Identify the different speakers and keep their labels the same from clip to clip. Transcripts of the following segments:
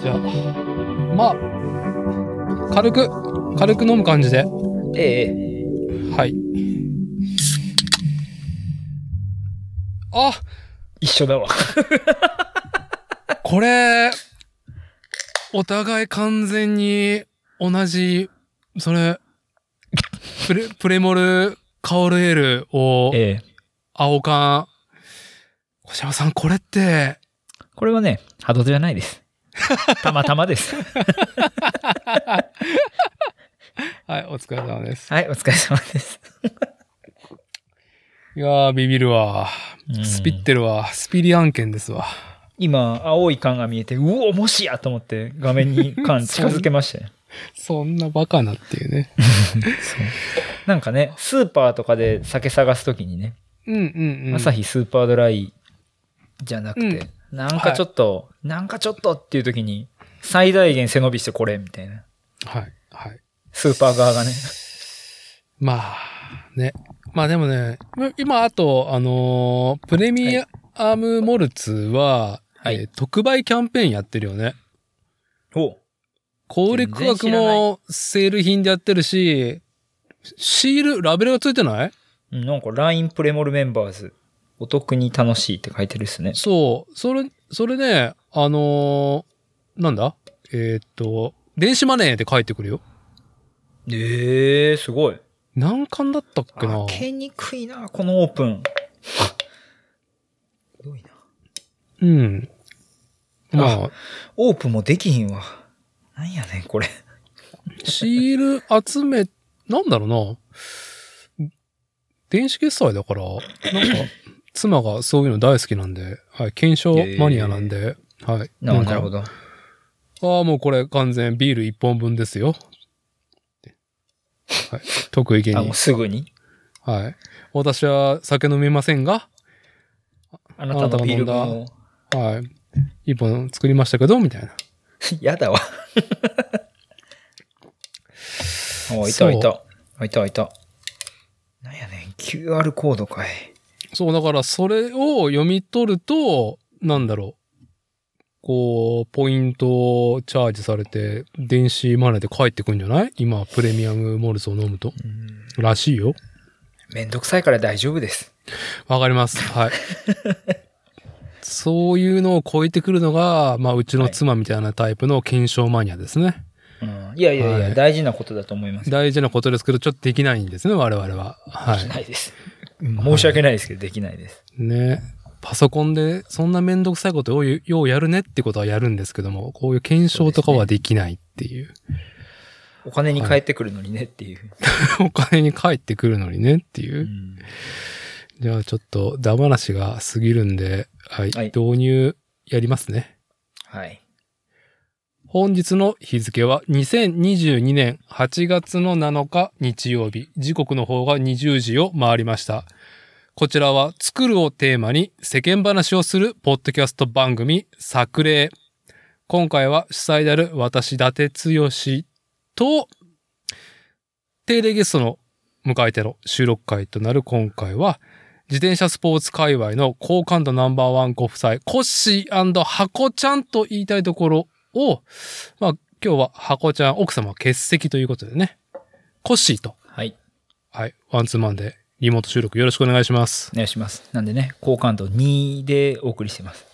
Speaker 1: じゃあ、まあ、軽く、軽く飲む感じで。
Speaker 2: ええ。
Speaker 1: はい。あ、
Speaker 2: 一緒だわ。
Speaker 1: これ、お互い完全に同じ、それ、プレ、プレモルカオルエールを、
Speaker 2: ええ。
Speaker 1: 青缶。小島さん、これって、
Speaker 2: これはね、ハドじゃないです。 たまたまです。
Speaker 1: はい、お疲れ様です。
Speaker 2: はい、お疲れ様です。
Speaker 1: いやー、ビビるわ。
Speaker 2: うん
Speaker 1: スピってるわ。スピリ案件ですわ。
Speaker 2: 今、青い缶が見えて、うお、もしやと思って画面に缶近づけましたよ。
Speaker 1: そんなバカなっていうね。
Speaker 2: なんかね、スーパーとかで酒探すときにね、
Speaker 1: うんうんうん。
Speaker 2: 朝日スーパードライじゃなくて、なんか
Speaker 1: はい
Speaker 2: ちょっと、なんかちょっとっていう時に、最大限背伸びしてこれ、みたいな。
Speaker 1: はい、はい。
Speaker 2: スーパー側がね。
Speaker 1: まあ、ね。まあでもね、ま今、あと、あのープレミアムモルツは、
Speaker 2: はい
Speaker 1: えー特売キャンペーンやってるよね。
Speaker 2: お
Speaker 1: 小売価格
Speaker 2: 全然知らな
Speaker 1: もセール品でやってるし、シール、ラベルがついてない
Speaker 2: なんか LINE プレモルメンバーズ、お得に楽しいって書いてるっすね。
Speaker 1: そう。それ、それね、あのーなんだえーっと、電子マネーで返ってくるよ。
Speaker 2: ええー、すごい。
Speaker 1: 何巻だったっけな
Speaker 2: 開けにくいな、このオープン。ひどいな。
Speaker 1: うん。まあ、
Speaker 2: オープンもできひんわ。なんやねん、これ。
Speaker 1: シール集め、なんだろうな。電子決済だから、なんか、妻がそういうの大好きなんで、はい、検証マニアなんで、はい。
Speaker 2: な
Speaker 1: なんか
Speaker 2: なるほど。
Speaker 1: ああ、もうこれ完全ビール一本分ですよ。 はい。得意げ
Speaker 2: あ、も
Speaker 1: に
Speaker 2: う。すぐに。
Speaker 1: はい。私は酒飲めませんが、
Speaker 2: あなたのビール
Speaker 1: あなたが飲
Speaker 2: も。
Speaker 1: はい。一本作りましたけど、みたいな。
Speaker 2: やだわ。おいた
Speaker 1: そう
Speaker 2: いた。いたいた。なんやねん、QR コードかい。
Speaker 1: そう、だからそれを読み取ると、なんだろう。こう、ポイントをチャージされて、電子マネーで返ってくんじゃない今、プレミアムモルツを飲むと。らしいよ。
Speaker 2: めんどくさいから大丈夫です。
Speaker 1: わかります。 はい。そういうのを超えてくるのが、まあ、うちの妻みたいなタイプの検証マニアですね。
Speaker 2: うん、いやいやいや、
Speaker 1: はい
Speaker 2: 大事なことだと思います。
Speaker 1: 大事なことですけど、ちょっとできないんですね、我々は。は
Speaker 2: でき
Speaker 1: い。
Speaker 2: ないです。申し訳ないですけど、できないです。
Speaker 1: ね。パソコンでそんなめんどくさいことをよようやるねってことはやるんですけども、こういう検証とかはできないっていう。
Speaker 2: お金に返ってくるのにねっていう。
Speaker 1: お金に返ってくるのにねっていうう。
Speaker 2: ん
Speaker 1: じゃあちょっと、だ話が過ぎるんで、はい、
Speaker 2: はい
Speaker 1: 導入やりますね。
Speaker 2: はい。
Speaker 1: 本日の日付は2022年8月の7日日曜日、時刻の方が20時を回りました。こちらは作るをテーマに世間話をするポッドキャスト番組作例。今回は主催である私伊達剛と定例ゲストの迎えての収録会となる今回は自転車スポーツ界隈の好感度ナンバーワンご夫妻コッシーハコちゃんと言いたいところをまあ今日はハコちゃん奥様欠席ということでねコッシーと
Speaker 2: はい。
Speaker 1: はいワンツーマンでリモート収録よろしくお願いします
Speaker 2: お願いします。なんでね、好感度2でお送りし てます。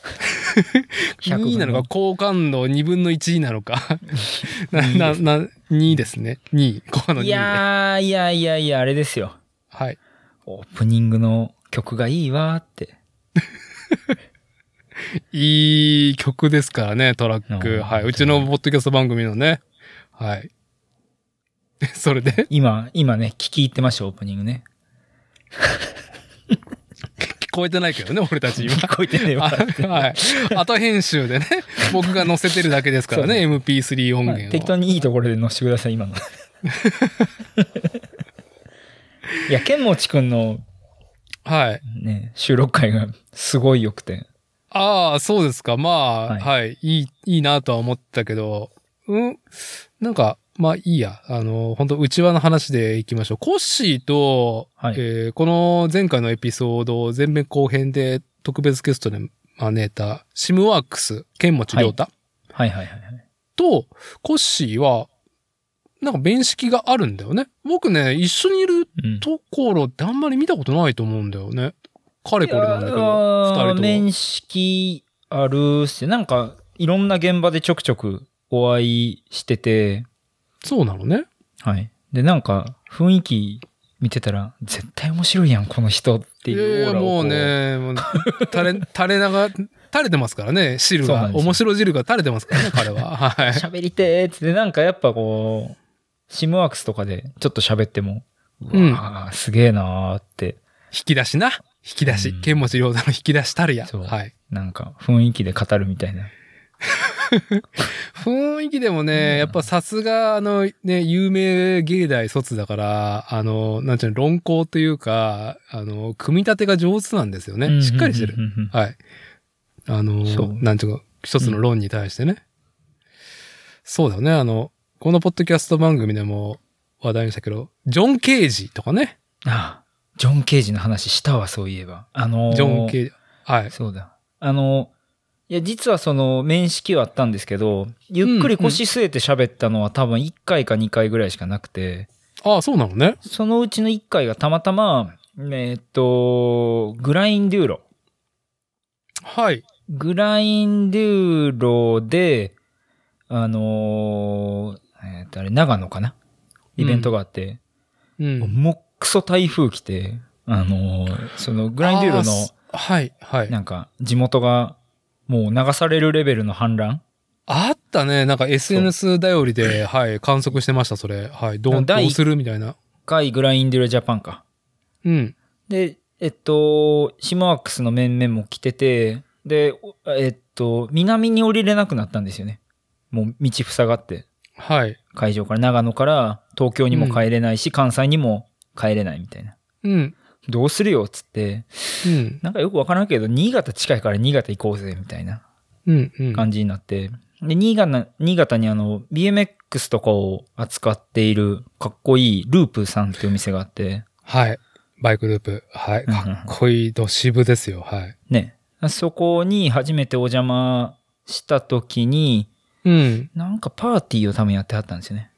Speaker 2: 100分の
Speaker 1: 2なのか好感度2分の1なのか ななな2ですね2好感度2
Speaker 2: いやー、いやいやいや、あれですよ。
Speaker 1: はい
Speaker 2: オープニングの曲がいいわーって。
Speaker 1: いい曲ですからね、トラッ
Speaker 2: う
Speaker 1: ク。
Speaker 2: ん
Speaker 1: はい。うちのポッドキャスト番組のね。はい。 それで、
Speaker 2: 今、今ね、聞き入ってました、オープニングね。
Speaker 1: 聞こえてないけどね、俺た ち今。
Speaker 2: 聞こえてねえわ。
Speaker 1: はい。後編集でね、僕が載せてるだけですからね、MP3 音
Speaker 2: まあ
Speaker 1: 源を。
Speaker 2: 適当にいいところで乗せてください、今の。 いや、剣持くんの
Speaker 1: はい。
Speaker 2: ね、収録会がすごい良くて。
Speaker 1: ああ、そうですか。まあ、
Speaker 2: は
Speaker 1: はいい、い。いい、なとは思ったけど、うん。なんか、まあいいや。あの、本当内輪の話でいきましょう。コッシーと、
Speaker 2: はい
Speaker 1: えーこの前回のエピソードを前面後編で特別ゲストで招いた、シムワークス、剣持良太
Speaker 2: はいはいはいはい。
Speaker 1: と、コッシーは、なんか面識があるんだよね。僕ね、一緒にいる
Speaker 2: うん。
Speaker 1: ところってあんまり見たことないと思うんだよね。かれこれなんだけど、二人とも。
Speaker 2: 面識あるし、なんか、いろんな現場でちょくちょくお会いしてて、
Speaker 1: そうなのね。
Speaker 2: はい。で、なんか、雰囲気見てたら、絶対面白いやん、この人っていうオーラをこ
Speaker 1: もう。ね、もう垂れ、 垂れ流、垂れてますからね、汁
Speaker 2: そうな
Speaker 1: が。
Speaker 2: んですよ
Speaker 1: 面白汁が垂れてますからね、彼 は。はい。
Speaker 2: 喋りてーっつって、なんかやっぱこう、シムワークスとかでちょっと喋っても、うわー、すげえなーって、
Speaker 1: 引き出しな。引き出し
Speaker 2: うん。
Speaker 1: 剣持良太の引き出したるや。
Speaker 2: そう
Speaker 1: はい。
Speaker 2: なんか雰囲気で語るみたいな。
Speaker 1: 雰囲気でもね、
Speaker 2: うん
Speaker 1: やっぱさすが、あの、ね、有名芸大卒だから、あの、なんちゅうの、論考というか、あの、組み立てが上手なんですよね。しっかりしてる
Speaker 2: うん。うんうん
Speaker 1: はい。あのー
Speaker 2: そう
Speaker 1: なんていうか、一つの論に対してね。そうだよね。あの、このポッドキャスト番組でも話題にしたけど、ジョン・ケージとかね。
Speaker 2: うん。ああ、ジョン・ケージの話したわ、そういえば。あのー
Speaker 1: ジョン・ケージ。はい。
Speaker 2: そうだ。あの、いや、実はその、面識はあったんですけど、ゆっくり腰据えて喋ったのは多分1回か2回ぐらいしかなくて、
Speaker 1: ああ、そうなのね。
Speaker 2: そのうちの1回がたまたま、えーっと、グラインデューロ。
Speaker 1: はい。
Speaker 2: グラインデューロで、あのーえーっと、あれ、長野かなイベントがあって、
Speaker 1: うん。
Speaker 2: もっくそ台風来て、あのーその、グラインデューロ
Speaker 1: ああ
Speaker 2: の、。
Speaker 1: すはい、はい。
Speaker 2: なんか、地元が、もう流されるレベルの氾濫
Speaker 1: あったね。なんか SNS 頼りで、 はい、観測してました、それ。はい。どう、ど
Speaker 2: 第
Speaker 1: うするみたいな。
Speaker 2: 回グラインデュラジャパンか。
Speaker 1: うん。
Speaker 2: で、えっと、シマワックスの面々も来てて、で、おえっと、南に降りれなくなったんですよね。もう道塞がって、
Speaker 1: はい。
Speaker 2: 会場から長野から東京にも帰れないし、関西にも帰れないみたいな。
Speaker 1: うん。
Speaker 2: どうするよっつって、
Speaker 1: うん。
Speaker 2: なんかよくわからんけど、新潟近いから新潟行こうぜみたいな
Speaker 1: うん。うん。
Speaker 2: 感じになって。で、新潟、新潟にあの、BMX とかを扱っているかっこいいループさんっていうお店があって、
Speaker 1: はい。バイクループ。はい。
Speaker 2: うんうん
Speaker 1: かっこいいドシブですよ。はい。
Speaker 2: ね、そこに初めてお邪魔した時に、
Speaker 1: うん。
Speaker 2: なんかパーティーを多分やってはったんですよね。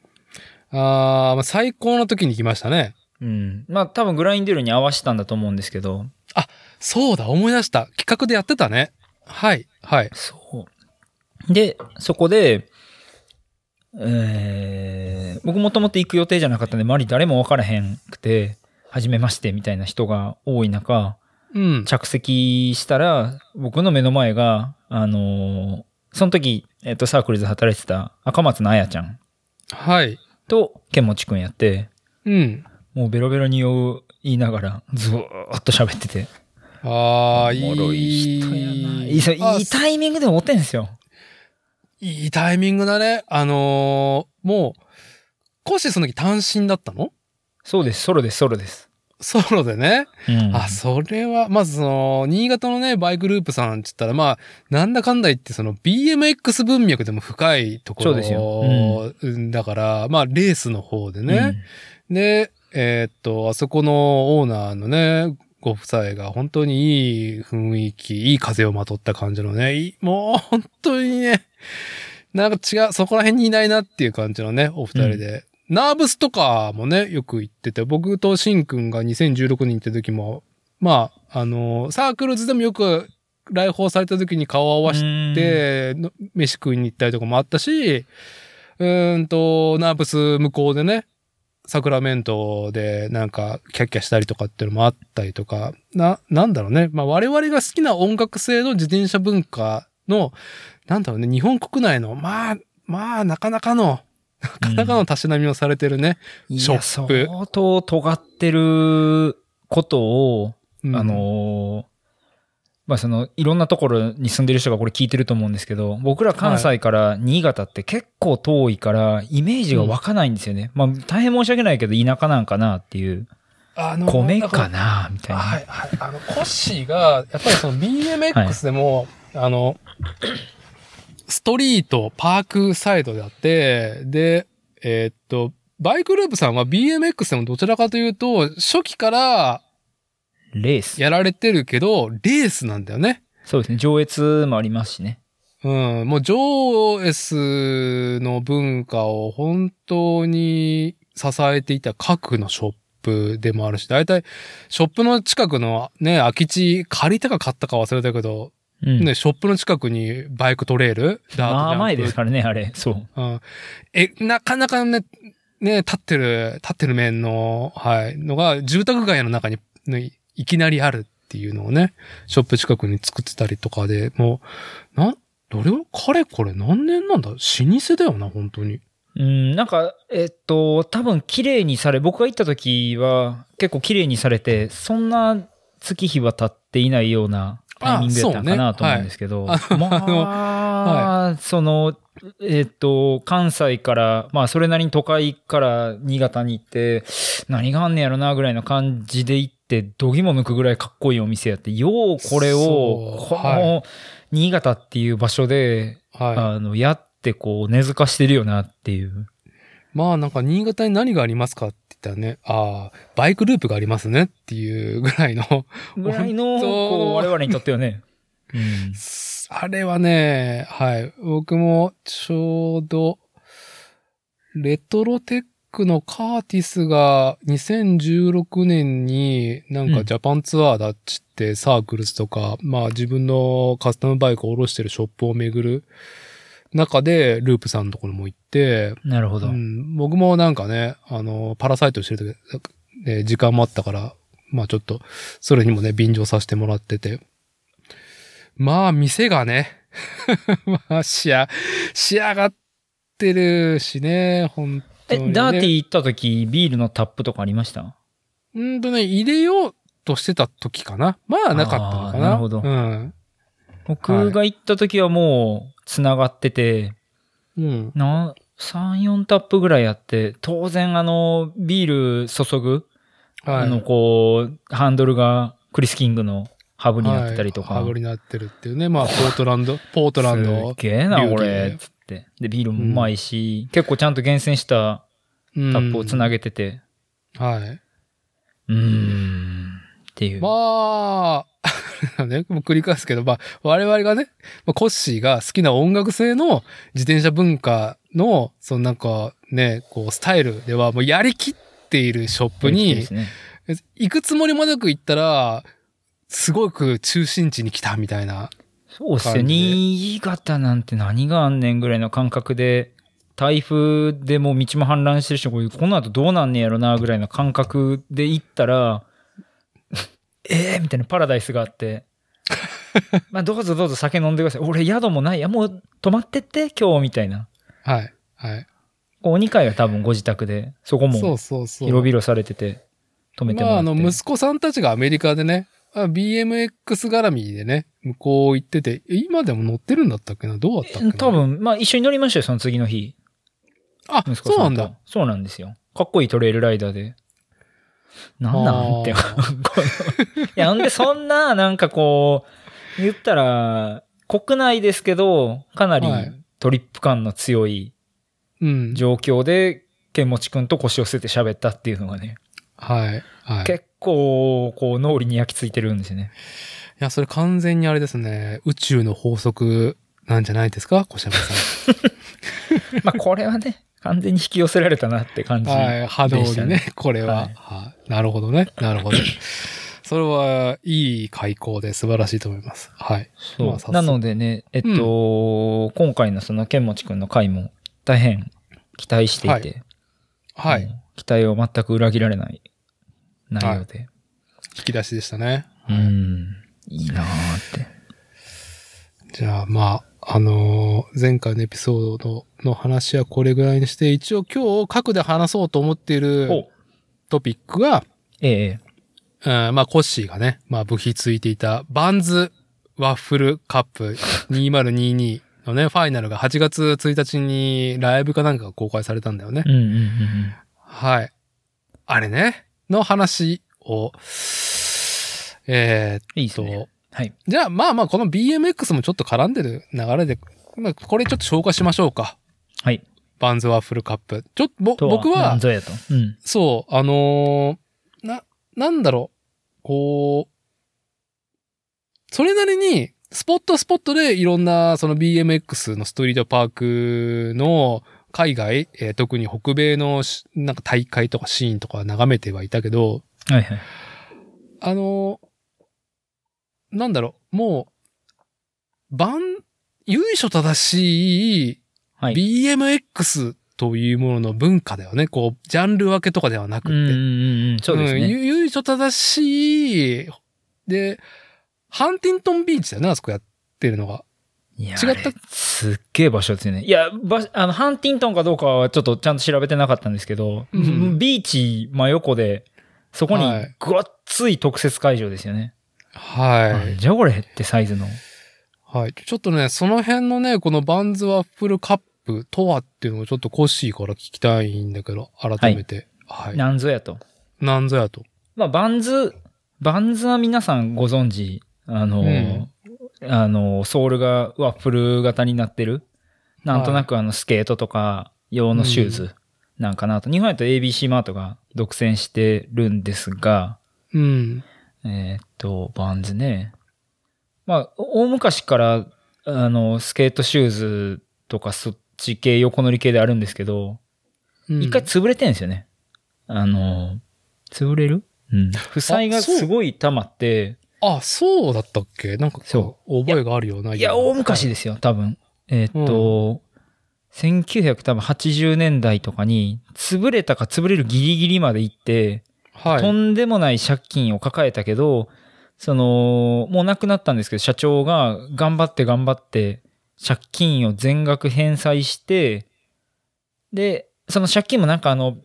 Speaker 1: あーまあ、最高の時に来ましたね。
Speaker 2: うん。まあ多分グラインデュールに合わせたんだと思うんですけど、
Speaker 1: そうだ、思い出した。企画でやってたね。はい、はい。
Speaker 2: そう。で、そこで、えー僕もともと行く予定じゃなかったんで、周り誰も分からへんくて、はじめましてみたいな人が多い中、
Speaker 1: うん。
Speaker 2: 着席したら、僕の目の前が、あのーその時、えっと、サークルで働いてた赤松のあやちゃん
Speaker 1: はい。
Speaker 2: と、剣持くんやって、
Speaker 1: うん。
Speaker 2: もうベロベロに酔う言いながら、ずーっと喋ってて。
Speaker 1: ああ、い
Speaker 2: おもろい人やな。いい
Speaker 1: い。
Speaker 2: そういい
Speaker 1: あ
Speaker 2: タイミングでもおってんすよ。
Speaker 1: いいタイミングだね。あのーもう、コッシーその時単身だったの
Speaker 2: そうです、ソロです、ソロです。
Speaker 1: ソロでね。
Speaker 2: うん
Speaker 1: あ、それは、まずその、新潟のね、バイクループさんって言ったら、まあ、なんだかんだ言って、その BMX 文脈でも深いところ
Speaker 2: そうですよ
Speaker 1: うんだから、まあ、レースの方で
Speaker 2: う
Speaker 1: ね。で、えーっと、あそこのオーナーのね、ご夫妻が本当にいい雰囲気、いい風をまとった感じのね、いいもう本当にね、なんか違う、そこら辺にいないなっていう感じのね、お二人で。ナーブスとかもね、よく行ってて、僕とシンくんが2016年行った時も、まあ、あの、サークルズでもよく来訪された時に顔を合わせでの飯食いに行ったりとかもあったし、うーんと、ナープス向こうでね、サクラメントでなんかキャッキャしたりとかっていうのもあったりとか、な、なんだろうね。まあ我々が好きな音楽性の自転車文化の、なんだろうね、日本国内の、まあ、まあなかなかの、なかなかのたしなみをされてるね。
Speaker 2: い
Speaker 1: ショ
Speaker 2: や、
Speaker 1: ップ
Speaker 2: 相当尖ってることを、
Speaker 1: うん
Speaker 2: あの、ーまあその、いろんなところに住んでる人がこれ聞いてると思うんですけど、僕ら関西から新潟って結構遠いから、イメージが湧かないんですよね。まあ大変申し訳ないけど、田舎なんかなっていう。
Speaker 1: あの
Speaker 2: 米
Speaker 1: だら
Speaker 2: かなみたいな。
Speaker 1: はいはい。あの、コッシーが、やっぱりその BMX でも、あの、ストリート、パークサイドであって、で、えーっと、バイクループさんは BMX でもどちらかというと、初期から
Speaker 2: レース。
Speaker 1: やられてるけど、レースなんだよね。
Speaker 2: そうですね。上越もありますしね。
Speaker 1: うん、もうジョーエスの文化を本当に支えていた各のショップでもあるし、大体ショップの近くのね、空き地借りたか買ったか忘れたけど、
Speaker 2: うん。
Speaker 1: ね、ショップの近くにバイクトレール、ダートジャンプ
Speaker 2: まあ前ですからね、あれ。そう。
Speaker 1: うん。え、なかなかね、ね、立ってる、立ってる面の、はい、のが、住宅街の中に、ね、いきなりあるっていうのをね、ショップ近くに作ってたりとかで、もう、なん、どれを、かれこれ何年なんだ老舗だよな、本当に。
Speaker 2: うん、なんか、えっと、多分綺麗にされ、僕が行った時は結構綺麗にされて、そんな月日は経っていないようなタイミングだったのかな
Speaker 1: あ
Speaker 2: と
Speaker 1: そうね
Speaker 2: 思うんですけど、
Speaker 1: はいあ
Speaker 2: ま
Speaker 1: あの
Speaker 2: あ、その、えっと、関西から、まあそれなりに都会から新潟に行って、何があんねやろなぐらいの感じで行って、どぎも抜くぐらいかっこいいお店やって、ようこれを、
Speaker 1: そう
Speaker 2: こ
Speaker 1: は
Speaker 2: の新潟っていう場所で、
Speaker 1: はい。
Speaker 2: あの、やってこう根付かしてるよなっていう。
Speaker 1: まあなんか、新潟に何がありますかって言ったらね、ああ、バイクループがありますねっていうぐらいの、
Speaker 2: ぐらいの、
Speaker 1: 本当
Speaker 2: こう、我々にとって はね。うん。
Speaker 1: あれはね、はい。僕もちょうど、レトロテックのカーティスが2016年になん
Speaker 2: う
Speaker 1: か
Speaker 2: ん
Speaker 1: ジャパンツアーだっちってサークルズとか、まあ自分のカスタムバイクを下ろしてるショップを巡る中でループさんのところも行って、
Speaker 2: なるほ
Speaker 1: う
Speaker 2: ど。
Speaker 1: ん、僕もなんかね、あの、パラサイトしてる時、えー時間もあったから、まあちょっと、それにもね、便乗させてもらってて。まあ、店がね、 まあ、仕上、仕上がってるしね、本当
Speaker 2: え
Speaker 1: に、ね。、
Speaker 2: ダーティー行った時、ビールのタップとかありました
Speaker 1: うんとね、入れようとしてた時かな。まあ、なかったのか
Speaker 2: あー
Speaker 1: な。
Speaker 2: なるほど
Speaker 1: うん。
Speaker 2: 僕が行った時はもう、繋がってて、
Speaker 1: うん。
Speaker 2: な、3、4タップぐらいあって、当然あの、ビール注ぐ、
Speaker 1: はい。
Speaker 2: あの、こう、ハンドルがクリス・キングのハブになってたりとか。
Speaker 1: はい羽振りになってるっていうね。まあ、ポートランド、ポートランド
Speaker 2: すっ。げえな、
Speaker 1: 流儀
Speaker 2: これ。つって。で、ビールもうまいし、結構ちゃんと厳選した
Speaker 1: うん
Speaker 2: タップを繋げてて、
Speaker 1: はい。
Speaker 2: うーん、っていう。
Speaker 1: まあ、ね、もう繰り返すけど、まあ、我々がね、まあコッシーが好きな音楽性の自転車文化の、そのなんかね、こう、スタイルでは、もうやりきっているショップ
Speaker 2: で
Speaker 1: に
Speaker 2: す、ね
Speaker 1: 行くつもりもなく行ったら、すごく中心地に来たみたいな。
Speaker 2: そうっすね。
Speaker 1: 感じで
Speaker 2: 新潟なんて何があんねんぐらいの感覚で、台風でもう道も氾濫してるし、これこの後どうなんねやろなぐらいの感覚で行ったら、 えーみたいなパラダイスがあ って。まあどうぞどうぞ酒飲んでください。俺宿もないや、もう泊まってって今日みたいな。
Speaker 1: はい。はい。
Speaker 2: こう2階は多分ご自宅で、そこ
Speaker 1: そ
Speaker 2: も
Speaker 1: うそうそう。
Speaker 2: 広々されてて、泊めても
Speaker 1: まあ、
Speaker 2: ら
Speaker 1: あ
Speaker 2: って。
Speaker 1: の、息子さんたちがアメリカでね、あ BMX 絡みでね、向こう行ってて、え今でも乗ってるんだったっけなどうだったっけな
Speaker 2: 多。分、まあ一緒に乗りましたよ、その次の日。
Speaker 1: あ、
Speaker 2: 息子
Speaker 1: そう
Speaker 2: さ
Speaker 1: なんん
Speaker 2: と
Speaker 1: だ。。
Speaker 2: そうなんですよ。かっこいいトレイルライダーで。なんなんって。
Speaker 1: あ
Speaker 2: こ
Speaker 1: ー
Speaker 2: の いや、ほんでそんな、なんかこう、言ったら、国内ですけど、かなり
Speaker 1: はい
Speaker 2: トリップ感の強い
Speaker 1: うん。
Speaker 2: 状況で、剣持くんと腰を捨てて喋ったっていうのがね、
Speaker 1: はい。はい。い
Speaker 2: 結構、こう、脳裏に焼き付いてるんですよね。
Speaker 1: や、それ完全にあれですね。宇宙の法則なんじゃないですか小島 さ
Speaker 2: まあ、これはね、完全に引き寄せられたなって感
Speaker 1: ん。
Speaker 2: じ。
Speaker 1: はい。波動
Speaker 2: でした
Speaker 1: にね
Speaker 2: ね、
Speaker 1: これは、
Speaker 2: はい
Speaker 1: はいなるほどね。なるほど。それは、いい開口で素晴らしいと思います。はい。ま
Speaker 2: そ
Speaker 1: あ早
Speaker 2: う。
Speaker 1: 速
Speaker 2: なのでね、えっと、今回のその、剣持くんの回も、大変期待していて、
Speaker 1: はいはい。
Speaker 2: もう期待を全く裏切られない内容で。
Speaker 1: 引き出しでしたね。
Speaker 2: うん。いいなーって。
Speaker 1: じゃあ、まあ、あのー前回のエピソードの話はこれぐらいにして、一応今日、核で話そうと思っている
Speaker 2: お
Speaker 1: トピックが、
Speaker 2: ええ
Speaker 1: うんまあ、コッシーがね、まあ、部費ついていたバンズワッフルカップ2022のね、ファイナルが8月1日にライブかなんかが公開されたんだよね。
Speaker 2: うんうんうんうん。
Speaker 1: はい。あれね、の話を、えーっ
Speaker 2: いいです
Speaker 1: と、
Speaker 2: ね。はい。
Speaker 1: じゃあまあまあこの BMX もちょっと絡んでる流れで、まあ、これちょっと消化しましょうか。
Speaker 2: はい。
Speaker 1: バンズワッフルカップ。ちょっとぼ、
Speaker 2: と
Speaker 1: 僕は
Speaker 2: なん、ぞやと。うん。
Speaker 1: そう、あのーな、なんだろう、こう、それなりに、スポットスポットでいろんなその BMX のストリートパークの海外、えー特に北米のしなんか大会とかシーンとか眺めてはいたけど、
Speaker 2: はいはい。
Speaker 1: あのーなんだろう、もう、万、由緒正しい
Speaker 2: はい
Speaker 1: BMX というものの文化だよね。こう、ジャンル分けとかではなく
Speaker 2: う
Speaker 1: っ
Speaker 2: ん
Speaker 1: て。
Speaker 2: うんうん、そうです
Speaker 1: ん
Speaker 2: ね。
Speaker 1: ゆ由緒正しい。で、ハンティントンビーチだよね、あそこやってるのが。
Speaker 2: いや
Speaker 1: 違った
Speaker 2: あれすっげえ場所ですよね。いや、場所あの、ハンティントンかどうかはちょっとちゃんと調べてなかったんですけど、
Speaker 1: うん
Speaker 2: ビーチ真横で、そこに
Speaker 1: はい
Speaker 2: ごっつい特設会場ですよね。
Speaker 1: は
Speaker 2: なんじゃこれってサイズの。
Speaker 1: い。はい。ちょっとね、その辺のね、このバンズワッフルカップとはっていうのをちょっとコッシーから聞きたいんだけど、改めて。はい。
Speaker 2: なんぞやと。
Speaker 1: なんぞやと。
Speaker 2: まあ、バンズ、バンズは皆さんご存知、あの、
Speaker 1: うん
Speaker 2: あの、ソールがワッフル型になってる。なんとなくあの、スケートとか用のシューズなんかなと。日本やと ABC マートが独占してるんですが、
Speaker 1: うん。
Speaker 2: えーっと、バンズね。まあ、大昔から、あの、スケートシューズとかそっち系、横乗り系であるんですけど、
Speaker 1: うん
Speaker 2: 一回潰れてんですよね。あの、潰れるうん。負債が
Speaker 1: あそう
Speaker 2: すごい溜まって、
Speaker 1: あ、そうだったっけなんか、
Speaker 2: そ
Speaker 1: 覚えがあるような。
Speaker 2: いや、大昔
Speaker 1: で。
Speaker 2: ですよ、多分。えーっと、1980年代とかに、潰れたか潰れるギリギリまで行って、
Speaker 1: はい。
Speaker 2: とんでもない借金を抱えたけど、その、もう亡くなったんですけど、社長が頑張って頑張って、借金を全額返済して、で、その借金もなんかあの、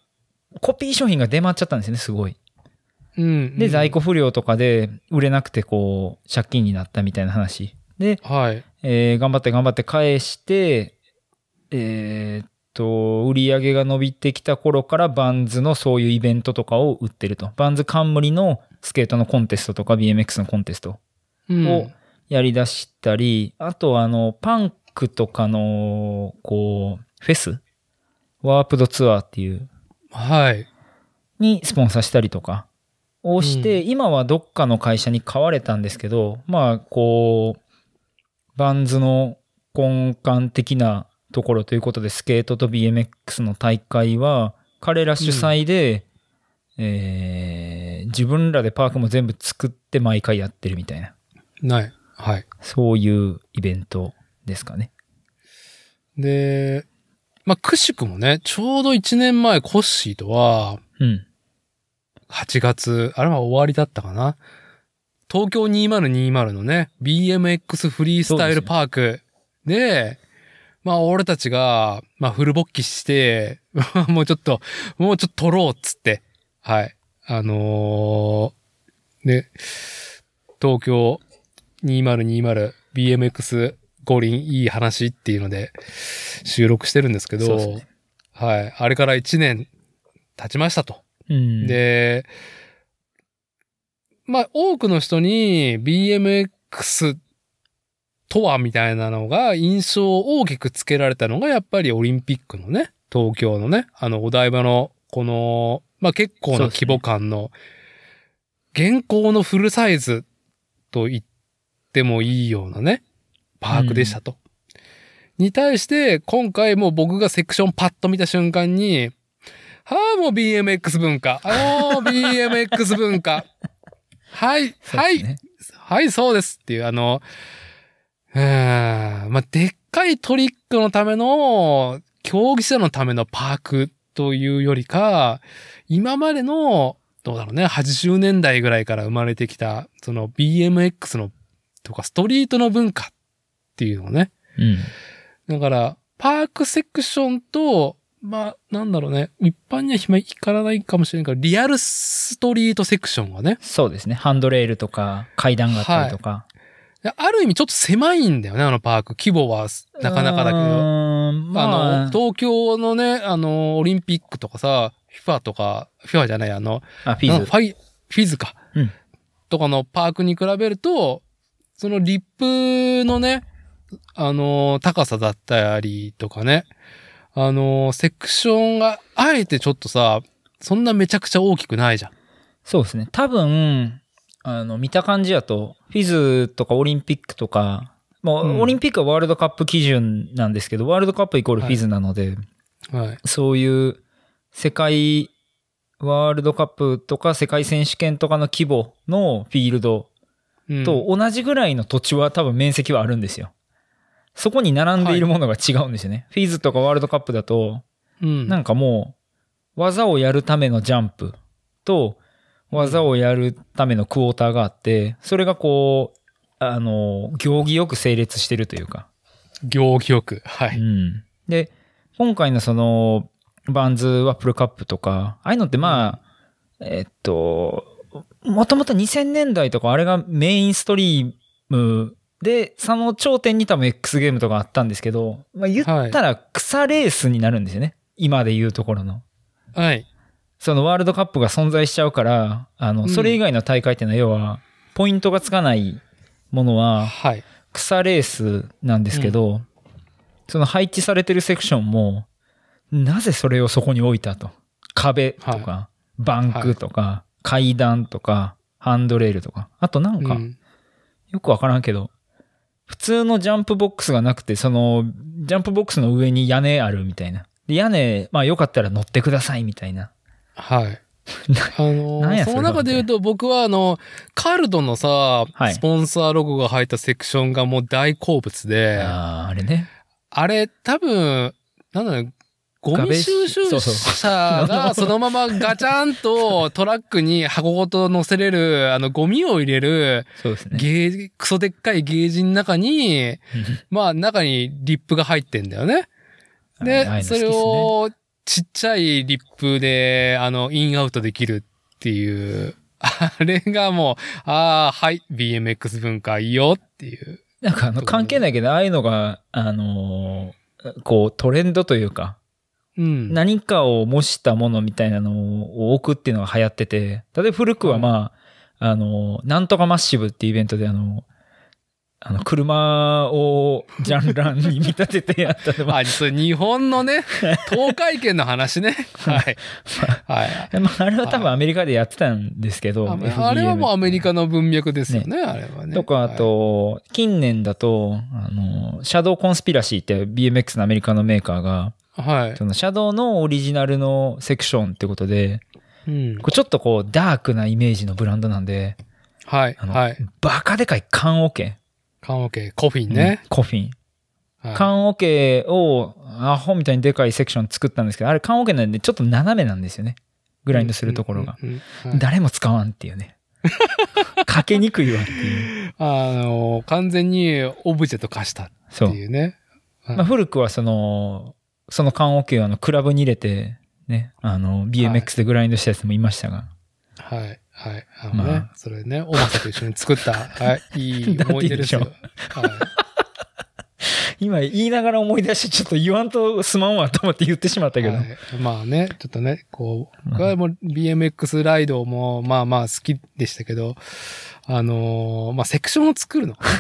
Speaker 2: コピー商品が出回っちゃったんですよね、すごい。
Speaker 1: うん
Speaker 2: で、在
Speaker 1: 庫。
Speaker 2: 庫不良とかで売れなくて、こう、借金になったみたいな話。で、
Speaker 1: はい。
Speaker 2: えー頑張って頑張って返して、えーっと、売り上げが伸びてきた頃からバンズのそういうイベントとかを売ってると。バンズ冠のスケートのコンテストとか BMX のコンテスト
Speaker 1: うん
Speaker 2: をやり出したり、あとあの、パンクとかの、こう、フェスワープドツアーっていう
Speaker 1: はい。
Speaker 2: にスポンサーしたりとかをして、今はどっかの会社に買われたんですけど、まあ、こう、バンズの根幹的なところということで、スケートと BMX の大会は、彼ら主催で、えー自分らでパークも全部作って毎回やってるみたいな、
Speaker 1: ない。はい。
Speaker 2: そういうイベントですかね。
Speaker 1: で、まあ、くしくもね、ちょうど1年前、コッシーとは、
Speaker 2: うん。
Speaker 1: 8月、あれは終わりだったかな。東京2020のね、BMX フリースタイルパークで、まあ俺たちが、まあフル勃起して、 もうちょっと、もうちょっと取ろうっつって、はい。あのー、ね、東京 2020BMX 五輪いい話っていうので収録してるんですけ
Speaker 2: そう
Speaker 1: ど、
Speaker 2: ですね
Speaker 1: はい。あれから1年経ちましたと。
Speaker 2: うん。、
Speaker 1: で、まあ、多くの人に BMX とはみたいなのが印象を大きくつけられたのが、やっぱりオリンピックのね、東京のね、あの、お台場の、この、まあ、結構な規模感の、現行のフルサイズと言ってもいいようなね、パークでしたと。に対して、今回もう僕がセクションパッと見た瞬間に、はい、もう BMX 文化。あのー BMX 文化。はい、
Speaker 2: そう
Speaker 1: は
Speaker 2: で
Speaker 1: い
Speaker 2: す、ね。
Speaker 1: はい、そうですっていう、あの、うーん、まあ、でっかいトリックのための、競技者のためのパークというよりか、今までの、どうだろうね、80年代ぐらいから生まれてきた、その BMX の、とかストリートの文化っていうのをね、
Speaker 2: うん。
Speaker 1: だから、パークセクションと、まあ、なんだろうね、一般にはひま行からないかもしれないけど、リアルストリートセクションはね、
Speaker 2: そうですね。ハンドレールとか、階段があったりとか。
Speaker 1: である意味ちょっと狭いんだよね、あのパーク。規模はなかなかだけど。
Speaker 2: うーんま
Speaker 1: あの、東京のね、あの、オリンピックとかさ、FIFA とか、FIFA じゃない、あの、
Speaker 2: あ、フィ
Speaker 1: なん
Speaker 2: ズ
Speaker 1: か。ファイ、フィズか。
Speaker 2: うん
Speaker 1: とかのパークに比べると、そのリップのね、あのー、高さだったりとかね、あのー、セクションがあえてちょっとさ、そんなめちゃくちゃ大きくないじゃん。
Speaker 2: そうですね。多分、あの、見た感じやと、フィズとかオリンピックとか、まあ、
Speaker 1: うん
Speaker 2: オリンピックはワールドカップ基準なんですけど、ワールドカップイコールフィズなので、
Speaker 1: はい。
Speaker 2: そういう世界ワールドカップとか世界選手権とかの規模のフィールド
Speaker 1: うん
Speaker 2: と同じぐらいの土地は多分面積はあるんですよ。そこに並んでいるものが違うんですよね。フィーズとかワールドカップだと、
Speaker 1: うん。
Speaker 2: なんかもう、技をやるためのジャンプと、技をやるためのクォーターがあって、それがこう、あの、行儀よく整列してるというか。
Speaker 1: 行記憶。は
Speaker 2: う
Speaker 1: い。
Speaker 2: ん。で、今回のその、バンズワップルカップとか、ああいうのってまあ、えっと、もともと2000年代とか、あれがメインストリームで、その頂点に多分 X ゲームとかあったんですけど、まあ言ったら草レースになるんですよね。今で言うところの。
Speaker 1: はい。
Speaker 2: そのワールドカップが存在しちゃうから、あ
Speaker 1: う
Speaker 2: の、
Speaker 1: ん
Speaker 2: それ以外の大会っていうのは、要は、ポイントがつかないものは、
Speaker 1: はい。
Speaker 2: 草レースなんですけど、その配置されてるセクションも、なぜそれをそこに置いたと。壁とか、
Speaker 1: は
Speaker 2: バンクとか、階段とか、ハンドレールとか。あとなんか、
Speaker 1: うん
Speaker 2: よくわからんけど、普通のジャンプボックスがなくて、その、ジャンプボックスの上に屋根あるみたいな。で屋根、まあよかったら乗ってくださいみたい な。
Speaker 1: はい。あの
Speaker 2: なん
Speaker 1: ー
Speaker 2: や
Speaker 1: そ
Speaker 2: そ
Speaker 1: の
Speaker 2: れは
Speaker 1: 中で言うと僕はあの、カルドのさ、
Speaker 2: はい
Speaker 1: スポンサーロゴが入ったセクションがもう大好物で、あ
Speaker 2: ああ、あれね。
Speaker 1: れ多分、なんだろう、ゴミ収集
Speaker 2: そ
Speaker 1: 車
Speaker 2: うそ
Speaker 1: がそのままガチャンとトラックに箱ごと乗せれる、あのゴミを入れる
Speaker 2: そうですね。
Speaker 1: ゲージ、クソでっかいゲージの中に、まあ中にリップが入ってんだよね。
Speaker 2: ああい
Speaker 1: で、
Speaker 2: うの好きっす
Speaker 1: そ
Speaker 2: ね
Speaker 1: れをちっちゃいリップで、あの、インアウトできるっていう、あれがもう、ああ、はい、BMX 文化いいよっていう。
Speaker 2: なんかあの関係ないけど、ああいうのが、あのーこうトレンドというか、
Speaker 1: うん。
Speaker 2: 何かを模したものみたいなのを置くっていうのが流行ってて、例えば古くはまあ、あのーなんとかマッシブっていうイベントであの、あの、車をジャンランに見立ててやっ たのまあ
Speaker 1: あ、それ日本の ね、東海圏の話ね。はい。はい。
Speaker 2: まあ、あれは多分アメリカでやってたんですけど、
Speaker 1: ああれはもうアメリ
Speaker 2: カ
Speaker 1: カの文脈ですよね、あれはね。
Speaker 2: とか、あ
Speaker 1: はい、
Speaker 2: と、近年だと、あのー、シャドウコンスピラシーって BMX のアメリカのメーカーが、
Speaker 1: はい。
Speaker 2: そのシャドウのオリジナルのセクションってことで、
Speaker 1: うん
Speaker 2: こ。うちょっとこうダークなイメージのブランドなんで、
Speaker 1: はい。
Speaker 2: あの、
Speaker 1: はい。
Speaker 2: バカでかい缶オケ。
Speaker 1: 缶オケ、コフィンね
Speaker 2: う。んコフィン。
Speaker 1: はい
Speaker 2: 缶オケをアホみたいにでかいセクション作ったんですけど、あれ缶オケなんでちょっと斜めなんですよね。グラインドするところが。。
Speaker 1: うんうんうんはい
Speaker 2: 誰も使わんってい うね。かけにくいわっていう。
Speaker 1: あの、完全にオブジェと化したっ
Speaker 2: そ
Speaker 1: て
Speaker 2: う。
Speaker 1: いうね。
Speaker 2: まあ、古くはその、その缶オケをあのクラブに入れて、ね、あの、BMX でグラインドしたやつもいましたが。
Speaker 1: はい。はい。あのね、
Speaker 2: まあ
Speaker 1: それね、おまさと一緒に作った、 はい、いい思い出ですよ。
Speaker 2: だっ
Speaker 1: はい、
Speaker 2: 今言いながら思い出してちょっと言わんとすまんわと思って言ってしまったけど、
Speaker 1: はいまあね、ちょっとね、こう、
Speaker 2: うん
Speaker 1: 僕はもう BMX ライドも、まあまあ好きでしたけど、あのーまあセクションを作るのがね、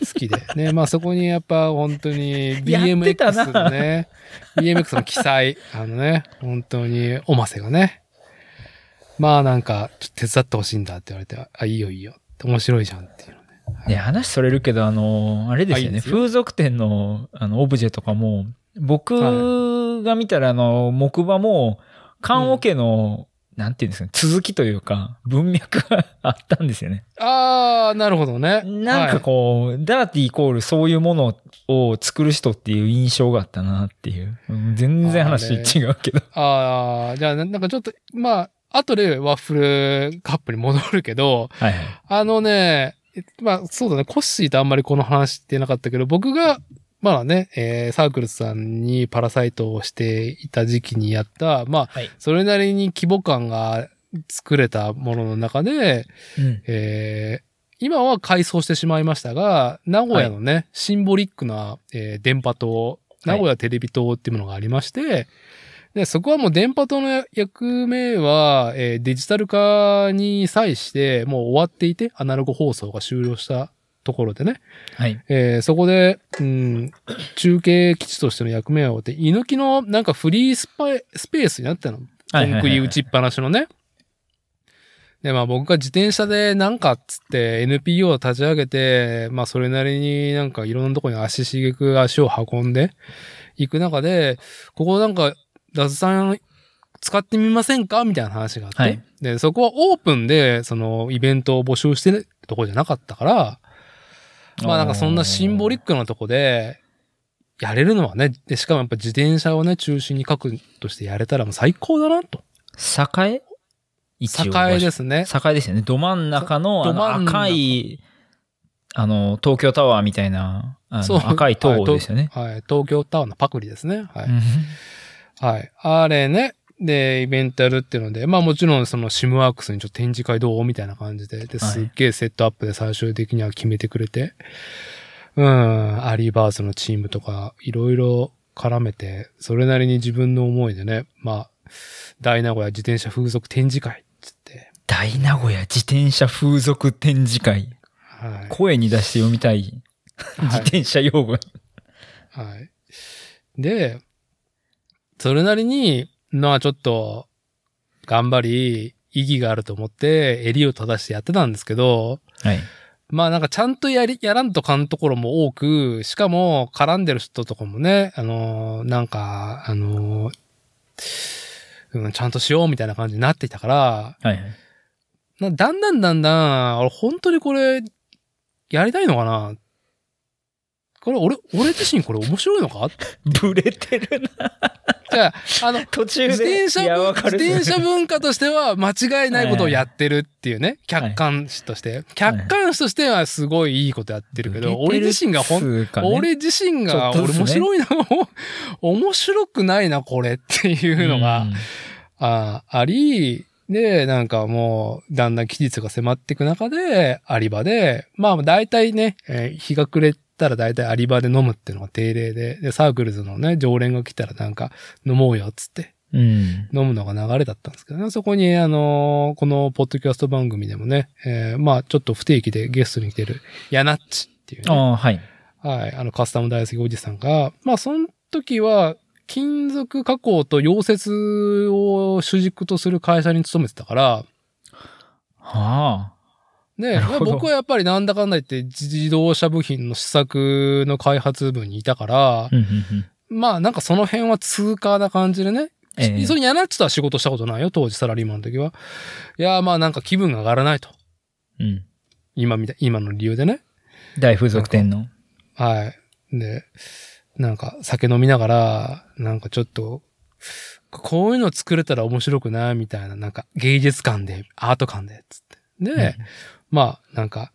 Speaker 1: 好き 好きで。ね、まあそこにやっぱ本当に
Speaker 2: やってたな
Speaker 1: BMX のね、BMX の記載、あのね、本当におませがね、まあなんか、ちょっと手伝ってほしいんだって言われて、あ、いいよいいよ、面白いじゃんっていうのね。
Speaker 2: ね、話それるけどあのあれですよ
Speaker 1: あいいで
Speaker 2: ね
Speaker 1: すよ
Speaker 2: 風俗店のあのオブジェとかも僕が見たらあの木馬も缶オケの、なんていうんですかね続きというか文脈が あったんですよね
Speaker 1: ああ、なるほど ね。
Speaker 2: なんかこう、ダーティーイコールそういうものを作る人っていう印象があったなっていう、うん全然話違うけど
Speaker 1: ああ、じゃあ、ななんかちょっと、まあ、後でワッフルカップに戻るけど、
Speaker 2: はいはい
Speaker 1: あのね、えまあ、そうだね、コッシーとあんまりこの話してなかったけど、僕が、まあね、えーサークルさんにパラサイトをしていた時期にやった、まあ、
Speaker 2: はい
Speaker 1: それなりに規模感が作れたものの中で、
Speaker 2: うん
Speaker 1: えー今は改装してしまいましたが、名古屋のね、シンボリックな、えー電波塔、名古屋テレビ塔っていうものがありまして、で、そこはもう電波塔の役目は、えーデジタル化に際して、もう終わっていて、アナログ放送が終了したところでね、
Speaker 2: はい
Speaker 1: えーそこで、うん、中継基地としての役目を負って、居抜きのなんかフリースパイスペースになったの。コ
Speaker 2: はいはいはい
Speaker 1: ンクリ打ちっぱなしのね。で、まあ僕が自転車でなんかっつって NPO を立ち上げて、まあそれなりになんかいろんなとこに足しげく足を運んで行く中で、ここなんか、ラズさん使ってみませんかみたいな話があって、
Speaker 2: はい
Speaker 1: で、そこはオープンで、そのイベントを募集してるとこじゃなかったから、まあなんかそんなシンボリックなとこで、やれるのはね、でしかもやっぱ自転車をね、中心に書くとしてやれたらもう最高だなと。
Speaker 2: 栄一応
Speaker 1: 栄ですね。
Speaker 2: 栄ですよね。ど真ん中の
Speaker 1: ど
Speaker 2: あの
Speaker 1: 真ん中
Speaker 2: 赤い、あの、東京タワーみたいな、あ
Speaker 1: そう
Speaker 2: の赤い塔ですよね。
Speaker 1: はい、東京タワーのパクリですね。はい。
Speaker 2: うん
Speaker 1: はい。あれね。で、イベントやるっていうので、まあもちろんそのシムワークスにちょっと展示会どうみたいな感じで、で、
Speaker 2: はい
Speaker 1: すっげえセットアップで最終的には決めてくれて、うん、アリーバースのチームとか、いろいろ絡めて、それなりに自分の思いでね、まあ、大名古屋自転車風俗展示会っつって、
Speaker 2: 大名古屋自転車風俗展示会。
Speaker 1: はい。
Speaker 2: 声に出して読みたい。
Speaker 1: い
Speaker 2: 自転車用語。
Speaker 1: はい。で、それなりに、まあちょっと、頑張り、意義があると思って、襟を正してやってたんですけど、
Speaker 2: はい。
Speaker 1: まあなんかちゃんとやり、やらんとかんところも多く、しかも絡んでる人とかもね、あのーなんか、あのーうん、ちゃんとしようみたいな感じになってきたから、
Speaker 2: はいはい。
Speaker 1: なだんだんだんだん、俺本当にこれ、やりたいのかなこれ俺、俺自身これ面白いのか
Speaker 2: ブレてるな。
Speaker 1: じゃあ、あの、
Speaker 2: 途中で。
Speaker 1: 自転車
Speaker 2: いや、
Speaker 1: 文
Speaker 2: わ
Speaker 1: 自
Speaker 2: かる。
Speaker 1: 転車文化としては間違いないことをやってるっていうね、
Speaker 2: はい
Speaker 1: 客観視として。客観視としてはすごいいいことやってるけど、俺自身がほん、
Speaker 2: ん、
Speaker 1: 俺自身が、
Speaker 2: ちょっ
Speaker 1: 俺
Speaker 2: とず
Speaker 1: 面
Speaker 2: つね
Speaker 1: 白いな、 面白くないな、これっていうのが、
Speaker 2: ん
Speaker 1: ああり、で、なんかもう、だんだん期日が迫っていく中で、アリバで、まあ、大体ね、えー日が暮れたら大体アリバで飲むっていうのが定例で、で、サークルズのね、常連が来たらなんか、飲もうよ、っつって。
Speaker 2: うん。
Speaker 1: 飲むのが流れだったんですけどね。そこに、あのーこのポッドキャスト番組でもね、えーまあ、ちょっと不定期でゲストに来てる、ヤナッチっていう、
Speaker 2: あ
Speaker 1: ね、
Speaker 2: あ、はい。
Speaker 1: はい、あの、カスタム大好きおじさんが、まあ、その時は、金属加工と溶接を主軸とする会社に勤めてたから、
Speaker 2: はあ。
Speaker 1: ね
Speaker 2: なる、ほど
Speaker 1: 僕はやっぱりなんだかんだ言って自動車部品の試作の開発部にいたから
Speaker 2: う、んうんうん
Speaker 1: まあなんかその辺は通過な感じでね、
Speaker 2: ええ
Speaker 1: それにやなっちとは仕事したことないよ、当時サラリーマンの時は。いやー、まあなんか気分が上がらないと。
Speaker 2: うん。
Speaker 1: 今みたい、今の理由でね。
Speaker 2: 大風俗店の。
Speaker 1: はい。で、なんか酒飲みながら、なんかちょっと、こういうの作れたら面白くないみたいな、なんか芸術感で、アート感で、つって。で、
Speaker 2: うん
Speaker 1: まあなんか、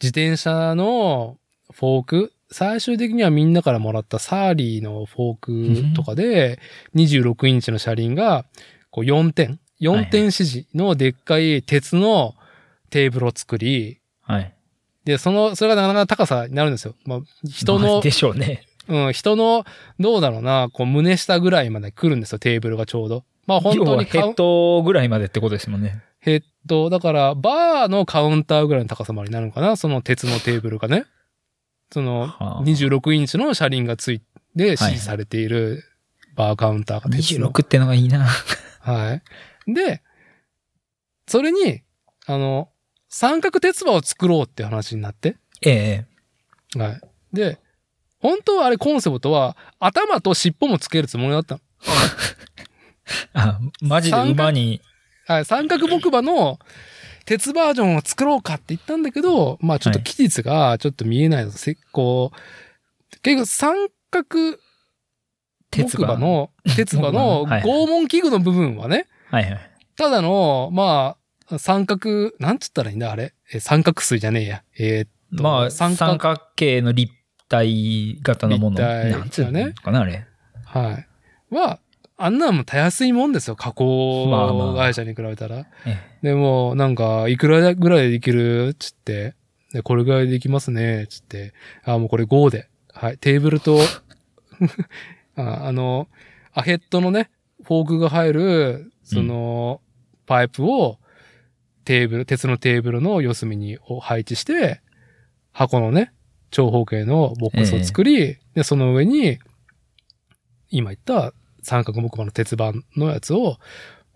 Speaker 1: 自転車のフォーク、最終的にはみんなからもらったサーリーのフォークとかで、26インチの車輪が、こう4点、4点指示のでっかい鉄のテーブルを作り、
Speaker 2: はい。
Speaker 1: で、その、それがなかなか高さになるんですよ。まあ、人
Speaker 2: まあ
Speaker 1: の、
Speaker 2: でしょうね。
Speaker 1: うん、人の、どうだろうな、こう胸下ぐらいまで来るんですよ、テーブルがちょうど。まあ本
Speaker 2: 要
Speaker 1: 当
Speaker 2: は
Speaker 1: に
Speaker 2: ヘ
Speaker 1: カウン
Speaker 2: ッドぐらいまでってことですもんね。
Speaker 1: ヘッド、だから、バーのカウンターぐらいの高さまでになるのかなその鉄のテーブルがね。その、
Speaker 2: はあ
Speaker 1: 26インチの車輪がついて、支持されているバーカウンターが鉄の。
Speaker 2: 26ってのがいいな。
Speaker 1: はい。で、それに、あの、三角鉄馬を作ろうって話になって。
Speaker 2: ええ。
Speaker 1: はい。で、本当はあれコンセプトは、頭と尻尾もつけるつもりだったの。
Speaker 2: あ、マジで馬に。
Speaker 1: はい、三角木馬の鉄バージョンを作ろうかって言ったんだけど、まあちょっと期日がちょっと見えないの、せこう、結局三角木馬の、鉄馬の
Speaker 2: 木馬のはい
Speaker 1: 拷問器具の部分はね、
Speaker 2: はいはい。
Speaker 1: ただの、まあ、三角、なんつったらいいんだ、あれ。え三角錐じゃねえや。えー
Speaker 2: まあ、
Speaker 1: 三
Speaker 2: 三
Speaker 1: 角
Speaker 2: 角形の立体型のもの。
Speaker 1: 立体
Speaker 2: なんつうのかな、あれ。
Speaker 1: はい。は、あんなのもたやすいもんですよ、加
Speaker 2: まあま
Speaker 1: 工
Speaker 2: あ
Speaker 1: 会社に比べたら。
Speaker 2: ええ
Speaker 1: でも、なんか、いくらぐらいでできるつって、で、これぐらいできますね。つって、あ、もうこれ5で。はい。テーブルと、 ああの、アヘッドのね、フォークが入る、その、パイプを、テーブル、鉄のテーブルの四隅にを配置して、箱のね、長方形のボックスを作り、で、その上に、今言った三角木馬の鉄板のやつを、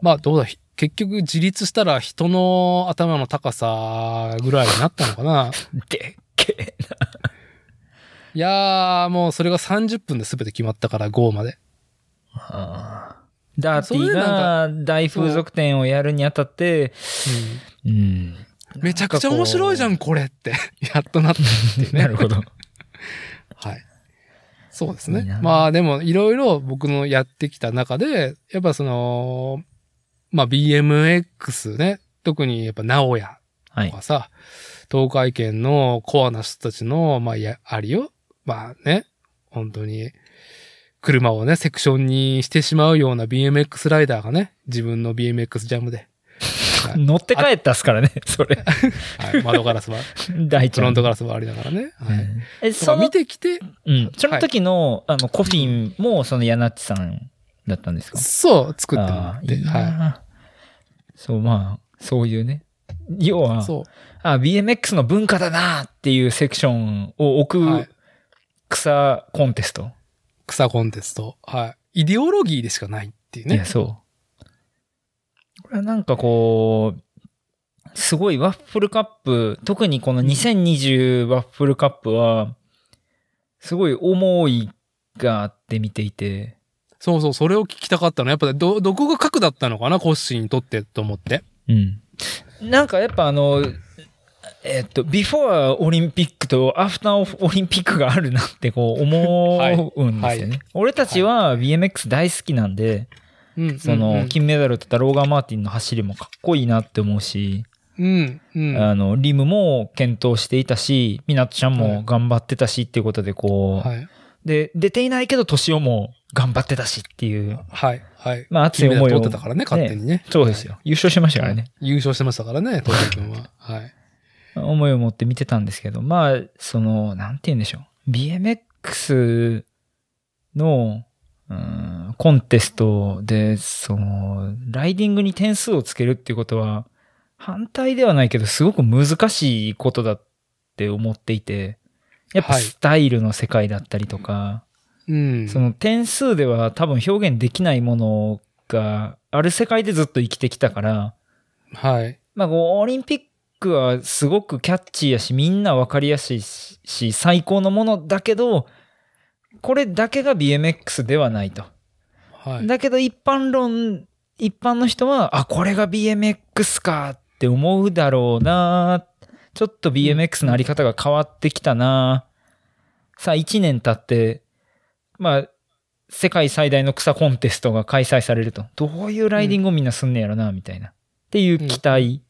Speaker 1: まあ、どうだ、ひ結局自立したら人の頭の高さぐらいになったのかな。
Speaker 2: でっけえ。
Speaker 1: いやー、もうそれが30分で全て決まったから5まで。
Speaker 2: あーダーティ
Speaker 1: それ
Speaker 2: ー
Speaker 1: でな
Speaker 2: が大風俗店をやるにあたって、うん。
Speaker 1: うんめちゃくちゃ面白いじゃ
Speaker 2: ん
Speaker 1: ん、これって。 やっとなったっていうね。
Speaker 2: なる ほど。
Speaker 1: はい。そうです
Speaker 2: いい
Speaker 1: ね
Speaker 2: な。
Speaker 1: まあでもいろいろ僕のやってきた中で、やっぱその、まあ BMX ね、特にやっぱ名古屋
Speaker 2: は
Speaker 1: と
Speaker 2: い。
Speaker 1: かさ、東海圏のコアな人たちの、まあいや、ありよ。まあね、本当に、車をね、セクションにしてしまうような BMX ライダーがね、自分の BMX ジャムで、
Speaker 2: 乗って帰ったっすからね、それ。
Speaker 1: はい、窓ガラスは、
Speaker 2: 大ち
Speaker 1: フ
Speaker 2: ゃ
Speaker 1: ロ
Speaker 2: ん。
Speaker 1: ントガラスはありながらね。
Speaker 2: う
Speaker 1: はい。
Speaker 2: んえ、
Speaker 1: とか
Speaker 2: その
Speaker 1: 見、てきて、
Speaker 2: うん。その時の、あの、コフィンも、その、ヤナッチさんだったんですか
Speaker 1: そう、作ってもら
Speaker 2: あ
Speaker 1: っ
Speaker 2: ー
Speaker 1: て、
Speaker 2: いいな
Speaker 1: は
Speaker 2: そう、まあ、そういうね。要
Speaker 1: い。
Speaker 2: は、
Speaker 1: そう。
Speaker 2: あ、BMX の文化だなっていうセクションを置
Speaker 1: はい
Speaker 2: く草コンテスト。
Speaker 1: 草コンテスト。はい。イデオロギーでしかないっていう
Speaker 2: いや、
Speaker 1: ね。
Speaker 2: そう。これはなんかこう、すごいワッフルカップ、特にこの2020ワッフルカップは、すごい思いがあって見ていて、
Speaker 1: そうそう、それを聞きたかったの。やっぱど、どこが核だったのかな、コッシーにとってと思って。
Speaker 2: うん。なんかやっぱあの、えっと、ビフォアオリンピックとアフターオリンピックがあるなってこう思うんですよね。
Speaker 1: はい
Speaker 2: 俺たちは BMX 大好きなんで、
Speaker 1: うん。
Speaker 2: そ
Speaker 1: うん
Speaker 2: の金メダル取ったローガン・マーティンの走りもかっこいいなって思うし、
Speaker 1: うん。うん。
Speaker 2: あの、リムも検討していたし、ミナトちゃんも頑張ってたしっていうことでこう、
Speaker 1: はい。
Speaker 2: で、出ていないけど、年をも頑張ってたしっていう、
Speaker 1: はい。はい。
Speaker 2: まあ熱い
Speaker 1: 金メダ
Speaker 2: 思
Speaker 1: ル
Speaker 2: いを。
Speaker 1: 取ってたからね、勝手にね。
Speaker 2: そうですよ。優勝しましたからね。
Speaker 1: 優勝してましたからね、トシ君は。はい。
Speaker 2: 思いを持って見てたんですけど、まあ、その、なんて言うんでしょう。BMX の、うん、コンテストで、その、ライディングに点数をつけるっていうことは、反対ではないけど、すごく難しいことだって思っていて、やっぱ
Speaker 1: はい
Speaker 2: スタイルの世界だったりとか、
Speaker 1: うん。
Speaker 2: その点数では多分表現できないものがある世界でずっと生きてきたから、
Speaker 1: はい。
Speaker 2: まあ、こうオリンピックはすごくキャッチーやしみんな分かりやすいし最高のものだけどこれだけが BMX ではないと、
Speaker 1: はい。
Speaker 2: だけど一般論一般の人はあこれが BMX かって思うだろうなちょっと BMX のあり方が変わってきたなさあ1年経ってまあ世界最大の草コンテストが開催されるとどういうライディングをみんなすんねやろなみたいな、っていう期待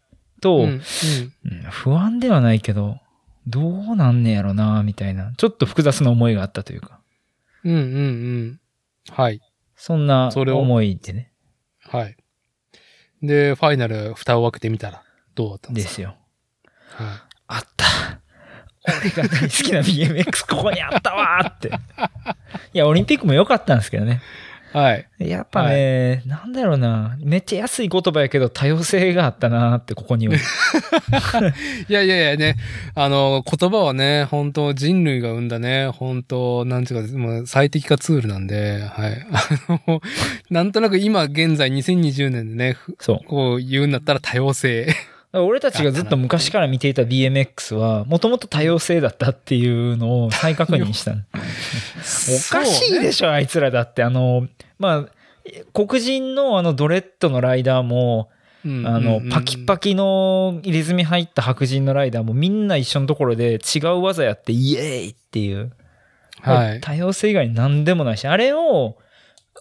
Speaker 2: と、
Speaker 1: うん。うん
Speaker 2: うん不安ではないけど、どうなんねやろな、みたいな。ちょっと複雑な思いがあったというか。
Speaker 1: うん。うん。うん。はい。
Speaker 2: そんな
Speaker 1: それを
Speaker 2: 思いでね。
Speaker 1: はい。で、ファイナル、蓋を開けてみたら、どうだったん
Speaker 2: で
Speaker 1: ですか
Speaker 2: すよ。
Speaker 1: はい
Speaker 2: あった。俺が大好きな BMX ここにあったわーって。いや、オリンピックも良かったんですけどね。
Speaker 1: はい。
Speaker 2: やっぱね、なんだろうな。めっちゃ安い言葉やけど多様性があったなーって、ここには。
Speaker 1: いやいやいやね、あの、言葉はね、本当人類が生んだね、本当なんちゅうか、もう最適化ツールなんで、はい。 あの、なんとなく今現在2020年でね、ふ
Speaker 2: そう。
Speaker 1: こう言うんだったら多様性。
Speaker 2: だから俺たちがずっと昔から見ていた BMX は、もともと多様性だったっていうのを再確認したの。
Speaker 1: お
Speaker 2: おかしいで
Speaker 1: し
Speaker 2: しょ、あいつらだって。あの、まあ、黒人のあのドレッドのライダーも、
Speaker 1: ょ、うん
Speaker 2: あの、パキパ
Speaker 1: キ。
Speaker 2: キの入れ墨入った白人のライダーもみんな一緒のところで違う技やってイエーイっていう。
Speaker 1: はい。
Speaker 2: 多様性以外に何でもないし、あれを、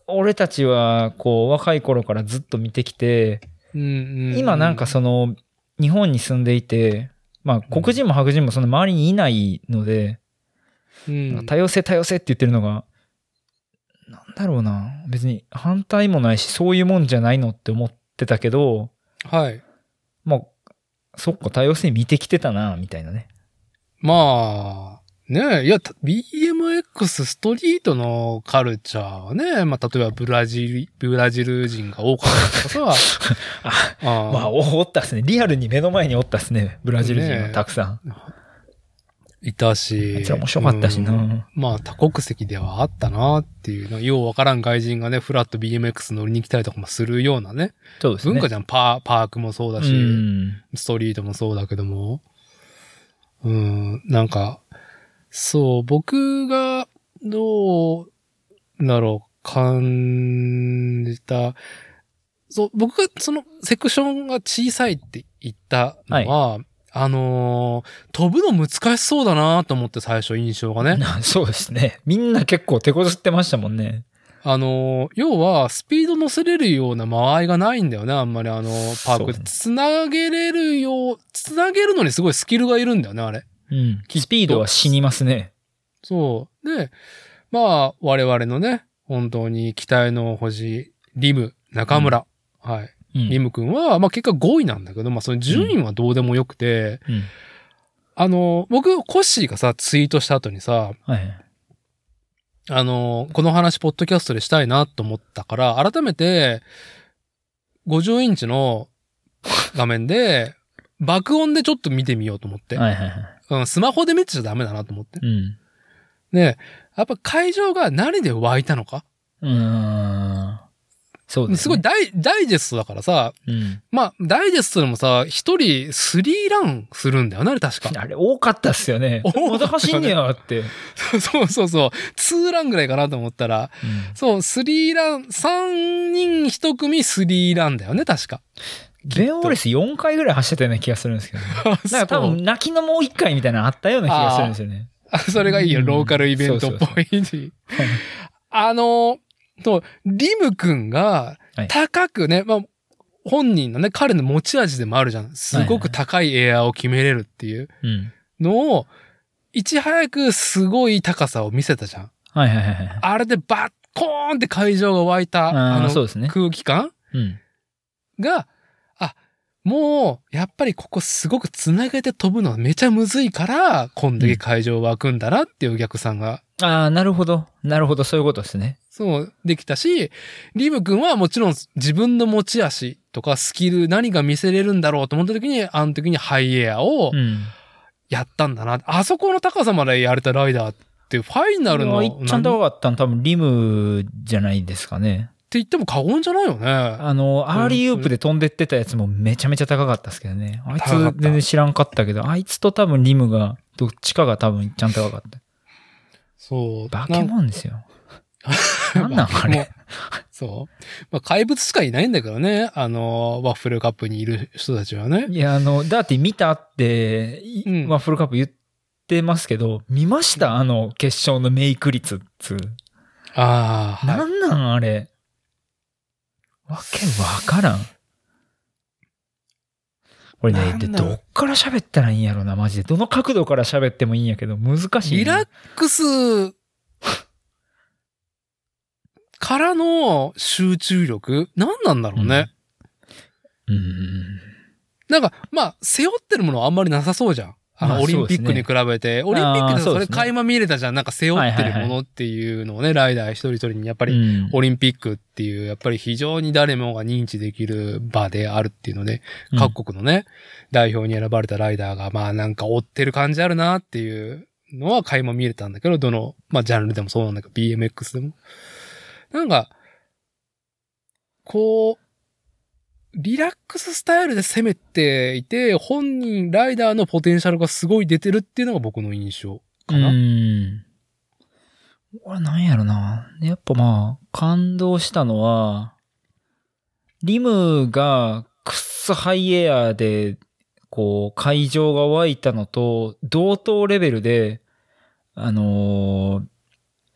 Speaker 2: 俺たちはこう若い頃からずっと見てきて、
Speaker 1: うんう
Speaker 2: 今なんかその日本に住んでいて、まあ黒人も白人もその周りにいないので、
Speaker 1: う
Speaker 2: なん
Speaker 1: ん
Speaker 2: か多様性多様性って言ってるのが、なんだろうな。別に反対もないし、そういうもんじゃないのって思ってたけど、
Speaker 1: はい。
Speaker 2: まあ、そっか、多様性見てきてたな、みたいなね。
Speaker 1: まあ、ねえ、いや、た BMX ストリートのカルチャーはね、まあ、例えばブラジル、ブラジル人が多かったとかさ
Speaker 2: あ、
Speaker 1: あー
Speaker 2: まあ、おおったっすね。リアルに目の前におったっすね。ブラジル人
Speaker 1: ね
Speaker 2: は
Speaker 1: え
Speaker 2: たくさん。
Speaker 1: いたし。
Speaker 2: あいつら面白かったしな。
Speaker 1: うんまあ多国籍ではあったなっていうの、ようわからん外人がね、フラット BMX 乗りに来たりとかもするようなね。
Speaker 2: そうですね。
Speaker 1: 文化じゃん、パー、パークもそうだし、
Speaker 2: うん
Speaker 1: ストリートもそうだけども。うん、なんか、そう、僕がどうだろう、感じた。そう、僕がそのセクションが小さいって言ったのは、あのー飛ぶの難しそうだなと思って最初印象がね。
Speaker 2: な そうですね。みんな結構手こずってましたもんね。
Speaker 1: あのー要はスピード乗せれるような間合いがないんだよね、あんまりあのーパーク
Speaker 2: そう
Speaker 1: で。
Speaker 2: ね
Speaker 1: つなげれるよう、つなげるのにすごいスキルがいるんだよね、あれ。
Speaker 2: うん。スピードは死にますね。
Speaker 1: そう。で、まあ、我々のね、本当に期待の星、リム、中村。はい。
Speaker 2: うん。
Speaker 1: リム君は、まあ結果5位なんだけど、まあその順位はどうでもよくて、
Speaker 2: うん
Speaker 1: あの、僕、コッシーがさ、ツイートした後にさ、
Speaker 2: はいはい。
Speaker 1: あの、この話、ポッドキャストでしたいなと思ったから、改めて、50インチの画面で、爆音でちょっと見てみようと思って。
Speaker 2: はいはいはい。
Speaker 1: うん、スマホで見てちゃダメだなと思って。
Speaker 2: うん。
Speaker 1: で、やっぱ会場が何で湧いたのか
Speaker 2: うーん。そうです
Speaker 1: すごい
Speaker 2: ね。
Speaker 1: ダイダイジェストだからさ、
Speaker 2: うん。
Speaker 1: まあ、ダイジェストでもさ、一人スリーランするんだよな、あれ確か。
Speaker 2: あれ多かったっすよね。
Speaker 1: 多か
Speaker 2: ま
Speaker 1: った
Speaker 2: た走んねやって。
Speaker 1: そうそうそう。ツーランぐらいかなと思ったら、そう、スリーラン、三人一組スリーランだよね、確か。
Speaker 2: ベン・オーレス4回ぐらい走ってたような気がするんですけど、ね、なんか多
Speaker 1: そう
Speaker 2: 分泣きのもう1回みたいなのあったような気がするんですよね。
Speaker 1: あそれがいいよ、
Speaker 2: うん
Speaker 1: ローカルイベントっぽいし。 あの、と、リム君が
Speaker 2: はい
Speaker 1: 高くね、まあ、本人のね、彼の持ち味でもあるじゃん。すごく高いエアーを決めれるっていう。
Speaker 2: うん。
Speaker 1: のを、いち早くすごい高さを見せたじゃん。
Speaker 2: はいはいはいはい。
Speaker 1: あれでバッコーンって会場が湧いた、
Speaker 2: あ
Speaker 1: あ
Speaker 2: あー、
Speaker 1: の
Speaker 2: そうですね。
Speaker 1: 空気感
Speaker 2: うん。
Speaker 1: が、あ、もう、やっぱりここすごく繋げて飛ぶのはめちゃむずいから、こんだけ会場湧くんだなっていうお客さんが、
Speaker 2: ああ、なるほど。なるほど。そういうことですね。
Speaker 1: そう、できたし、リム君はもちろん自分の持ち足とかスキル何が見せれるんだろうと思った時に、あの時にハイエアを
Speaker 2: うん。
Speaker 1: やったんだな。あそこの高さまでやれたライダーって、ファイナルの。
Speaker 2: いっちゃん高かったの多分リムじゃないですかね。
Speaker 1: って言っても過言じゃないよね。
Speaker 2: あの、アーリーウープで飛んでってたやつもめちゃめちゃ高かったですけどね。あいつ
Speaker 1: 高かった
Speaker 2: 全然知らんかったけど、あいつと多分リムが、どっちかが多分いっちゃん高かった。
Speaker 1: そう。
Speaker 2: バ
Speaker 1: な
Speaker 2: ケ
Speaker 1: ん
Speaker 2: モンですよ。なんなんあ
Speaker 1: もう
Speaker 2: れ。
Speaker 1: そう。まあ、怪物しかいないんだけどね。あの、ワッフルカップにいる人たちはね。
Speaker 2: いや、あの、ダーティ見たって、い
Speaker 1: うん
Speaker 2: ワッフルカップ言ってますけど、見ましたあの、決勝のメイク率っつう。
Speaker 1: ああ、はい
Speaker 2: なんなんあれ。わけわからん。これ
Speaker 1: なんな
Speaker 2: ね、
Speaker 1: ん
Speaker 2: でどっから喋ったらいいんやろな、マジで。どの角度から喋ってもいいんやけど、難しいね。
Speaker 1: リラックスからの集中力何なんだろうね。
Speaker 2: うん。
Speaker 1: なんか、まあ、背負ってるものはあんまりなさそうじゃん。あ
Speaker 2: ま
Speaker 1: の、
Speaker 2: あ
Speaker 1: オリンピックに比べて、オリンピックで
Speaker 2: あーそ
Speaker 1: そうれ
Speaker 2: ですね
Speaker 1: 垣間見れたじゃん。なんか背負って
Speaker 2: は
Speaker 1: る
Speaker 2: いはいは
Speaker 1: も
Speaker 2: い
Speaker 1: のっていうのをね、ライダー一人一人にやっぱり
Speaker 2: うん
Speaker 1: オリンピックっていう、やっぱり非常に誰もが認知できる場であるっていうので、
Speaker 2: うん
Speaker 1: 各国のね、代表に選ばれたライダーが、まあなんか追ってる感じあるなっていうのは垣間見れたんだけど、どの、まあジャンルでもそうなんだけど、BMX でも。なんか、こう、リラックススタイルで攻めていて、本人、ライダーのポテンシャルがすごい出てるっていうのが僕の印象かな。
Speaker 2: うん。俺なんやろな。やっぱまあ、感動したのは、リムがクッソハイエアーで、こう、会場が湧いたのと、同等レベルで、あのー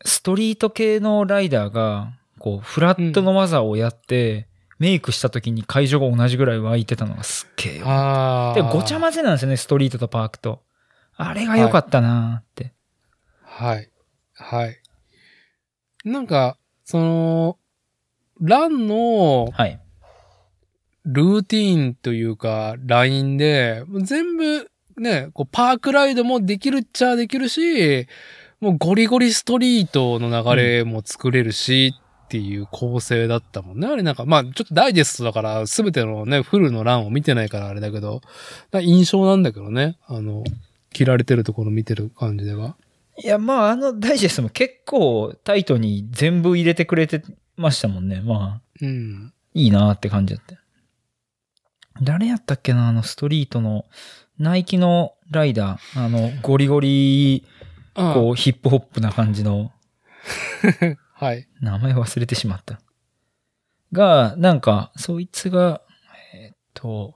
Speaker 2: ストリート系のライダーが、こう、フラットの技をやって、メイクした時に会場が同じぐらい湧いてたのがすっげえよ
Speaker 1: ああ。
Speaker 2: で、ごちゃ混ぜなんですよね、ストリートとパークと。あれが良かったなーって。
Speaker 1: はい。はい。なんか、その、ランの
Speaker 2: はい。
Speaker 1: ルーティーンというか、ラインで、全部ね、こうパークライドもできるっちゃできるし、もうゴリゴリストリートの流れも作れるし、っていう構成だったもんね。あれなんか、まあちょっとダイジェストだから、すべてのね、フルのランを見てないからあれだけど、だから印象なんだけどね。あの、切られてるところ見てる感じでは。
Speaker 2: いや、まあ、あのダイジェストも結構タイトに全部入れてくれてましたもんね。まあ、
Speaker 1: うん。
Speaker 2: いいなーって感じだった。誰やったっけな、あのストリートの、ナイキのライダー、あの、ゴリゴリ、
Speaker 1: ああ
Speaker 2: こう、ヒップホップな感じの、
Speaker 1: はい。
Speaker 2: 名前忘れてしまった。が、なんか、そいつが、えーっと、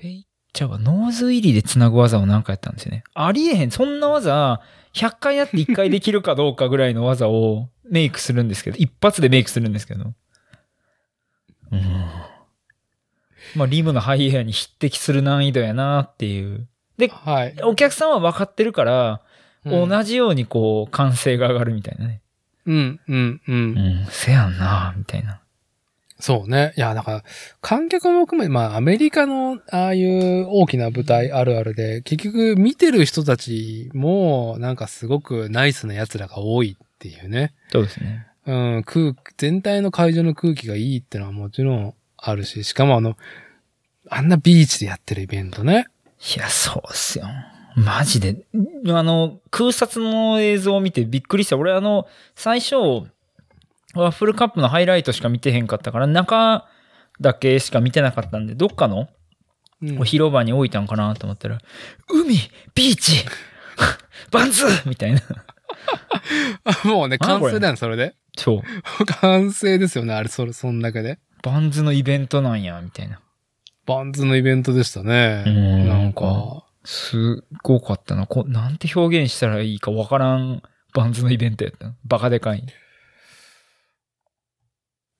Speaker 2: フェイちゃうわ、ノーズ入りで繋ぐ技を何回やったんですよね。ありえへん。そんな技、100回やって1回できるかどうかぐらいの技をメイクするんですけど、一発でメイクするんですけど。うん。まあ、リムのハイエアに匹敵する難易度やなっていう。
Speaker 1: はい。
Speaker 2: お客さんは分かってるから、
Speaker 1: うん
Speaker 2: 同じようにこう、歓声が上がるみたいなね。
Speaker 1: うん、うん、うん。
Speaker 2: うん、せやんな、みたいな。
Speaker 1: そうね。いや、なんか、観客も含め、まあ、アメリカの、ああいう大きな舞台あるあるで、結局、見てる人たちも、なんかすごくナイスな奴らが多いっていうね。
Speaker 2: そうですね。
Speaker 1: うん、空気、全体の会場の空気がいいってのはもちろんあるし、しかもあの、あんなビーチでやってるイベントね。
Speaker 2: いや、そうっすよ。マジで。あの、空撮の映像を見てびっくりした。俺あの、最初、ワッフルカップのハイライトしか見てへんかったから、中だけしか見てなかったんで、どっかの
Speaker 1: うん
Speaker 2: お広場に置いたんかなと思ったら、海、ビーチ、バンズみたいな。
Speaker 1: もうね、
Speaker 2: あ
Speaker 1: 完
Speaker 2: これ
Speaker 1: 成だよ、それで。
Speaker 2: そう。
Speaker 1: 完成ですよね、あれ、それ、そんだけで。
Speaker 2: バンズのイベントなんや、みたいな。
Speaker 1: バンズのイベントでしたね。
Speaker 2: うん
Speaker 1: なんか、
Speaker 2: すごかったな。こうなんて表現したらいいかわからんバンズのイベントやったなバカでかい。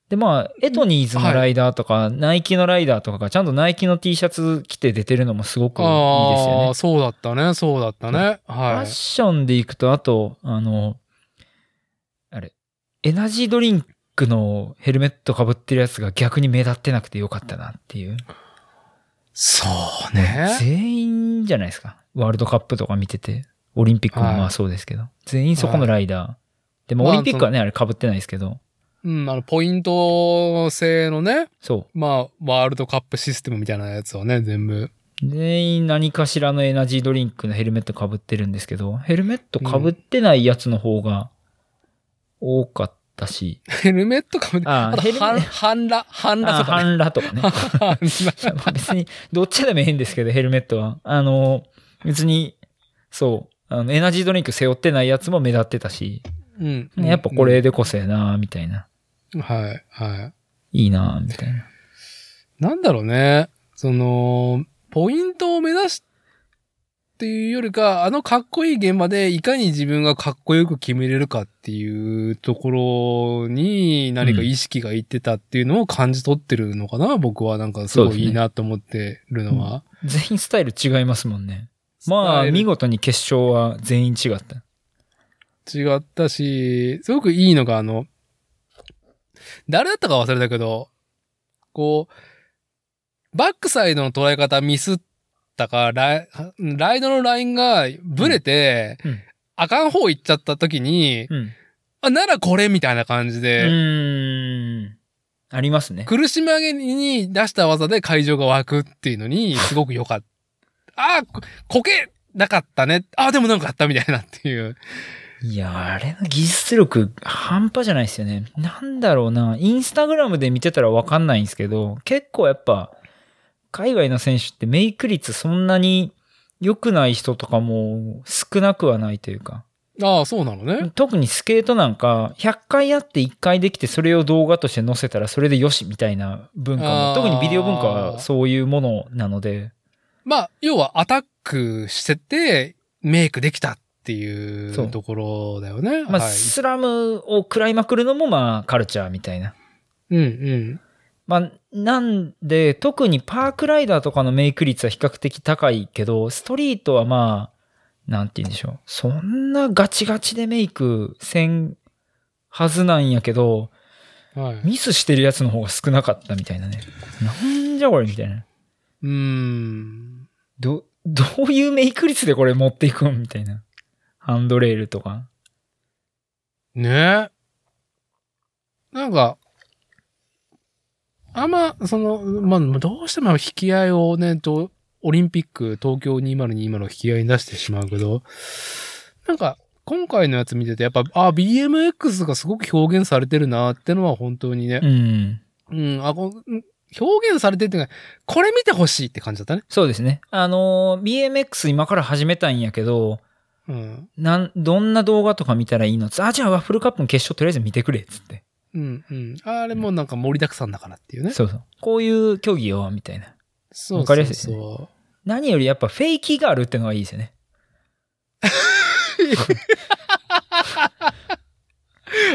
Speaker 2: で、まあ、エトニーズのライダーとか、ナイキのライダーとかが、ちゃんとナイキの T シャツ着て出てるのもすごくいいですよ
Speaker 1: ああ
Speaker 2: ね
Speaker 1: ー、。そうだったね、そうだったね。
Speaker 2: フ
Speaker 1: は
Speaker 2: ァッ
Speaker 1: い。
Speaker 2: ションでいくと、あと、あの、あれ、エナジードリンクのヘルメット被ってるやつが逆に目立ってなくてよかったなっていう。
Speaker 1: そうね。
Speaker 2: 全員じゃないですか。ワールドカップとか見てて、オリンピックも
Speaker 1: はい
Speaker 2: まあそうですけど、全員そこのライダー。でも
Speaker 1: まあ
Speaker 2: オリンピックはね、あれ被ってないですけど、
Speaker 1: うん、あの、ポイント制のね、
Speaker 2: そ
Speaker 1: まあ、ワールドカップシステムみたいなやつをね、全部。
Speaker 2: う。全員何かしらのエナジードリンクのヘルメット被ってるんですけど、ヘルメット被ってないやつの方が多かったし、
Speaker 1: ヘルメットかぶって、
Speaker 2: あー
Speaker 1: あと、
Speaker 2: ヘルメ
Speaker 1: 半、半裸、半
Speaker 2: あ
Speaker 1: 裸
Speaker 2: ー
Speaker 1: とかね。
Speaker 2: 半裸とか
Speaker 1: 半裸
Speaker 2: ね。いやまあ別に、どっちでもいいんですけど、ヘルメットは。あの、別に、そう、あのエナジードリンク背負ってないやつも目立ってたし、
Speaker 1: うん。
Speaker 2: ねやっぱこれでこそやな、みたいな。
Speaker 1: うん。はい、はい。
Speaker 2: いいなぁみたいな。
Speaker 1: なんだろうね。その、ポイントを目指すっていうよりか、あのかっこいい現場でいかに自分がかっこよく決めれるかっていうところに何か意識がいってたっていうのを感じ取ってるのかな、僕はなんかす
Speaker 2: そう
Speaker 1: ご
Speaker 2: です
Speaker 1: い
Speaker 2: ね
Speaker 1: いいなと思ってるのは。
Speaker 2: 全員スタイル違いますもんね。ま
Speaker 1: スタイ
Speaker 2: あ、
Speaker 1: ル
Speaker 2: 見事に決勝は全員違った。
Speaker 1: 違ったし、すごくいいのが、あの、誰だったか忘れたけど、こう、バックサイドの捉え方ミスったか、ライライドのラインがブレて、
Speaker 2: うんうん
Speaker 1: あかん方行っちゃった時に、
Speaker 2: うん。う
Speaker 1: あ、ならこれみたいな感じで、
Speaker 2: ーん。ありますね。
Speaker 1: 苦しみ上げに出した技で会場が湧くっていうのに、すごく良かった。あー、ここけなかったね。あー、でもなんかあったみたいなっていう。
Speaker 2: いや、あれの技術力半端じゃないですよね。なんだろうな。インスタグラムで見てたらわかんないんですけど、結構やっぱ、海外の選手ってメイク率そんなに良くない人とかも少なくはないというか。
Speaker 1: ああ、そうなのね。
Speaker 2: 特にスケートなんか100回やって1回できてそれを動画として載せたらそれでよしみたいな文化
Speaker 1: あー
Speaker 2: も特にビデオ文化はそういうものなので
Speaker 1: まあ、要はアタックしてて、メイクできたってい
Speaker 2: そうう
Speaker 1: ところだよね。
Speaker 2: まあ
Speaker 1: はい。
Speaker 2: スラムを食らいまくるのもまあカルチャーみたいな
Speaker 1: うんうん。
Speaker 2: まあなんで特にパークライダーとかのメイク率は比較的高いけどストリートはまあなんて言うんでしょうそんなガチガチでメイクせんはずなんやけど
Speaker 1: はい。
Speaker 2: ミスしてるやつの方が少なかったみたいなねなんじゃこれみたいな
Speaker 1: うーん。
Speaker 2: ど、どういうメイク率でこれ持っていくんみたいな。ハンドレールとか。
Speaker 1: ねなんか、あんま、その、まあ、どうしても引き合いをね、どうオリンピック東京2020の引き合いに出してしまうけど、なんか、今回のやつ見てて、やっぱ、あ、BMX がすごく表現されてるなってのは本当にね
Speaker 2: う。ん。
Speaker 1: うん、あ、こうん表現されてるっていうか、これ見てほしいって感じだったね。
Speaker 2: そうですね。あのー、BMX 今から始めたいんやけど、
Speaker 1: うん。
Speaker 2: なん、どんな動画とか見たらいいのつあ、じゃあワッフルカップの決勝とりあえず見てくれ、つって。
Speaker 1: うん、うん。あれもなんか盛りだくさんだからっていうね。
Speaker 2: そうそう。こういう競技よ、みたいな。
Speaker 1: そうそうそう。
Speaker 2: わかりやすいですね何よりやっぱフェイキーがあるってのがいいです よね。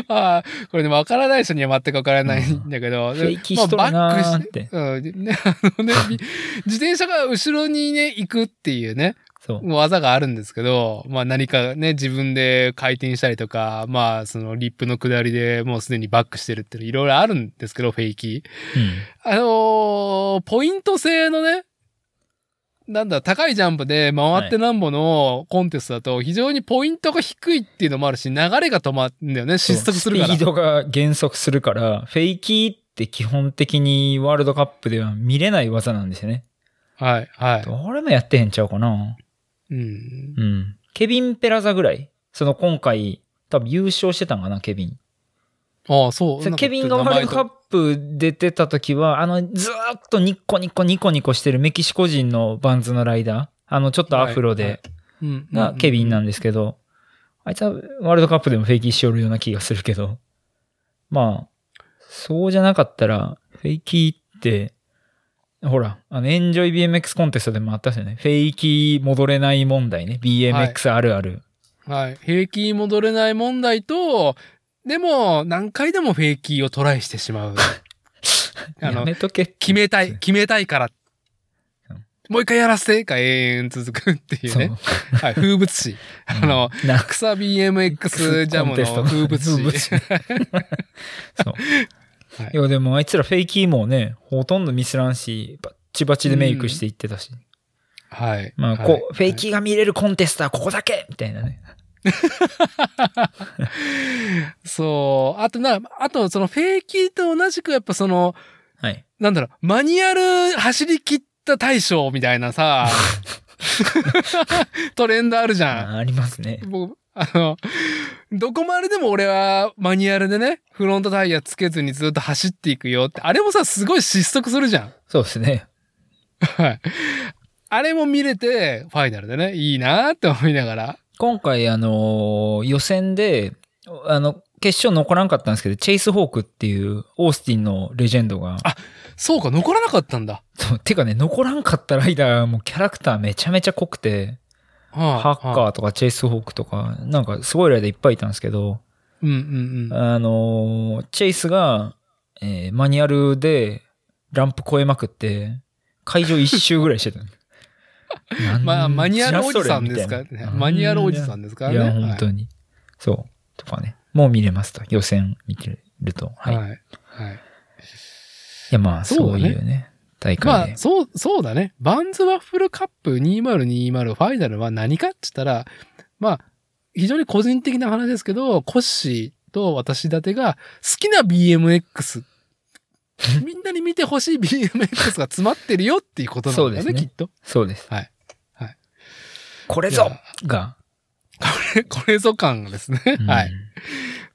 Speaker 1: ああ、これでもわからない人には全くわからないんだけ ど、
Speaker 2: フ
Speaker 1: で
Speaker 2: ェイキーしとる
Speaker 1: まあバ
Speaker 2: なー
Speaker 1: ッ
Speaker 2: っ。
Speaker 1: クしてうん、ね、あ のね、み自転車が後ろにね、行くっていうね、
Speaker 2: そう。
Speaker 1: 技があるんですけど、まあ何かね、自分で回転したりとか、まあそのリップの下りでもうすでにバックしてるっていういろいろあるんですけど、フェイキー。あのーポイント制のね、なんだ、高いジャンプで回ってなんぼのコンテストだと、非常にポイントが低いっていうのもあるし、流れが止まるんだよね、失速するか
Speaker 2: そう
Speaker 1: ら
Speaker 2: スピ。ードが減速するから、フェイキーって基本的にワールドカップでは見れない技なんですよね。
Speaker 1: はい、は
Speaker 2: どれもやってへんちゃうかな。
Speaker 1: い。うん。
Speaker 2: うん。ケビン・ペラザぐらい。その今回、多分優勝してたんかな、ケビン。
Speaker 1: ああ、そう。な
Speaker 2: そうん
Speaker 1: か
Speaker 2: ケビンがワールドカップ出てた時は、あの、ずーっとニッコニコニコニコしてるメキシコ人のバンズのライダー。あの、ちょっとアフロ
Speaker 1: はいは
Speaker 2: で、
Speaker 1: うん
Speaker 2: がケビンなん
Speaker 1: で。
Speaker 2: ですけど、あいつはワールドカップでもフェイキーしおるような気がするけど、まあ、そうじゃなかったら、フェイキーって、ほら、あの、エンジョイ BMX コンテストでもあったんですよね。フェイキー戻れない問題ね。BMX あるある。
Speaker 1: はい。平均戻れない問題と、でも、何回でもフェイキーをトライしてし まう。あ
Speaker 2: や
Speaker 1: の、
Speaker 2: めとけ。
Speaker 1: 決めたい、決めたいから
Speaker 2: うん。
Speaker 1: もう一回やらせてが永遠続くっていう
Speaker 2: そう
Speaker 1: ね。はい、風物詩。あの、
Speaker 2: な
Speaker 1: 草 BMX ジャムの風物詩。
Speaker 2: 風物詩そう。
Speaker 1: はい
Speaker 2: い、や、でもあいつらフェイキーもね、ほとんどミスらんし、バッチバチでメイクしていってたし。
Speaker 1: はい。
Speaker 2: まあ、こう、
Speaker 1: はい
Speaker 2: フェイキーが見れるコンテストはここだけみたいなね。
Speaker 1: そう。あとな、あとそのフェイキーと同じくやっぱその、
Speaker 2: はい。
Speaker 1: なんだろう、マニュアル走り切った大賞みたいな さ、トレンドあるじゃん。
Speaker 2: あありますね。
Speaker 1: 僕、あの、どこまででも俺はマニュアルでね、フロントタイヤつけずにずっと走っていくよって、あれもさ、すごい失速するじゃん。
Speaker 2: そうですね。
Speaker 1: はい。あれも見れて、ファイナルでね、いいなーって思いながら。
Speaker 2: 今回、あのー予選で、あの、決勝残らんかったんですけど、チェイス・ホークっていうオースティンのレジェンドが、
Speaker 1: あそうか、残らなかったんだ。
Speaker 2: そうてかね、残らんかったライダーもキャラクターめちゃめちゃ濃くて、
Speaker 1: は
Speaker 2: ハッカ
Speaker 1: ー。
Speaker 2: ーとかチェイス・ホークとか、なんかすごいライダーいっぱいいたんですけど、
Speaker 1: うんうんうん。
Speaker 2: あのーチェイスが、えーマニュアルでランプ越えまくって、会場一周ぐらいしてたのなん
Speaker 1: まあ、マニュアルおじさんですか
Speaker 2: じゃそれみたいな
Speaker 1: マニュアルおじさんですから
Speaker 2: い
Speaker 1: ね。
Speaker 2: や、本当に。そう。とかね。もう見れますと。予選見てると。
Speaker 1: は
Speaker 2: は。
Speaker 1: いい。
Speaker 2: い、
Speaker 1: はい。はい
Speaker 2: や、まあ、
Speaker 1: そうだ
Speaker 2: そう
Speaker 1: ね
Speaker 2: いうね、大
Speaker 1: ま
Speaker 2: 会で
Speaker 1: あ、。そう、そうだね。バンズワッフルカップ2020ファイナルは何かって言ったら、まあ、非常に個人的な話ですけど、コッシーと私立てが好きな BMX、みんなに見てほしい BMX が詰まってるよっていうことなんだよね、
Speaker 2: そうです
Speaker 1: き
Speaker 2: ね
Speaker 1: っと。
Speaker 2: そうです。
Speaker 1: はいはい。
Speaker 2: これ
Speaker 1: い
Speaker 2: ぞ
Speaker 1: や
Speaker 2: が、
Speaker 1: これぞ感がですね。
Speaker 2: うん
Speaker 1: はい。。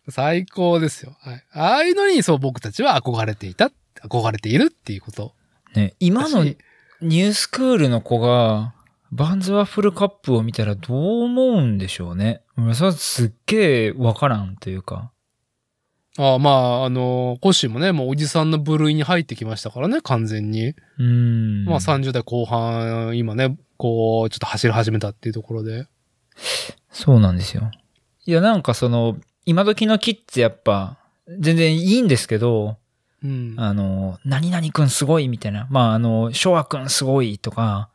Speaker 1: 最高ですよ。はい。ああいうのに、そう僕たちは憧れていた、憧れているっていうこと
Speaker 2: ね、
Speaker 1: だ
Speaker 2: 今
Speaker 1: し。
Speaker 2: のニュースクールの子が、バンズワッフルカップを見たらどう思うんでしょうね。俺それはすっげえわからんというか。
Speaker 1: ああまあ、あの、コッシーもね、もうおじさんの部類に入ってきましたからね、完全に。
Speaker 2: うーん。
Speaker 1: まあ30代後半、今ね、こう、ちょっと走り始めたっていうところで。
Speaker 2: そうなんですよ。いや、なんかその、今時のキッズやっぱ、全然いいんですけど、
Speaker 1: うん。
Speaker 2: あの、何々くんすごいみたいな。まあ、あの、ショアくんすごいとか、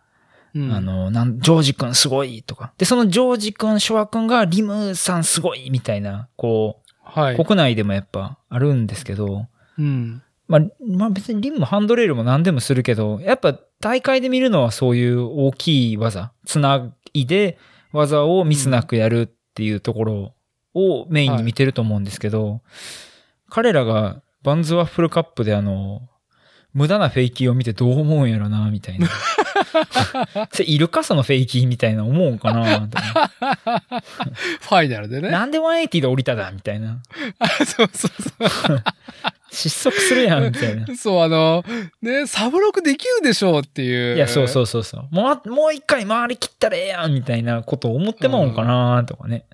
Speaker 1: うん
Speaker 2: あ、の、なん、ジョージくんすごいとか。で、そのジョージくん、ショアくんがリムさんすごいみたいな、こ
Speaker 1: は
Speaker 2: う、
Speaker 1: い。
Speaker 2: 国内でもやっぱあるんですけど、
Speaker 1: うん。
Speaker 2: まあ、まあ別にリムもハンドレールも何でもするけど、やっぱ大会で見るのはそういう大きい技、つないで技をミスなくやるっていうところをメインに見てると思うんですけど、彼らがバンズワッフルカップであの、無駄なフェイキーを見てどう思うんやろな、みたいな。それいるか、そのフェイキーみたいな思うんかな、とか
Speaker 1: ファイナルでね。
Speaker 2: なんで180で降りただ、みたいな。
Speaker 1: あ そうそうそ
Speaker 2: 失速するやん、みたいな。
Speaker 1: う。そう、あの、ね、サブロクできるでしょうっていう。
Speaker 2: いや、そうそうそうそう。もう、もう一回回り切ったらええやん、みたいなことを思ってまうんかな、とかね。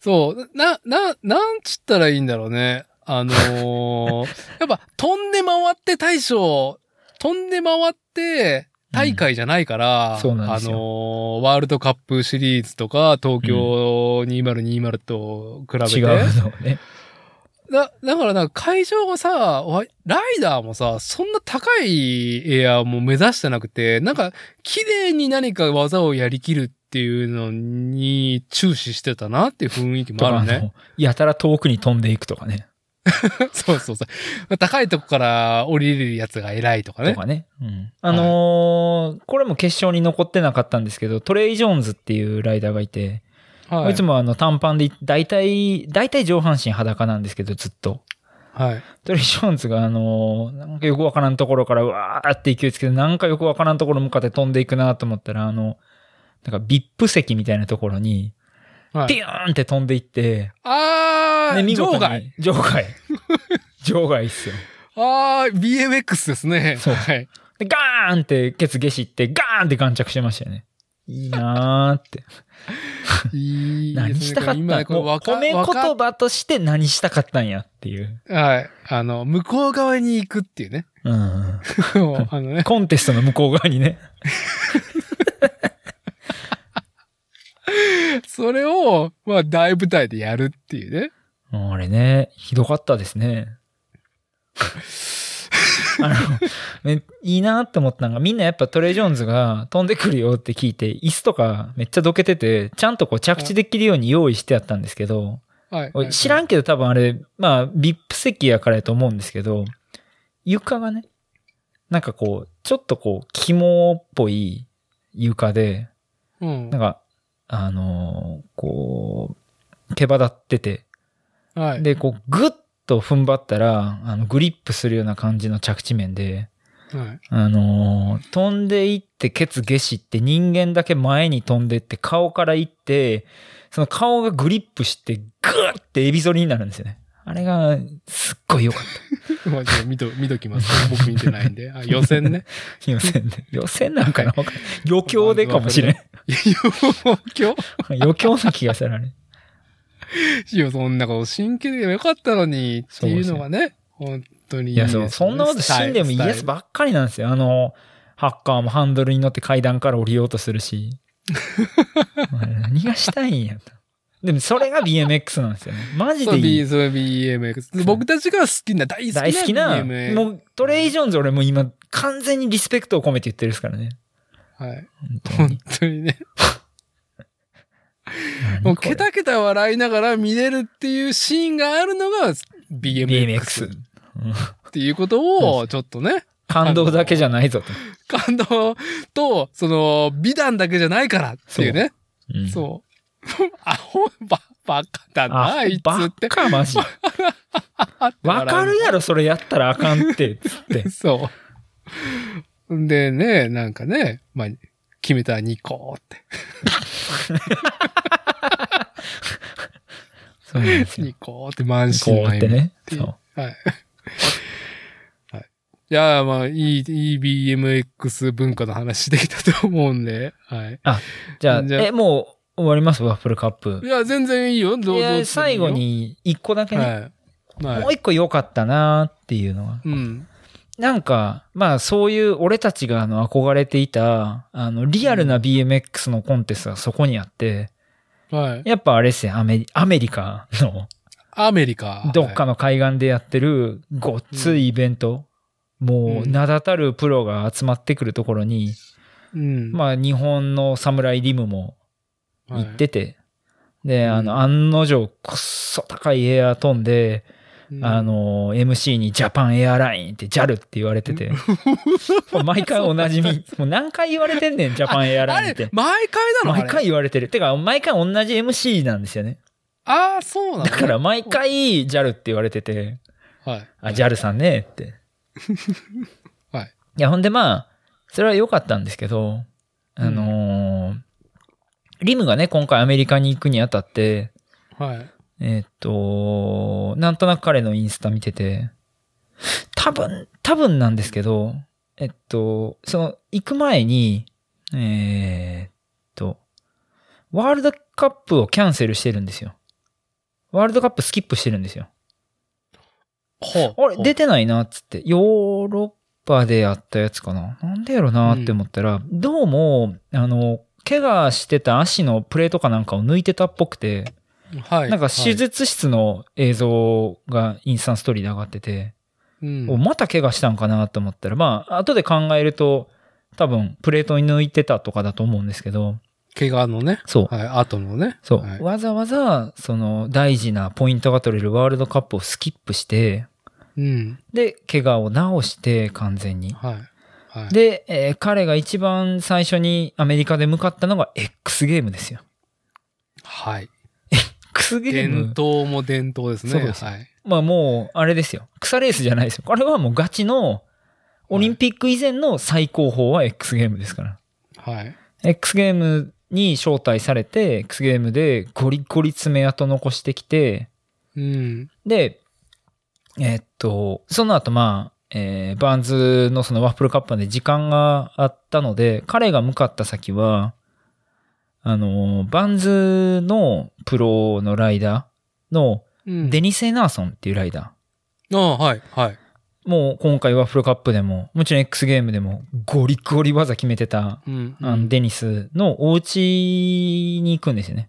Speaker 1: そう。な、な、なんつったらいいんだろうね。あ のーやっぱ飛んで回って大将、飛んで回って大会じゃないから、
Speaker 2: うんそうなんですよ
Speaker 1: あのーワールドカップシリーズとか、東京2020と比べて。
Speaker 2: 違うのをね。
Speaker 1: だ、だからなんか会場がさ、わライダーもさ、そんな高いエアも目指してなくて、なんか綺麗に何か技をやりきるっていうのに注視してたなっていう雰囲気もある
Speaker 2: とかあ
Speaker 1: ね。
Speaker 2: のやたら遠くに飛んでいくとかね。
Speaker 1: そうそうそう。 高いとこから降りれるやつが偉いとか
Speaker 2: と
Speaker 1: ね。
Speaker 2: かね。うんあのーこれも決勝に残ってなかったんですけど、トレイ・ジョーンズっていうライダーがいて、、
Speaker 1: はい
Speaker 2: つ
Speaker 1: も。
Speaker 2: もあの短パンで、大体、大体上半身裸なんですけど、ずっと。
Speaker 1: はい。
Speaker 2: トレイ・ジョーンズがあのーなんかよくわからんところからうわーって勢いつけて、なんかよくわからんところ向かって飛んでいくなと思ったら、あの、なんか VIP 席みたいなところに、
Speaker 1: は
Speaker 2: ビ
Speaker 1: い、
Speaker 2: ューンって飛んでいって、
Speaker 1: あー、
Speaker 2: で見事
Speaker 1: 場
Speaker 2: に
Speaker 1: 外。。
Speaker 2: 場外。場外っすよ。
Speaker 1: あー、BMX ですね。
Speaker 2: そう
Speaker 1: はい。
Speaker 2: で、ガーンってケツゲシって、ガーンって眼着してましたよね。いいなーって。
Speaker 1: いいですね。
Speaker 2: 何したかったん
Speaker 1: 今、これ
Speaker 2: もう
Speaker 1: わか
Speaker 2: 褒め言
Speaker 1: わか
Speaker 2: 葉として何したかったんやっていう。
Speaker 1: はい。あの、向こう側に行くっていうね。
Speaker 2: うん。
Speaker 1: もうあのね。
Speaker 2: コンテストの向こう側にね。
Speaker 1: それを、まあ、大舞台でやるっていうね。
Speaker 2: もうあれね、ひどかったで すね。あの、ね、いいなって思ったのが、みんなやっぱトレイ・ジョーンズが飛んでくるよって聞いて、椅子とかめっちゃどけてて、ちゃんとこう着地できるように用意してあったんですけど、
Speaker 1: はい。
Speaker 2: おい知ら
Speaker 1: ん
Speaker 2: んけど多分あれ、まあ、ビップ席やからやと思うんですけど、床がね、なんかこう、ちょっとこう、肝っぽい床で、
Speaker 1: うん
Speaker 2: な。んか、あのーこう、毛羽立ってて、
Speaker 1: はい。
Speaker 2: で、こう、ぐっと踏ん張ったら、あの、グリップするような感じの着地面で、
Speaker 1: はい。
Speaker 2: あのー飛んでいって、ケツゲシって、人間だけ前に飛んでって、顔からいって、その顔がグリップして、グーってエビ反りになるんですよね。あれが、すっごい良かっ
Speaker 1: まあ、ちょっと見と、見ときます。僕見てないんで。あ予選 ね。
Speaker 2: た。予選で。予選なんかなわかんない余興でかもしれん。
Speaker 1: いや、今日、
Speaker 2: 余興な気がする、あれ。
Speaker 1: いや、そんなこと、真剣でよかったのに、っていうのがね、本当に
Speaker 2: いや、そう、そんなこと死んでもイエス
Speaker 1: ば
Speaker 2: ばっかりなんですよ。あの、ハッカーもハンドルに乗って階段から降りようとするし。お前何がしたいんやと。でも、それが BMX なんですよね。マジ
Speaker 1: そう、
Speaker 2: でい
Speaker 1: B、
Speaker 2: い。
Speaker 1: そう BMX。僕たちが好きな、大好きな
Speaker 2: 大好きな、
Speaker 1: BMX。
Speaker 2: もうトレイ・ジョーンズ俺もう今完全にリスペクトを込めて言ってるですからね。
Speaker 1: はい。
Speaker 2: 本当
Speaker 1: 本
Speaker 2: に。
Speaker 1: 当にね。もう、ケタケタ笑いながら見れるっていうシーンがあるのが BMX
Speaker 2: BMX
Speaker 1: っ。
Speaker 2: うん
Speaker 1: ていうことを、ちょっとね、
Speaker 2: 感動だけじゃないぞと。
Speaker 1: 感動と、その、美談だけじゃないからっていうね。
Speaker 2: うん
Speaker 1: そう。 アホ、ば、ばっかだな、
Speaker 2: あ
Speaker 1: あいつ
Speaker 2: バ
Speaker 1: って。
Speaker 2: カマ ジ。わかるやろ、それやったらあかんって、つ って。
Speaker 1: そう。んでね、なんかね、まあ、決めたら2個って。
Speaker 2: そうなんですよ
Speaker 1: 2個って満身
Speaker 2: こ
Speaker 1: の
Speaker 2: うって
Speaker 1: 笑み
Speaker 2: ね。
Speaker 1: ていう
Speaker 2: そう。
Speaker 1: はい。はい。 いやー、まあ、いい、いい BMX 文化の話できたと思うんで、はい。
Speaker 2: じゃあ、
Speaker 1: じゃあ
Speaker 2: え、もう終わりますワッフルカッ
Speaker 1: い
Speaker 2: プ。
Speaker 1: や、全然いいよ。どう
Speaker 2: い
Speaker 1: ぞ
Speaker 2: や最後、に一個だけね、
Speaker 1: はい。はい。
Speaker 2: もう一個良かったなーっていうのは。
Speaker 1: うん。
Speaker 2: なんか、まあそういう俺たちがあの憧れていた、あのリアルな BMX のコンテストがそこにあって、
Speaker 1: はい。
Speaker 2: やっぱあれですね、アメリアメリカの
Speaker 1: アメリカ。
Speaker 2: どっかの海岸でやってるごっついイベント、もう名だたるプロが集まってくるところに、
Speaker 1: はい。うん。
Speaker 2: まあ日本の侍リムも
Speaker 1: は
Speaker 2: 行
Speaker 1: い
Speaker 2: ってて、で、
Speaker 1: うん
Speaker 2: あの、案の定、くっそ高いエア飛んで、
Speaker 1: うん
Speaker 2: あの、MC にジャパンエアラインって JAL って言われてて、 毎回おなじみ、もう何回言われてんねん、ジャパンエア
Speaker 1: あ
Speaker 2: ラインっ
Speaker 1: れ
Speaker 2: て、。
Speaker 1: 毎回なのあれ
Speaker 2: 毎回言われてる。てか、毎回同じ MC なんですよね。
Speaker 1: ああ、そうなの
Speaker 2: だから、毎回 JAL って言われてて、
Speaker 1: はい。
Speaker 2: あ、JAL さんねって。
Speaker 1: はい。
Speaker 2: いや、ほんでまあ、それは良かったんですけど、あのーリムがね、今回アメリカに行くにあたって、
Speaker 1: はい。
Speaker 2: えーっと、なんとなく彼のインスタ見てて、多分、多分なんですけど、えっと、その、行く前に、えーっと、ワールドカップをキャンセルしてるんですよ。ワールドカップスキップしてるんですよ。
Speaker 1: ほ
Speaker 2: あれ、出てないなっつって、ヨーロッパでやったやつかな。なんでやろなって思ったら、どうも、あの、怪我してた足のプレートかなんかを抜いてたっぽくて、
Speaker 1: はい。
Speaker 2: なんか手術室の映像がインスタントストーリーで上がってて、
Speaker 1: はい、うん
Speaker 2: おまた怪我したんかなと思ったら、まあ、後で考えると、多分、プレートに抜いてたとかだと思うんですけど、
Speaker 1: 怪我のね、
Speaker 2: そう。
Speaker 1: はい、後のね。
Speaker 2: そう、
Speaker 1: はい
Speaker 2: わざわざ、その、大事なポイントが取れるワールドカップをスキップして、
Speaker 1: うん。
Speaker 2: で、怪我を治して、完全に。
Speaker 1: はい。はい。
Speaker 2: で、えー彼が一番最初にアメリカで向かったのが X ゲームですよ。
Speaker 1: はい。
Speaker 2: X ゲーム
Speaker 1: 伝。統も伝統ですね。
Speaker 2: そうです
Speaker 1: はい。
Speaker 2: まあもう、あれですよ。草レースじゃないですよ。これはもうガチの、オリンピック以前の最高峰は X ゲームですから。
Speaker 1: はい。
Speaker 2: X ゲームに招待されて、X ゲームでゴリゴリ爪痕残してきて、
Speaker 1: うん。
Speaker 2: で、えーっと、その後まあ、えーバーンズのそのワッフルカップまで時間があったので、彼が向かった先は、あのー、バーンズのプロのライダーの
Speaker 1: うん、
Speaker 2: デニセ・ナーソンっていうライダー。
Speaker 1: ああ、はい。はい。
Speaker 2: もう今回ワッフルカップでも、もちろん X ゲームでもゴリゴリ技決めてた、
Speaker 1: うん。
Speaker 2: あのデニスのお家に行くんですよね。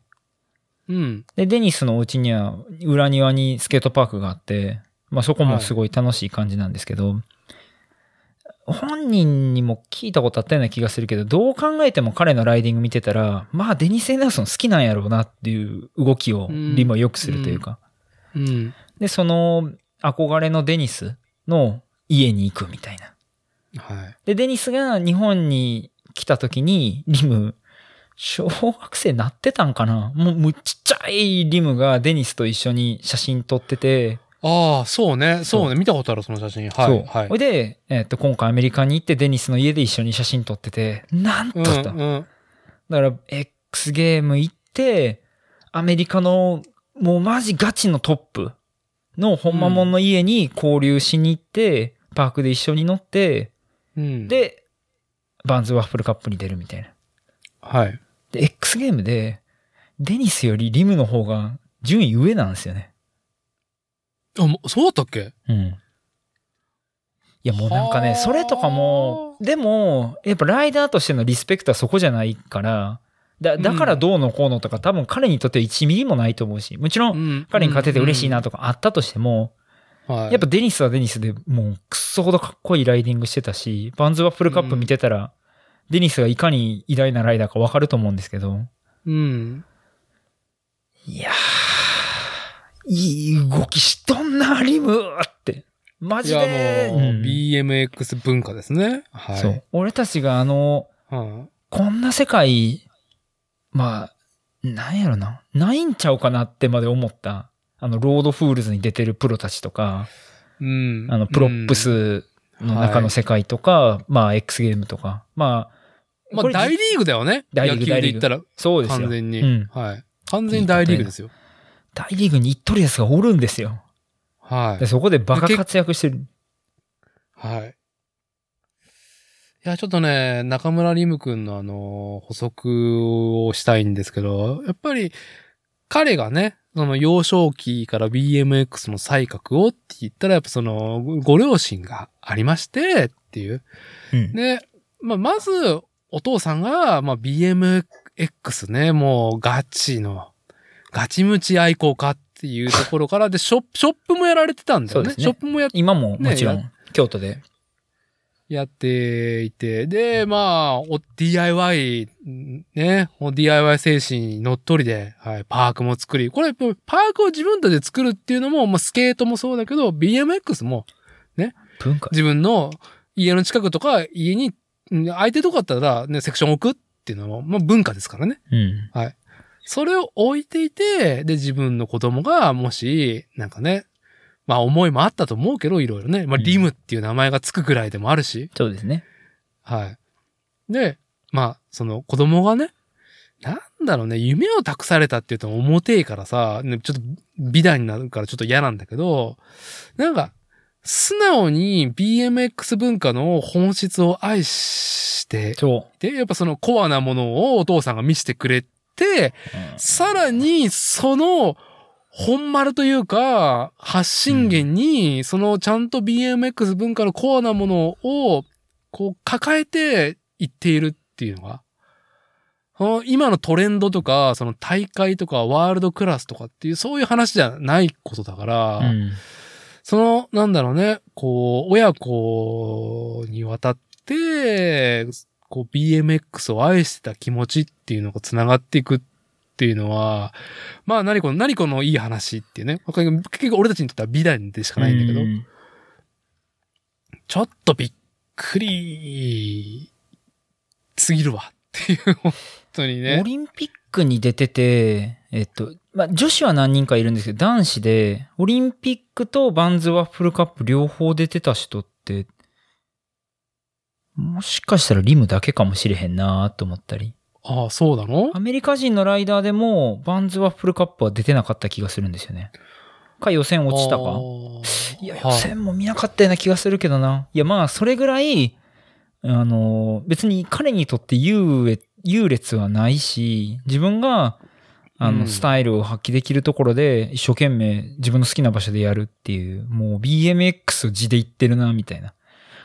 Speaker 1: うん。
Speaker 2: で、デニスのお家には裏庭にスケートパークがあって、まあそこもすごい楽しい感じなんですけど、本人にも聞いたことあったような気がするけど、どう考えても彼のライディング見てたら、まあデニス・エナーソン好きなんやろうなっていう動きを
Speaker 1: うん
Speaker 2: リムは良くするというか。
Speaker 1: うん。
Speaker 2: で、その憧れのデニスの家に行くみたいな。
Speaker 1: はい。
Speaker 2: で、デニスが日本に来た時に、リム、小学生なってたんかなもう、もうちっちゃいリムがデニスと一緒に写真撮ってて、
Speaker 1: ああ、そうね。そうね。見たことある、その写真。は
Speaker 2: そう
Speaker 1: い。はい
Speaker 2: ほ。いで、えっと、今回アメリカに行ってデニスの家で一緒に写真撮ってて、なんと
Speaker 1: う
Speaker 2: だった、
Speaker 1: ん。うん。
Speaker 2: だから、X ゲーム行って、アメリカの、もうマジガチのトップの本間もんの家に交流しに行って、パークで一緒に乗って、
Speaker 1: うん、、
Speaker 2: で、バンズワッフルカップに出るみたいな。
Speaker 1: はい。
Speaker 2: で、X ゲームで、デニスよりリムの方が順位上なんですよね。
Speaker 1: あ、もうそうだったっけ
Speaker 2: うん。いや、もうなんか
Speaker 1: は
Speaker 2: ね、
Speaker 1: あ
Speaker 2: それとかも、でも、やっぱライダーとしてのリスペクトはそこじゃないから、だだからどうのこうのとか、多分彼にとって1ミリもないと思うし、もちろん
Speaker 1: ん
Speaker 2: 彼に勝てて嬉しいなとかあったとしても、
Speaker 1: うんはい。
Speaker 2: やっぱデニスはデニスでもうくっそほどかっこいいライディングしてたし、バンズワッフルカップ見てたら、デニスがいかに偉大なライダーかわかると思うんですけど、
Speaker 1: うん。
Speaker 2: いやー、いい動きしとんな、リムって。マ
Speaker 1: い
Speaker 2: ジ
Speaker 1: や、も
Speaker 2: で、
Speaker 1: う、
Speaker 2: うん
Speaker 1: BMX 文化ですね。はい。
Speaker 2: そう。俺たちがあの、
Speaker 1: はい
Speaker 2: こんな世界、まあ、なんやろな、ないんちゃうかなってまで思った。あの、ロードフールズに出てるプロたちとか、
Speaker 1: うん。
Speaker 2: あの、プロップ
Speaker 1: うん。
Speaker 2: スの中の世界とか、まあ、X ゲームとか、まあ、
Speaker 1: ま
Speaker 2: こ
Speaker 1: あ、
Speaker 2: れ
Speaker 1: 大リーグだよね。
Speaker 2: 大リー
Speaker 1: 野
Speaker 2: グ
Speaker 1: 球で言ったら、
Speaker 2: そうですよ
Speaker 1: 完。全に。
Speaker 2: うん
Speaker 1: はい。完全に大リーグですよ。
Speaker 2: 大リーグに行っとるやつがおるんですよ。
Speaker 1: はい
Speaker 2: で。そこでバカ活躍してる。
Speaker 1: はい。いや、ちょっとね、中村輪夢くんのあの、補足をしたいんですけど、やっぱり、彼がね、その幼少期から BMX の才覚をって言ったら、やっぱその、ご両親がありまして、っていう。
Speaker 2: うん
Speaker 1: で、まあ、まず、お父さんが、まあ、BMX ね、もうガチの、ガチムチ愛好家っていうところから、で、ショップショップもやられてたんだよ
Speaker 2: そうで
Speaker 1: ね。
Speaker 2: すね
Speaker 1: ショップもやっ
Speaker 2: 今ももちろ
Speaker 1: ね
Speaker 2: ん、京都で。
Speaker 1: やっていて、で、まあ、お DIY、ね、お DIY 精神にのっとりで、はい、パークも作り、これ、パークを自分たちで作るっていうのも、まあ、スケートもそうだけど、BMX も
Speaker 2: 文化。
Speaker 1: 自分の家の近くとか、家に、うん空いてるとこだったら、ね、セクション置くっていうのも、まあ、文化ですからね。
Speaker 2: うん。
Speaker 1: それを置いていて、で、自分の子供が、もし、なんかね、まあ思いもあったと思うけど、いろいろね。まあ
Speaker 2: うん
Speaker 1: リムっていう名前がつくぐらいでもあるし。
Speaker 2: そうですね。
Speaker 1: はい。で、まあ、その子供がね、なんだろうね、夢を託されたっていうと重てえからさ、ねちょっと美談になるからちょっと嫌なんだけど、なんか、素直に BMX 文化の本質を愛して、
Speaker 2: そ
Speaker 1: で、やっぱそのコアなものをお父さんが見せてくれて、
Speaker 2: う。
Speaker 1: さらに、その、本丸というか、発信源に、そのちゃんと BMX 文化のコアなものを、こう、抱えていっているっていうのが、その今のトレンドとか、その大会とかワールドクラスとかっていう、そういう話じゃないことだから、
Speaker 2: うん。
Speaker 1: その、なんだろうね、こう、親子にわたって、こう、BMX を愛してた気持ちっていうのが繋がっていくっていうのは、まあ、何この、何このいい話っていうね。これ結局俺たちにとっては美談でしかないんだけど、
Speaker 2: うん
Speaker 1: ちょっとびっくり、すぎるわっていう、本当にね
Speaker 2: オ。リンピックに出てて、えっと、まあ、女子は何人かいるんですけど、男子で、オリンピックとバンズワッフルカップ両方出てた人って、もしかしたらリムだけかもしれへんなと思ったり。
Speaker 1: ああ、そうなの
Speaker 2: アメリカ人のライダーでも、バンズワッフルカップは出てなかった気がするんですよね。か予選落ちた
Speaker 1: あ
Speaker 2: か。
Speaker 1: ー
Speaker 2: いや、予
Speaker 1: はい
Speaker 2: 選も見なかったような気がするけどな。いや、まあ、それぐらい、あの、別に彼にとって優越優劣はないし、自分が、あ
Speaker 1: う
Speaker 2: の、
Speaker 1: ん
Speaker 2: スタイルを発揮できるところで、一生懸命自分の好きな場所でやるっていう、もう BMX を地で言ってるな、みたいな。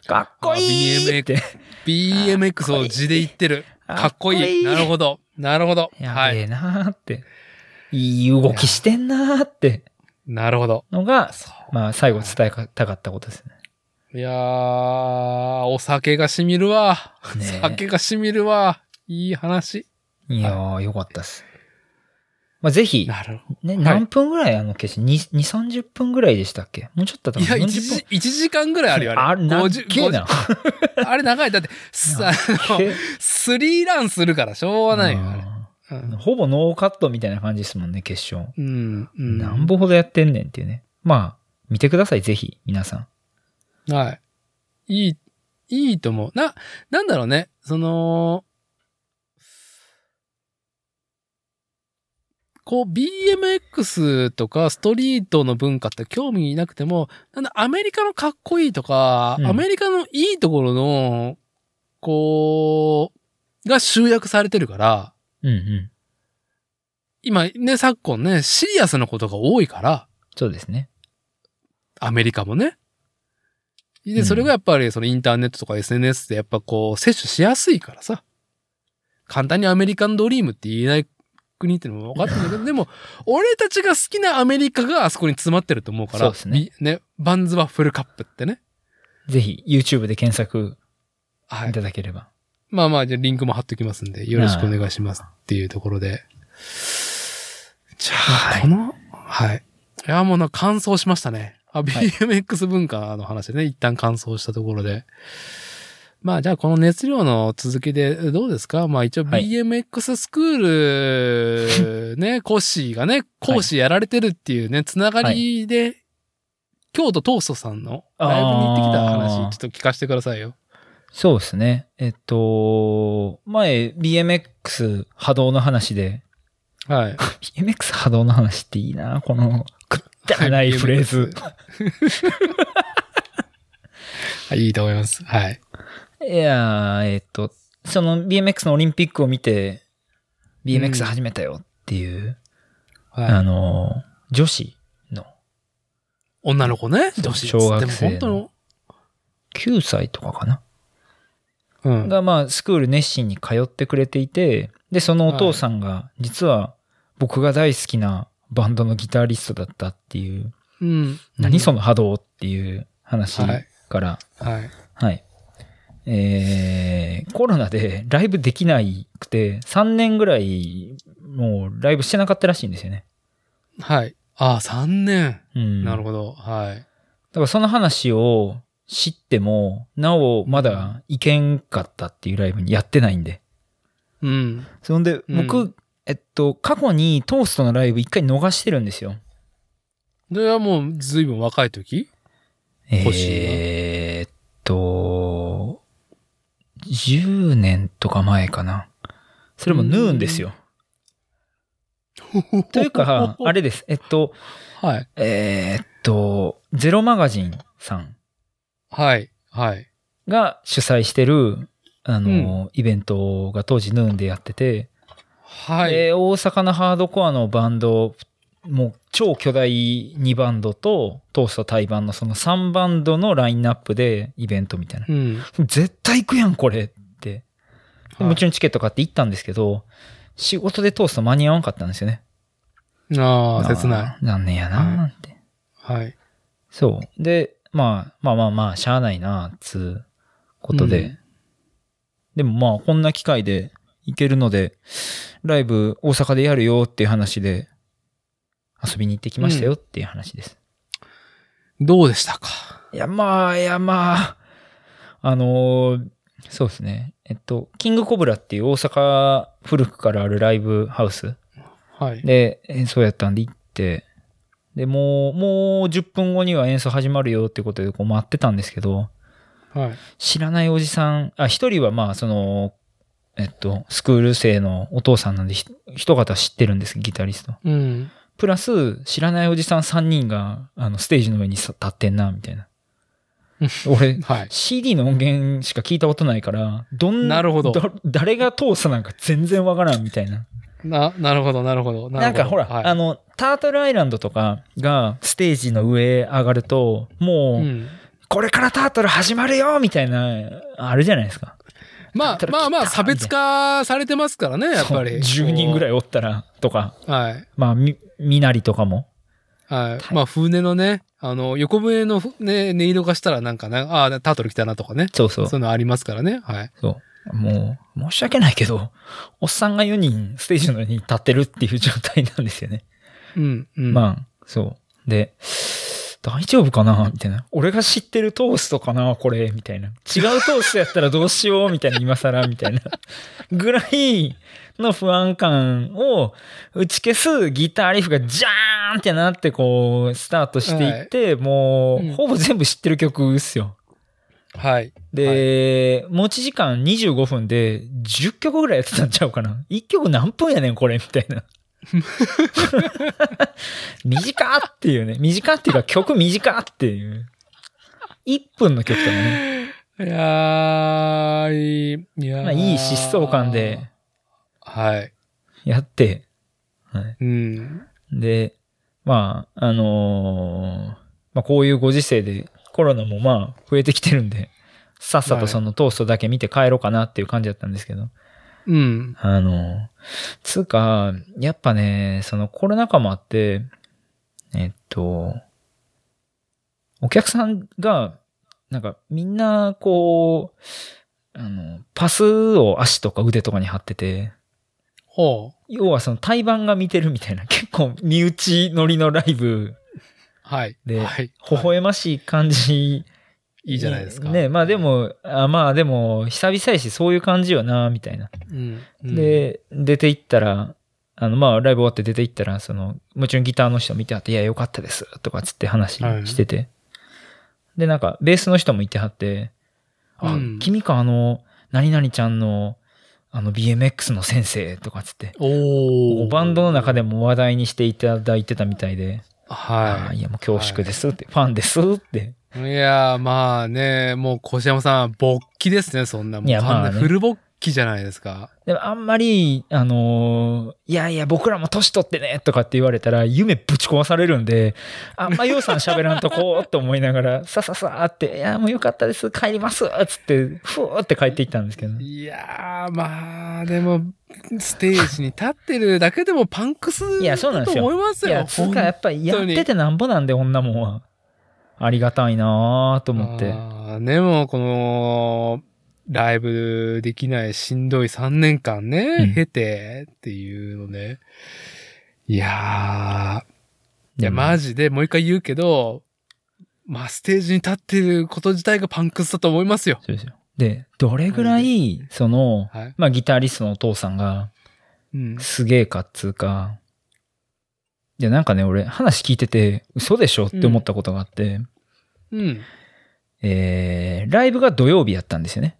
Speaker 2: かっこいいって。
Speaker 1: BMX を字で言ってる。 かっこいい。なる
Speaker 2: ど。
Speaker 1: ほど。なるほど。は
Speaker 2: やべ
Speaker 1: い。
Speaker 2: えなーって。いい動きしてんなーって
Speaker 1: なるほど。
Speaker 2: のが、
Speaker 1: そう
Speaker 2: まあ、最後伝えたかったことですね。
Speaker 1: いやー、お酒が染みるわ。
Speaker 2: ねえ
Speaker 1: 酒が染みるわ。いい話。
Speaker 2: いやー、よかったっす。まあ、ぜひ、
Speaker 1: なるほ
Speaker 2: ね、
Speaker 1: はい
Speaker 2: 何分ぐらいあの決勝 ?2、2 30分ぐらいでしたっけもうちょっと
Speaker 1: ど。いや、1
Speaker 2: 40分
Speaker 1: 時、一時間ぐらいあるよ、あ
Speaker 2: あ
Speaker 1: れ。
Speaker 2: れ、なっ
Speaker 1: 50
Speaker 2: けえな。
Speaker 1: 50あれ長い。だって、すあ の、スリーランするから、しょうがないよ、あれ。う
Speaker 2: うん
Speaker 1: ん。
Speaker 2: ほぼノーカットみたいな感じですもんね、決勝。
Speaker 1: うん。うん
Speaker 2: なんぼほどやってんねんっていうね。まあ、見てください、ぜひ、皆さん。
Speaker 1: はい。いい、いいと思う。な、なんだろうね。その、こう BMX とかストリートの文化って興味なくても、なんだ、アメリカのかっこいいとか、
Speaker 2: うん
Speaker 1: アメリカのいいところの、こう、が集約されてるから、
Speaker 2: うんうん。
Speaker 1: 今ね、昨今ね、シリアスなことが多いから、
Speaker 2: そうですね。
Speaker 1: アメリカもね。
Speaker 2: う
Speaker 1: で、
Speaker 2: ん
Speaker 1: それがやっぱりそのインターネットとか SNS でやっぱこう摂取しやすいからさ。簡単にアメリカンドリームって言えない国っていうのも分かってるけ ど、でも、俺たちが好きなアメリカがあそこに詰まってると思うから、
Speaker 2: そうですね
Speaker 1: みね、バンズワッフルカップってね。
Speaker 2: ぜひ、YouTube で検索
Speaker 1: はいい。
Speaker 2: ただければ。
Speaker 1: まあまあ、じゃあリンクも貼っときますんで、よろしくお願いしますっていうところで。じゃあ、
Speaker 2: はい
Speaker 1: この、はい。いや、もうな、完走しましたね。あ、BMX 文化の話でね、一旦完走したところで。まあ、じゃあ、この熱量の続きで、どうですかまあ、一応
Speaker 2: はい
Speaker 1: BMX スクール、 ね、講師がね、講師やられてるっていうね、つながりで、京都東祖さんのライブに行ってきた話、
Speaker 2: あー
Speaker 1: ちょっと聞かせてくださいよ。
Speaker 2: そうですね。えっと、前、BMX 波動の話で、
Speaker 1: はい。
Speaker 2: BMX 波動の話っていいな、この、くったらないフレーズ。
Speaker 1: はい、いいと思います。はい。
Speaker 2: いやー、えっと、その BMX のオリンピックを見て、
Speaker 1: う
Speaker 2: BMX
Speaker 1: ん
Speaker 2: 始めたよっていう、あ
Speaker 1: はい、
Speaker 2: の、女子の
Speaker 1: 女の子ね、女子
Speaker 2: 小学生の
Speaker 1: でも
Speaker 2: 9歳とかかな、
Speaker 1: 本当の、うん。
Speaker 2: がまあ、スクール熱心に通ってくれていて、で、そのお父さんが、実は僕が大好きなバンドのギタリストだったっていう、
Speaker 1: うん。
Speaker 2: 何その波動っていう話
Speaker 1: はい
Speaker 2: から、
Speaker 1: はい。
Speaker 2: はい。えー、コロナでライブできないくて、3年ぐらい、もうライブしてなかったらしいんですよね。
Speaker 1: はい。ああ、3年。
Speaker 2: うん。
Speaker 1: なる
Speaker 2: ほど。
Speaker 1: ほど。はい。
Speaker 2: だからその話を知っても、なおまだ行けんかったっていうライブにやってないんで。
Speaker 1: うん。
Speaker 2: そんで、僕、
Speaker 1: う
Speaker 2: えっと、過去にトーストのライブ一回逃してるんですよ。
Speaker 1: ではもう随分若い時欲しいな
Speaker 2: えーっと、10年とか前かな。それもヌーンですよ。 というか、あれです。えっと、
Speaker 1: はい。
Speaker 2: えーっと、ゼロマガジンさん
Speaker 1: はい。はい。
Speaker 2: が主催してる、あの、イベントが当時ヌーンでやってて、
Speaker 1: はい。
Speaker 2: で大阪のハードコアのバンド、もう超巨大2バンドと、トースト対バンのその3バンドのラインナップでイベントみたいな。
Speaker 1: うん。
Speaker 2: 絶対行くやん、これって。でもちろんチケット買って行ったんですけど、仕事でトースト間に合わなかったんですよね。
Speaker 1: ああ、切ない。
Speaker 2: い。残念やなーって。
Speaker 1: はい。
Speaker 2: そう。で、まあ、まあまあまあ、しゃあないな、つうことで。
Speaker 1: うん
Speaker 2: でもまあ、こんな機会で行けるので、ライブ大阪でやるよっていう話で、遊びに行ってきましたよっていう話です。
Speaker 1: どうでしたか
Speaker 2: いや、まあ、いや、まあ、あのーそうですね。えっと、キングコブラっていう大阪古くからあるライブハウス
Speaker 1: はい。
Speaker 2: で演奏やったんで行って、で、もう、もう10分後には演奏始まるよってことでこう待ってたんですけど、
Speaker 1: はい。
Speaker 2: 知らないおじさん、あ、一人はまあ、その、えっと、スクール生のお父さんなんで、ひ一方知ってるんです、ギタリスト。
Speaker 1: うん。
Speaker 2: プラス、知らないおじさん3人が、あの、ステージの上にさ立ってんな、みたいな
Speaker 1: うん。
Speaker 2: 俺、
Speaker 1: はい。
Speaker 2: CD の音源しか聞いたことないから、どん
Speaker 1: なるほど
Speaker 2: 誰が通さなんか全然わからんみたいな。
Speaker 1: な、なるほど、なるほど。
Speaker 2: なんかほら、あ
Speaker 1: の、
Speaker 2: の、タートルアイランドとかがステージの上上がると、もう、
Speaker 1: うん。
Speaker 2: これからタートル始まるよみたいな、あるじゃないですか。
Speaker 1: まあ
Speaker 2: ただ
Speaker 1: まあま
Speaker 2: 来
Speaker 1: あ、
Speaker 2: た
Speaker 1: 差別化されてますからね、 やっぱり。
Speaker 2: そう10人ぐら
Speaker 1: い。
Speaker 2: いおったらとか、
Speaker 1: はい。
Speaker 2: まあ、み、みなりとかも。
Speaker 1: はい。まあ、風根のね、あの、横笛のふね、音色がしたらなんかね、ああ、タートル来たなとかね。
Speaker 2: そうそう。
Speaker 1: そういうのありますからね。はい。
Speaker 2: そう。もう、申し訳ないけど、おっさんが4人ステージの上に立ってるっていう状態なんですよね。
Speaker 1: うん。うん。あ、
Speaker 2: まあ、そう。で、大丈夫かなみたいな。俺が知ってるトーストかなこれ、みたいな。違うトーストやったらどうしようみたいな、今更、みたいな。ぐらいの不安感を打ち消すギターリフがジャーンってなって、こう、スタートしていって、も
Speaker 1: うん
Speaker 2: う、ほぼ全部知ってる曲っすよ。
Speaker 1: はい。
Speaker 2: で、持ち時間25分で10曲ぐらいやってたんちゃうかな。1曲何分やねん、これ、みたいな。 短っていうね。短っていうか曲短っていう。1分の曲とかね。
Speaker 1: いやー、いい。いやー
Speaker 2: まあ、いい疾走感で。
Speaker 1: はい。
Speaker 2: やって。はい、
Speaker 1: うん。
Speaker 2: で、まあ、あのーまあ、こういうご時世でコロナもまあ増えてきてるんで、さっさとそのトーストだけ見て帰ろうかなっていう感じだったんですけど。
Speaker 1: うん。
Speaker 2: あの、つうか、やっぱね、そのコロナ禍もあって、えっと、お客さんが、なんかみんな、こう、あの、パスを足とか腕とかに貼ってて、
Speaker 1: ほう。
Speaker 2: 要はその対バンが見てるみたいな、結構身内乗りのライブ、
Speaker 1: はい。
Speaker 2: で
Speaker 1: はい。
Speaker 2: 微笑ましい感じ、
Speaker 1: いいじゃないですか。
Speaker 2: ね、まあでも、あまあでも、久々やしそういう感じよな、みたいな。
Speaker 1: うん。うん、
Speaker 2: で、出て行ったら、あの、まあ、ライブ終わって出て行ったら、その、もちろんギターの人見てはって、いや、よかったです、とかつって話してて。で、なんか、ベースの人もいてはって、あ、
Speaker 1: うん
Speaker 2: 君か、あの、何々ちゃんの、あの、BMX の先生、とかつって。
Speaker 1: おお。
Speaker 2: バンドの中でも話題にしていただいてたみたいで、あ
Speaker 1: は
Speaker 2: あいや、もう恐縮ですって、ファンですって。
Speaker 1: い。いやー、まあね、もう、越山さん、勃起ですね、そんな。もう
Speaker 2: いや
Speaker 1: 完全
Speaker 2: まあね
Speaker 1: フル勃起じゃないですか。
Speaker 2: でもあんまり、あのーいやいや、僕らも年取ってねとかって言われたら、夢ぶち壊されるんで、あんまようさん喋らんとこうと思いなが ら、さささーって、いや、もうよかったです、帰りますっつって、ふーって帰っていったんですけど。
Speaker 1: いやー、まあ、でも、ステージに立ってるだけでもパンクス
Speaker 2: いや、そうなん
Speaker 1: だ
Speaker 2: です
Speaker 1: と
Speaker 2: よ。
Speaker 1: 思います
Speaker 2: い
Speaker 1: よ。
Speaker 2: や、つうか、やっぱりや
Speaker 1: 本
Speaker 2: っ
Speaker 1: 当に
Speaker 2: ててなんぼなんで、女もんは。ありがたいなーと思って。
Speaker 1: あーでも、この、ライブできないしんどい3年間ね、
Speaker 2: うん
Speaker 1: 経てっていうのね。いやー、いや、
Speaker 2: うん
Speaker 1: マジでもう一回言うけど、まあ、ステージに立ってること自体がパンクスだと思いますよ。
Speaker 2: そうですよ。で、どれぐらい、その、
Speaker 1: はい。
Speaker 2: まあ、ギタリストのお父さんが、
Speaker 1: うん。
Speaker 2: すげえかっつうか、いや、なんかね、俺、話聞いてて、嘘でしょって思ったことがあって、
Speaker 1: うん。
Speaker 2: えー、ライブが土曜日やったんですよね。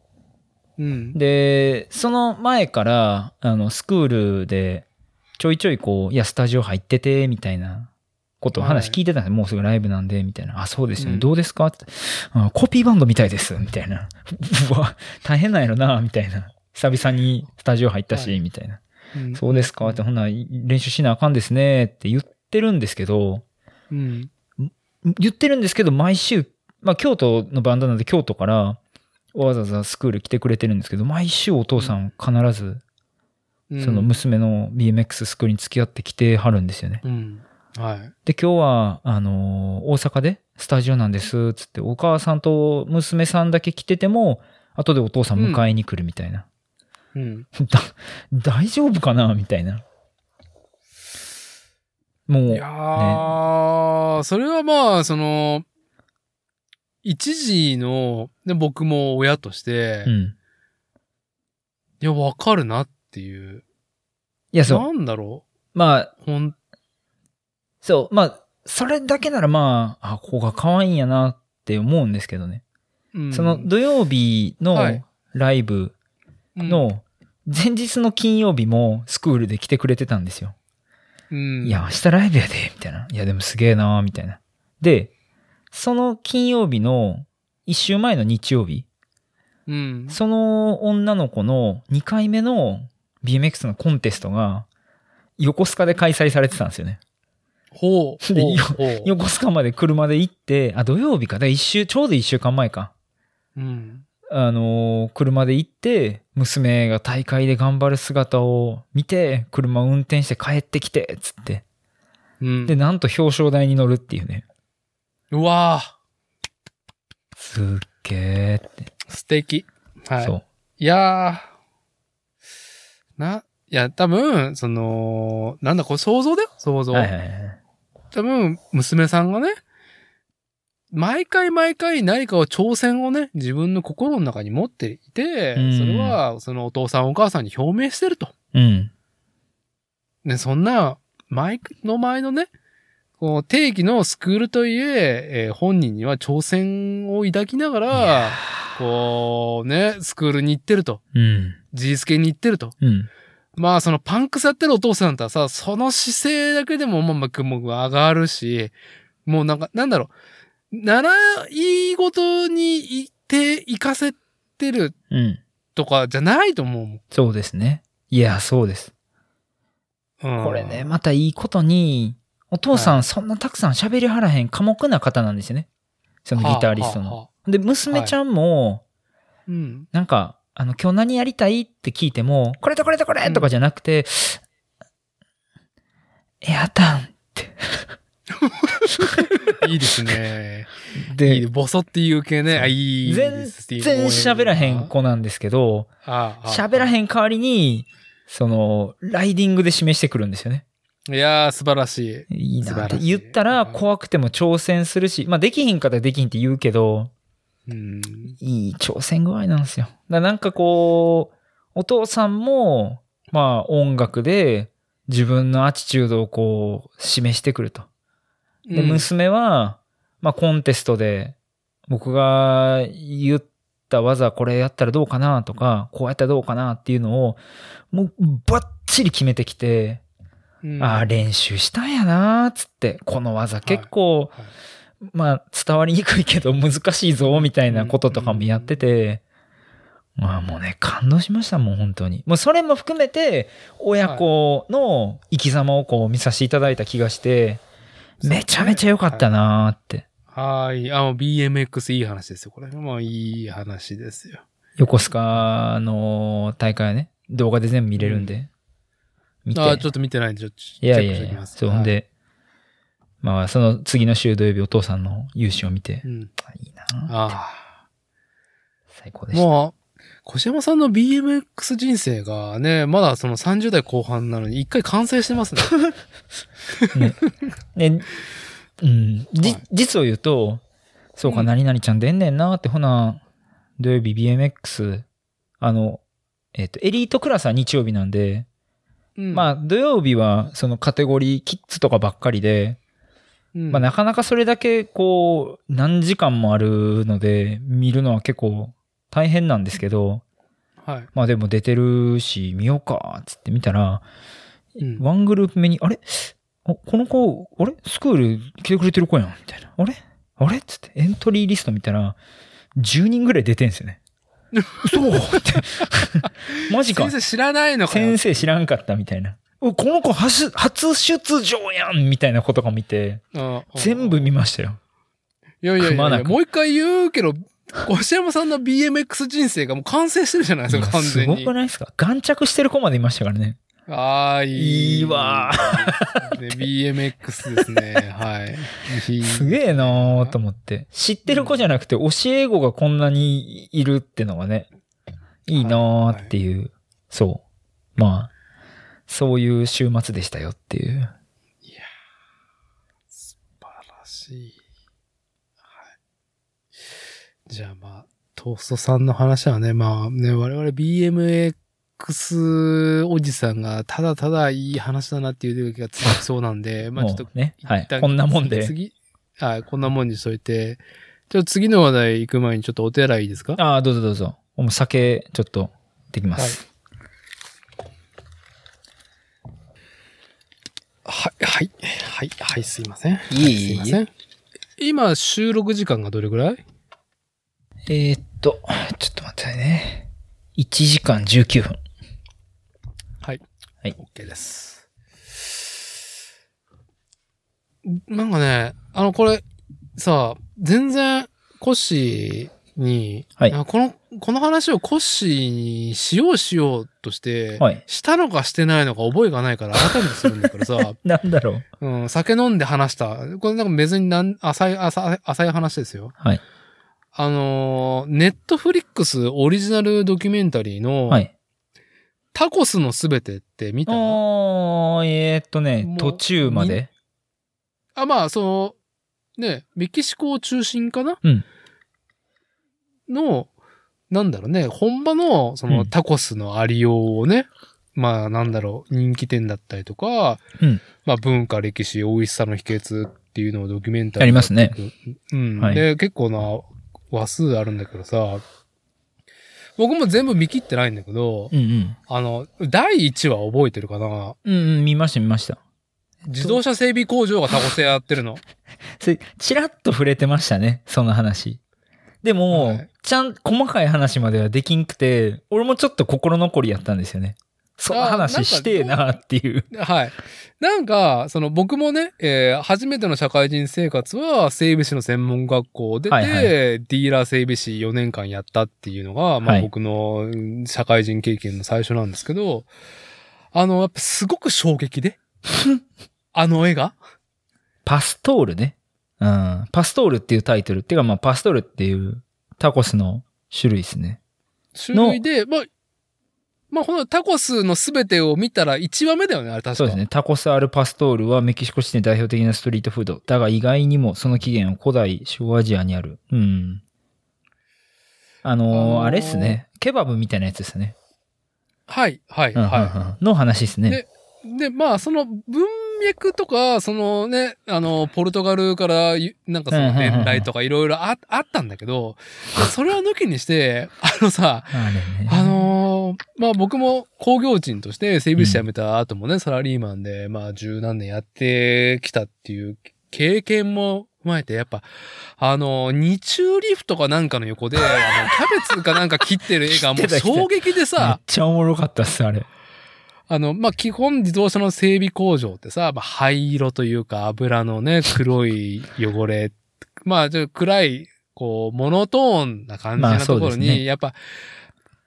Speaker 1: うん。
Speaker 2: で、その前から、あの、スクールで、ちょいちょいこう、いや、スタジオ入ってて、みたいなことを話聞いてたんですよ。もうすぐライブなんで、みたいな。あ、そうですよね。
Speaker 1: うん
Speaker 2: どうですかって、あコピーバンドみたいです、みたいな。 うわ、大変なんやろな、みたいな。久々にスタジオ入ったし、
Speaker 1: は
Speaker 2: みたいな。
Speaker 1: うん
Speaker 2: そうですかって、ほんなら練習しなあかんですね、って言ってるんですけど、
Speaker 1: うん。
Speaker 2: 言ってるんですけど、毎週、まあ、京都のバンドなんで、京都から、わざわざスクール来てくれてるんですけど、毎週お父さん必ず、
Speaker 1: うん
Speaker 2: その娘の BMX スクールに付き合ってきてはるんですよね。
Speaker 1: うん。はい。
Speaker 2: で、今日は、あのー大阪でスタジオなんです、つって、お母さんと娘さんだけ来てても、後でお父さん迎えに来るみたいな。
Speaker 1: うん。
Speaker 2: だ、大丈夫かなみたいな。も
Speaker 1: いうや、ー、それはまあ、その、一時の、で僕も親として、
Speaker 2: う
Speaker 1: い
Speaker 2: ん。
Speaker 1: や、わかるなっていう。
Speaker 2: いや、そう。
Speaker 1: なんだろ
Speaker 2: まあ、
Speaker 1: うほん、
Speaker 2: そう、まあ、それだけならまあ、あ、ここが可愛いんやなって思うんですけどね。
Speaker 1: うん
Speaker 2: その土曜日
Speaker 1: は
Speaker 2: の
Speaker 1: い
Speaker 2: ライブ
Speaker 1: うん
Speaker 2: の前日の金曜日もスクールで来てくれてたんですよ。
Speaker 1: うん。
Speaker 2: いや、明日ライブやで、みたいな。いや、でもすげえなーみたいな。で、その金曜日の一週前の日曜日、
Speaker 1: うん。
Speaker 2: その女の子の2回目の BMX のコンテストが横須賀で開催されてたんですよね。
Speaker 1: ほう。
Speaker 2: で
Speaker 1: ほう
Speaker 2: よ
Speaker 1: ほう。
Speaker 2: 横須賀まで車で行って、あ、土曜日か。だから一週、ちょうど一週間前か。
Speaker 1: うん。
Speaker 2: あのー車で行って、娘が大会で頑張る姿を見て、車を運転して帰ってきて、つって。
Speaker 1: うん。
Speaker 2: で、なんと表彰台に乗るっていうね。
Speaker 1: うわ
Speaker 2: すっげーって。
Speaker 1: ー、素敵。はい。
Speaker 2: そう。
Speaker 1: いやー、な、いや、多分、その、なんだ、これ想像だよ、想像。
Speaker 2: はいはいはい。
Speaker 1: 多分、娘さんがね、毎回毎回何かを挑戦をね、自分の心の中に持っていて、
Speaker 2: うん
Speaker 1: それは、そのお父さんお母さんに表明してると。
Speaker 2: うん。
Speaker 1: ね、そんな、前の前のね、こう定義のスクールといええー本人には挑戦を抱きなが
Speaker 2: いや
Speaker 1: ら、こうね、スクールに行ってると。
Speaker 2: うん。
Speaker 1: G スケに行ってると。
Speaker 2: うん。
Speaker 1: まあ、そのパンクスやってるお父さんだったらさ、その姿勢だけでも、まあ、まあ、もう上がるし、もうなんか、なんだろう、習い事に行って行かせてる
Speaker 2: うん。
Speaker 1: とかじゃないと思うもん。
Speaker 2: そうですね。いや、そうです。
Speaker 1: うん、
Speaker 2: これね、。またいいことに、お父さんそんなたくさん喋りはらへん寡黙な方なんですよね。そのギタリスト
Speaker 1: はあはあ
Speaker 2: の。
Speaker 1: はあ
Speaker 2: で、娘ちゃんも、
Speaker 1: うん。
Speaker 2: なんか、あの、今日何やりたいって聞いても、これとこれとこれとかじゃなくて、エアタン
Speaker 1: いいですね。いいね
Speaker 2: で、
Speaker 1: ボソっていう系ね。
Speaker 2: そう
Speaker 1: あ、いいで
Speaker 2: 全
Speaker 1: す。
Speaker 2: 然喋らへん子なんですけど、
Speaker 1: ああ。
Speaker 2: 喋ら
Speaker 1: ん。
Speaker 2: へん代わりに、その、ライディングで示してくるんですよね。
Speaker 1: いやー、素晴らしい。
Speaker 2: いい
Speaker 1: 素
Speaker 2: な
Speaker 1: 晴
Speaker 2: っ
Speaker 1: ら
Speaker 2: て
Speaker 1: しい
Speaker 2: 言ったら怖くても挑戦するし、まあできひんかったらできひんって言うけど、
Speaker 1: うん。
Speaker 2: いい挑戦具合なんですよ。だからなんかこう、お父さんも、まあ音楽で自分のアチチュードをこう示してくると。で、
Speaker 1: うん
Speaker 2: 娘は、まあコンテストで僕が言った技これやったらどうかなとか、こうやったらどうかなっていうのを、もうバッチリ決めてきて、
Speaker 1: うん
Speaker 2: ああ、練習したんやなーっつって、この技結構、
Speaker 1: はい
Speaker 2: まあ、伝わりにくいけど難しいぞ、みたいなこととかもやってて、まあもうね、感動しました、もう本当に。もうそれも含めて、親子の生き様をこう見させていただいた気がして、めちゃめちゃ良かったなーって。
Speaker 1: はい。あ、もう BMX いい話ですよ。これもういい話ですよ。
Speaker 2: 横須賀の大会はね、動画で全部見れるんで、見て。
Speaker 1: あ、ちょっと見てないんで、ちょっとチ
Speaker 2: い
Speaker 1: ェ
Speaker 2: や
Speaker 1: ッ
Speaker 2: い
Speaker 1: クして
Speaker 2: や
Speaker 1: お
Speaker 2: い
Speaker 1: きま
Speaker 2: や、
Speaker 1: す。
Speaker 2: そう、ほんで、まあ、その次の週土曜日お父さんの勇姿を見て
Speaker 1: は、い。うん。
Speaker 2: いいなあ
Speaker 1: あ
Speaker 2: 最高
Speaker 1: あ。
Speaker 2: でした。
Speaker 1: もう、小山さんの BMX 人生がね、まだその30代後半なのに、一回完成してます ね。
Speaker 2: ね、うん、じ
Speaker 1: はい
Speaker 2: 実を言うと、そうか、
Speaker 1: うん
Speaker 2: 何々ちゃん出んねんなって、ほな、土曜日 BMX、あの、えっ、と、エリートクラスは日曜日なんで、
Speaker 1: うん
Speaker 2: まあ、土曜日はそのカテゴリーキッズとかばっかりで、
Speaker 1: うん
Speaker 2: まあ、なかなかそれだけこう何時間もあるので見るのは結構大変なんですけど
Speaker 1: はい。
Speaker 2: まあでも出てるし見ようかっつって見たら
Speaker 1: うん
Speaker 2: ワングループ目にあれあこの子あれスクール来てくれてる子やんみたいなあれあれっつってエントリーリスト見たら10人ぐらい出てんすよ ね。そうってマジか
Speaker 1: 先生知らないのかよ
Speaker 2: 先。生知らんかったみたいな。おこの子初初出場やんみたいな子とか見て
Speaker 1: うん
Speaker 2: 全部見ましたよ。
Speaker 1: いやいやい
Speaker 2: くま
Speaker 1: やい
Speaker 2: な
Speaker 1: や、
Speaker 2: く
Speaker 1: もう一回言うけど、越山さんの BMX 人生がもう完成してるじゃないです
Speaker 2: い
Speaker 1: か、
Speaker 2: や
Speaker 1: 完
Speaker 2: す
Speaker 1: 全
Speaker 2: ご
Speaker 1: に
Speaker 2: く。ないですか眼着してる子までいましたからね。
Speaker 1: ああ、いい。
Speaker 2: いいわ
Speaker 1: ね BMX ですね。はい。いい
Speaker 2: すげえなーと思って。知ってる子じゃなくて教え子がこんなにいるってのがね、いいなーっていう。そう。まあ、そういう週末でしたよっていう。
Speaker 1: 素晴らしい。はい。じゃあまあ、トーストさんの話はね、まあね、我々 BMX おじさんがただただいい話だなっていう時が続きそうなんで、まあちょ
Speaker 2: も
Speaker 1: っと
Speaker 2: うね、はい
Speaker 1: 一。旦
Speaker 2: こんなもんで。
Speaker 1: 次、はい、こんなもんにしといて、ちょっと次の話題行く前にちょっとお手洗いいいですか
Speaker 2: ああ、どうぞどうぞ。もう酒、ちょっと、できます。
Speaker 1: はい、はい、はい、はい、すいません。
Speaker 2: いえ
Speaker 1: すい
Speaker 2: いえ
Speaker 1: ま
Speaker 2: い
Speaker 1: せ
Speaker 2: え。
Speaker 1: ん。今、収録時間がどれぐらい
Speaker 2: えーっと、ちょっと待ってくださいね。1時間19分。
Speaker 1: ?OK です。なんかね、あの、これ、さ、全然、コッシーに、
Speaker 2: はい
Speaker 1: あこの、この話をコッシーにしようしようとして、
Speaker 2: はい
Speaker 1: したのかしてないのか覚えがないから改めてするんだけどさ、
Speaker 2: なんだろう。
Speaker 1: うん、酒飲んで話した。これなんか別になん浅い、浅い、浅い話ですよ。
Speaker 2: はい。
Speaker 1: あのー、ネットフリックスオリジナルドキュメンタリーの、
Speaker 2: はい。
Speaker 1: タコスのすべてって見た
Speaker 2: おー、えーっとね
Speaker 1: も、う
Speaker 2: 途中まで。
Speaker 1: あ、まあ、その、ね、メキシコを中心かな
Speaker 2: うん
Speaker 1: の、なんだろうね、本場の、そうの
Speaker 2: ん
Speaker 1: タコスのありようをね、まあ、なんだろう、人気店だったりとか、
Speaker 2: うん
Speaker 1: まあ、文化、歴史、美味しさの秘訣っていうのをドキュメンタリー
Speaker 2: ありますね。
Speaker 1: うん。
Speaker 2: はい
Speaker 1: で、結構な話数あるんだけどさ、僕も全部見切ってないんだけど
Speaker 2: う、んうん。
Speaker 1: あの、第1話覚えてるかな
Speaker 2: うんうん、見ました見ました。
Speaker 1: 自動車整備工場がタコス屋やってる の。
Speaker 2: それ、ちらっと触れてましたね、その話。でも、
Speaker 1: はい
Speaker 2: ちゃん、細かい話まではできんくて、俺もちょっと心残りやったんですよね。その
Speaker 1: あーなんか
Speaker 2: 話してえなっていう。
Speaker 1: はい。なんか、その僕もね、えー初めての社会人生活は整備士の専門学校を出て、
Speaker 2: はいはい
Speaker 1: ディーラー整備士4年間やったっていうのが、ま
Speaker 2: は
Speaker 1: あ
Speaker 2: い
Speaker 1: 僕のうん社会人経験の最初なんですけど、あの、やっぱすごく衝撃 で、あの絵が。
Speaker 2: パストールね。うん。パストールっていうタイトル。っていうか、まあ、パストールっていうタコスの種類ですね。
Speaker 1: 種類で、まあ、まあ、このタコスのすべてを見たら1話目だよね、あれ確か
Speaker 2: そうですね。タコスアルパストールはメキシコ市で代表的なストリートフード。だが意外にもその起源は古代小アジアにある。うん。あのー
Speaker 1: あのー
Speaker 2: あれですね。ケバブみたいなやつですね。
Speaker 1: はい、はい、
Speaker 2: うんうんうん
Speaker 1: はい。
Speaker 2: の話ですね。
Speaker 1: でで、まあ、その文脈とか、そのね、あの、ポルトガルからゆ、なんかそ
Speaker 2: うんう
Speaker 1: の
Speaker 2: んうんうん
Speaker 1: 伝来とかいろいろああったんだけど、それを抜きにして、あのさ、
Speaker 2: あれね。
Speaker 1: あのーまあ僕も工業人として整備士辞めた後もね、サラリーマンで、まあ十何年やってきたっていう経験も踏まえて、やっぱ、あのー二中リフとかなんかの横で、あの、キャベツかなんか切ってる絵がも
Speaker 2: 切っ
Speaker 1: う
Speaker 2: てた切ってた
Speaker 1: 衝撃で
Speaker 2: め
Speaker 1: さ
Speaker 2: っ、ちゃおもろかったっす、あれ。
Speaker 1: あの、まあ、基本自動車の整備工場ってさ、まあ、灰色というか油の ね、黒い汚れ、まあ、ちょっと暗い、こう、モノトーンな感じ
Speaker 2: まあ
Speaker 1: なところ
Speaker 2: そう
Speaker 1: に、
Speaker 2: ですね
Speaker 1: やっぱ、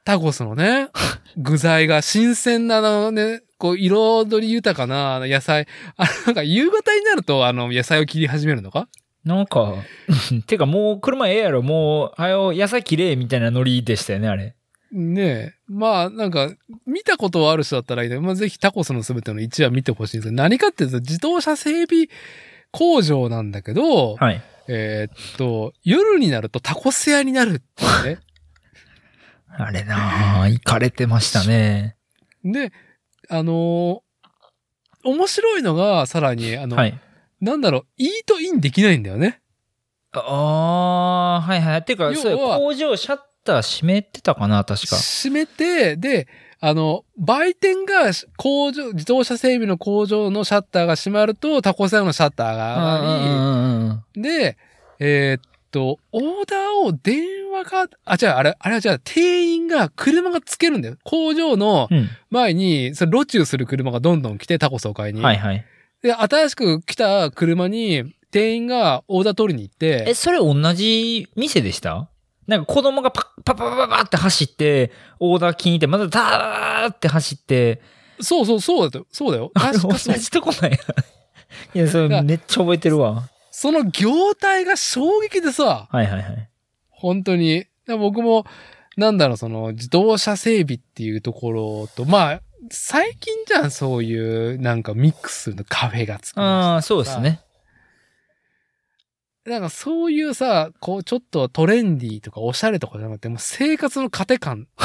Speaker 1: タコスの ね、具材が新鮮なあのね、こう、彩り豊かなあの野菜、あの、なんか夕方になると、あの、野菜を切り始めるのか
Speaker 2: なんか、 てかもう車ええやろ、もう、はよ、野菜綺麗みたいなノリでしたよね、あれ。
Speaker 1: ねえ。まあ、なんか、見たことある人だったらいいね。まあ、ぜひタコスのすべての1話見てほしいんですけど、何かっていうと、自動車整備工場なんだけど、
Speaker 2: はい。
Speaker 1: えーっと、夜になるとタコス屋になるっていう
Speaker 2: あれなぁ、行かれてましたね。
Speaker 1: ね。で、あの面白いのが、さらに、あの、
Speaker 2: はい。
Speaker 1: なんだろう、イートインできないんだよね。
Speaker 2: ああ、はいはい。っていうか、
Speaker 1: 要は
Speaker 2: そう工場シャッター閉めてたかな、確か。
Speaker 1: 閉めて、で、あの、売店が工場、自動車整備の工場のシャッターが閉まると、タコさんのシャッターが上がり、
Speaker 2: うんうんうんうん
Speaker 1: で、えーっと、オーダーを電話か、あ、違う、あれ、あれは違う、店員が車がつけるんだよ。工場の
Speaker 2: うん
Speaker 1: 前に、その路中する車がどんどん来て、タコスを買いに。
Speaker 2: はいはい。
Speaker 1: で、新しく来た車に、店員がオーダー取りに行っ
Speaker 2: え、
Speaker 1: て、
Speaker 2: それ同じ店でしたなんか子供がパッパッパッパッパッって走って、オーダー聞いて、またダーって走って、
Speaker 1: そうそう、そうだよ、そうだよ。
Speaker 2: あれ
Speaker 1: 確
Speaker 2: 同
Speaker 1: か そう
Speaker 2: じとこなんや。いや、それめっちゃ覚えてるわ。
Speaker 1: その業態が衝撃でさ、
Speaker 2: はいはいはい。
Speaker 1: 本当に。で僕も、なんだろう、その、自動車整備っていうところと、まあ、最近じゃん、そういう、なんかミックスするの、カフェがつきました
Speaker 2: ああ、そうですね。
Speaker 1: なんかそういうさ、こうちょっとトレンディーとかおしゃれとかじゃなくて、もう生活の糧感と、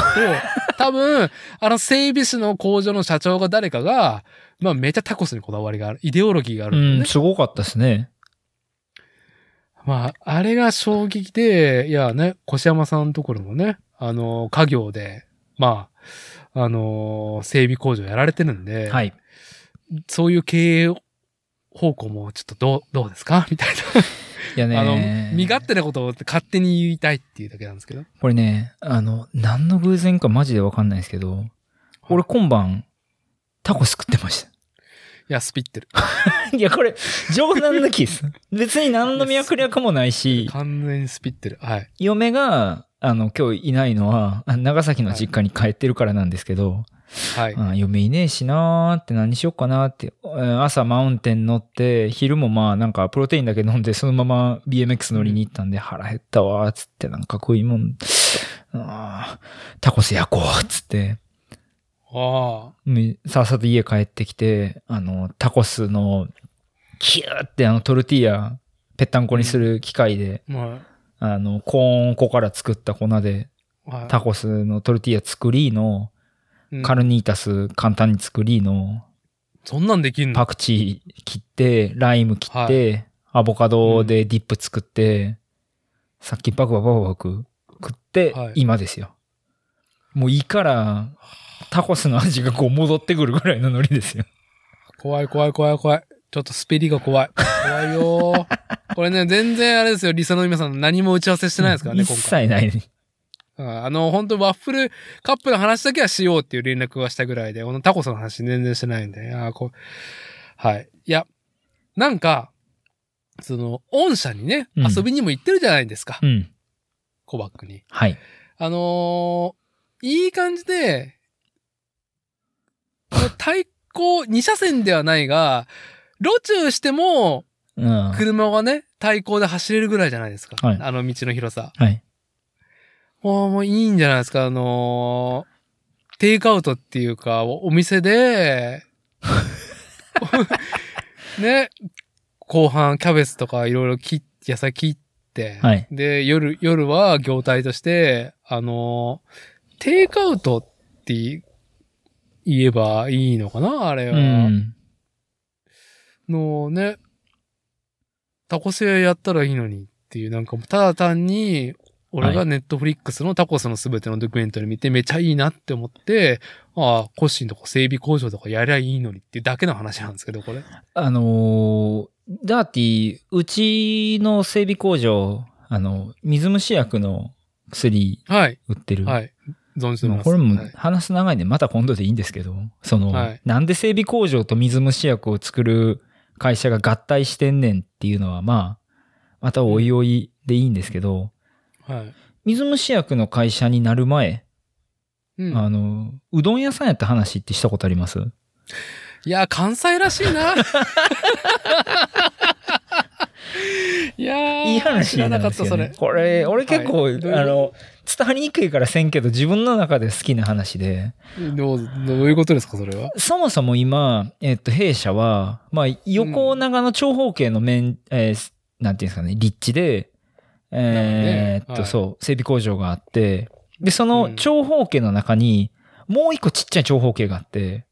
Speaker 1: 多分、あの整備士の工場の社長が誰かが、まあめちゃタコスにこだわりがある、イデオロギーがある
Speaker 2: うん
Speaker 1: だよ
Speaker 2: ん、
Speaker 1: ね。
Speaker 2: すごかったですね。
Speaker 1: まあ、あれが衝撃で、いやね、越山さんのところもね、あの、家業で、まあ、あの、整備工場やられてるんで、
Speaker 2: はい。
Speaker 1: そういう経営方向もちょっとどう、どうですかみたい
Speaker 2: いやね
Speaker 1: な。あの、身勝手なことを勝手に言いたいっていうだけなんですけど。
Speaker 2: これね、あの、何の偶然かマジでわかんないですけど、俺今晩、タコス食ってました。
Speaker 1: いや、スピってる。
Speaker 2: いや、これ、冗談抜きです。 別に何の脈略もないし、
Speaker 1: 完全にスピってる。はい。
Speaker 2: 嫁が、あの、今日いないのは、あ長崎の実家に帰ってるからなんですけど、
Speaker 1: はい。
Speaker 2: あ嫁いねえしなーって何しよっかなーって、えー朝マウンテン乗って、昼もまあなんかプロテインだけ飲んで、そのまま BMX 乗りに行ったんで、腹減ったわーっつって、なんかこういうもん、あータコス焼こうっつって、
Speaker 1: あ
Speaker 2: みさっさと家帰ってきて、あの、タコスの、キューってあのトルティーヤ、ぺったんこにする機械で、
Speaker 1: あ。ま
Speaker 2: あの、コーン粉から作った粉で、
Speaker 1: あ、はい
Speaker 2: タコスのトルティーヤ作りの、
Speaker 1: うん
Speaker 2: カルニータス簡単に作りの、
Speaker 1: そんなんできんの
Speaker 2: パクチー切って、ライム切って、アボカドでディップ作って、さっきバクバクバクバク食って、
Speaker 1: はい
Speaker 2: 今ですよ。もう胃から、タコスの味がこう戻ってくるぐらいのノリですよ。
Speaker 1: 怖い怖い怖い怖い。ちょっとスピリが怖い。怖いよ ーこれね、全然あれですよ。リサの皆さん何も打ち合わせしてないですからね、
Speaker 2: 一
Speaker 1: 今回。
Speaker 2: 切ない。
Speaker 1: うんあの、本当ワッフルカップの話だけはしようっていう連絡はしたぐらいで、このタコスの話全然してないんで。ああ、こう。はい。いや、なんか、その、御社にね、
Speaker 2: うん
Speaker 1: 遊びにも行ってるじゃないですか。
Speaker 2: うん。
Speaker 1: コバックに。
Speaker 2: はい。
Speaker 1: あのーいい感じで、こう対向、二車線ではないが、路中しても、
Speaker 2: うん。は
Speaker 1: 車がね、対向で走れるぐらいじゃないですか。
Speaker 2: はい
Speaker 1: あの道の広さ。
Speaker 2: い。
Speaker 1: もう、もういいんじゃないですか。あのーテイクアウトっていうか、おお店 で、ね、後半キャベツとかいろいろ切っ、野菜切って、
Speaker 2: はい
Speaker 1: で、夜、夜は業態として、あのーテイクアウトって言えばいいのかなあれ
Speaker 2: う
Speaker 1: は。
Speaker 2: ん。
Speaker 1: のね、タコス屋やったらいいのにっていう、なんかもうただ単に、俺
Speaker 2: は
Speaker 1: がネットフリックスのタコスのすべてのドキュメントに見てめちゃいいなって思って、ああ、コッシーのとこ整備工場とかやりゃいいのにっていうだけの話なんですけど、これ。
Speaker 2: あのーダーティー、うちの整備工場、あの、水虫薬の薬
Speaker 1: はい、
Speaker 2: 売ってる。
Speaker 1: はい。存じて
Speaker 2: まあ
Speaker 1: ます。
Speaker 2: これも
Speaker 1: はい
Speaker 2: 話す長いんで、また今度でいいんですけど、その、
Speaker 1: はい
Speaker 2: なんで整備工場と水虫薬を作る会社が合体してんねんっていうのは、まあ、またおいおいでいいんですけど、
Speaker 1: はい。
Speaker 2: 水虫薬の会社になる前、
Speaker 1: うん。
Speaker 2: あの、うどん屋さんやった話ってしたことあります
Speaker 1: いや、関西らしい な。いやー
Speaker 2: いい話
Speaker 1: 知
Speaker 2: な
Speaker 1: ら
Speaker 2: んで
Speaker 1: な
Speaker 2: す
Speaker 1: かった、そ
Speaker 2: よね
Speaker 1: れ。
Speaker 2: これ、俺結構、
Speaker 1: はい
Speaker 2: あの、伝わりにくいからせんけど、自分の中で好きな話で、
Speaker 1: どう、どういうことですか、それは。
Speaker 2: そもそも今、えっと、弊社は、まあ、横長の長方形の面、えーなんていうんですかね、立地で、えーっと、
Speaker 1: なるほどねはい
Speaker 2: そう、整備工場があって、で、その長方形の中に、もう一個ちっちゃい長方形があって、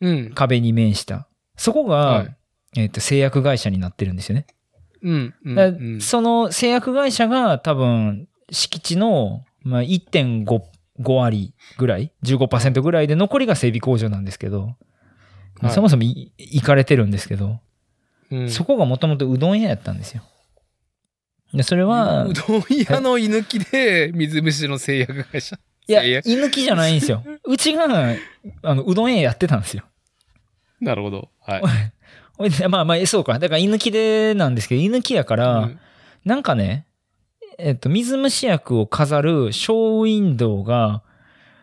Speaker 1: うん。
Speaker 2: 壁に面した。そこが、
Speaker 1: はい
Speaker 2: えっと製薬会社になってるんですよね。
Speaker 1: うん。うん
Speaker 2: だ
Speaker 1: うん
Speaker 2: その製薬会社が多分敷地の、まあ、1.5 5割ぐらい15%ぐらいで残りが整備工場なんですけど、
Speaker 1: はい
Speaker 2: そもそもい行かれてるんですけど、
Speaker 1: うん
Speaker 2: そこがもともとうどん屋やったんですよ。でそれは、
Speaker 1: うどん屋の居抜きで、水虫の製薬会 社。
Speaker 2: いや、
Speaker 1: いや
Speaker 2: 居抜きじゃないんです よ。うちが、あの、うどん屋やってたんですよ。
Speaker 1: なるほど。はい。
Speaker 2: ほいで まあまあ、そうか。だから、居抜きでなんですけど、居抜きやから、
Speaker 1: うん
Speaker 2: なんかね、えっと、水虫薬を飾るショーウィンドウが、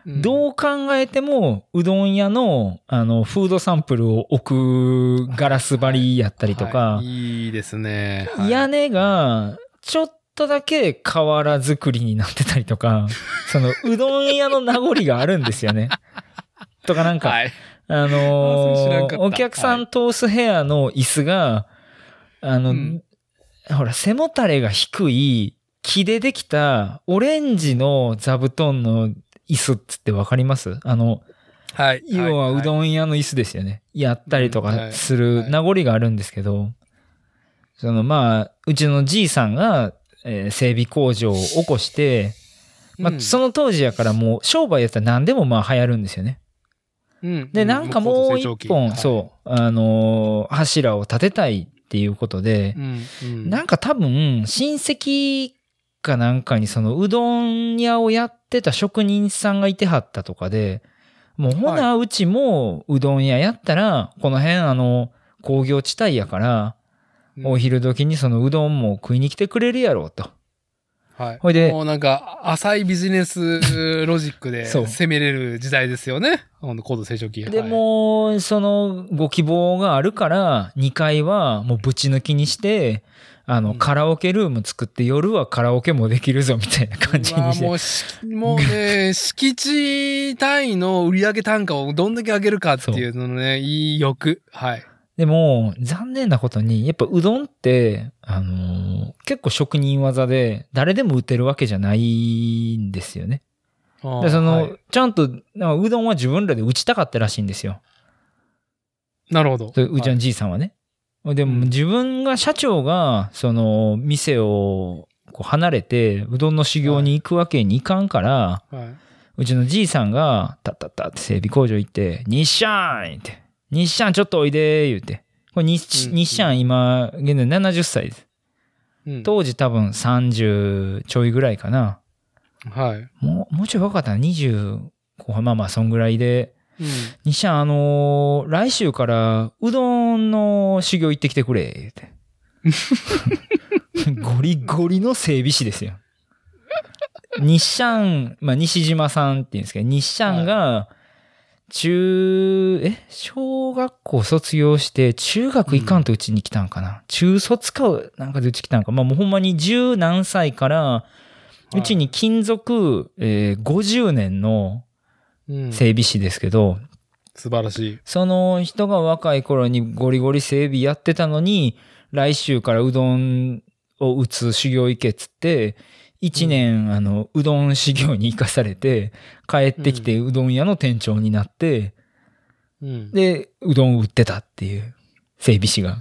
Speaker 1: うん
Speaker 2: どう考えても、うどん屋の、あの、フードサンプルを置くガラス張りやったりとか
Speaker 1: はい、いいですね。はい
Speaker 2: 屋根が、ちょっとだけ瓦作りになってたりとか、 その、うどん屋の名残があるんですよね。 とかなんか、
Speaker 1: はい。
Speaker 2: あ
Speaker 1: あーそれ知らん
Speaker 2: の
Speaker 1: か
Speaker 2: ー
Speaker 1: った
Speaker 2: お客さん通す部屋の椅子が、あの、
Speaker 1: うん
Speaker 2: ほら、背もたれが低い木でできたオレンジの座布団の椅子っつってわかりますあの、
Speaker 1: はい。
Speaker 2: 要はう
Speaker 1: ん。
Speaker 2: どん屋の椅子ですよね。やったりと
Speaker 1: うんはい
Speaker 2: かす
Speaker 1: は
Speaker 2: る
Speaker 1: い
Speaker 2: 名残があるんですけど、そのまあ、うちのじいさんが、えー整備工場を起こして、ま
Speaker 1: う
Speaker 2: あ、
Speaker 1: ん
Speaker 2: その当時やからもう商売やったら何でもまあ流行るんですよね。
Speaker 1: うん
Speaker 2: で、なんかもう
Speaker 1: 高度成長期
Speaker 2: 一本、
Speaker 1: はい
Speaker 2: そう、あのー柱を立てたいっていうことで、
Speaker 1: うん。うん
Speaker 2: なんか多分、親戚かなんかにそのうどん屋をやってた職人さんがいてはったとかで、もうほな、うちもうどん屋やったら、この辺あの、工業地帯やから、
Speaker 1: うん
Speaker 2: お昼時にそのうどんも食いに来てくれるやろうと。
Speaker 1: はい。
Speaker 2: ほいで
Speaker 1: もうなんか、浅いビジネスロジックで
Speaker 2: そう
Speaker 1: 攻めれる時代ですよね。ほんと高度成長期。
Speaker 2: で、
Speaker 1: はい、
Speaker 2: もう、その、ご希望があるから、2階はもうぶち抜きにして、あ
Speaker 1: う
Speaker 2: の、
Speaker 1: ん
Speaker 2: カラオケルーム作って、夜はカラオケもできるぞ、みたいな感じ
Speaker 1: うわ
Speaker 2: に
Speaker 1: ーもうし、
Speaker 2: して。
Speaker 1: もう ね、敷地単位の売上単価をどんだけ上げるかっていうののね、いい欲。はい。
Speaker 2: でも、残念なことに、やっぱうどんって、あのー結構職人技で、誰でも打てるわけじゃないんですよね。
Speaker 1: あー
Speaker 2: で、その、
Speaker 1: はい
Speaker 2: ちゃんと、なんかうどんは自分らで打ちたかったらしいんですよ。
Speaker 1: なるほど。
Speaker 2: そううち
Speaker 1: はい
Speaker 2: のじいさんはね。で
Speaker 1: うん
Speaker 2: も自分が社長がその店をこう離れてうどんの修行に行くわけにいかんから、
Speaker 1: は
Speaker 2: うちのじいさんがタッタッタって整備工場行って「日産!」って「日産ちょっとおいで」言うてこれ日
Speaker 1: うん
Speaker 2: 日産今現在70歳です
Speaker 1: い。うん、
Speaker 2: 当時多分30ちょいぐらいかな
Speaker 1: はい。うん。
Speaker 2: もうもうちょい若かったな20後半まあまあそんぐらいで日産あのー来週からうどんの修行行ってきてくれ、言 うて。ゴリゴリの整備士ですよ。日産、まあ、西島さんって言うんですけど、日産が、中、え小学校卒業して、中学行かんとうちに来たんかな、中卒か、なんかでうち来たんか。まあ、もうほんまに十何歳から、うちに勤続、えー50年の
Speaker 1: うん、素
Speaker 2: 整備士ですけど、
Speaker 1: 晴らしい。
Speaker 2: その人が若い頃にゴリゴリ整備やってたのに、来週からうどんを打つ修行行けっつって、一年、あの、うどん修行に行かされて、帰ってきてうどん屋の店長になって、
Speaker 1: うん、
Speaker 2: で、うどんを売ってたっていう、整備士が。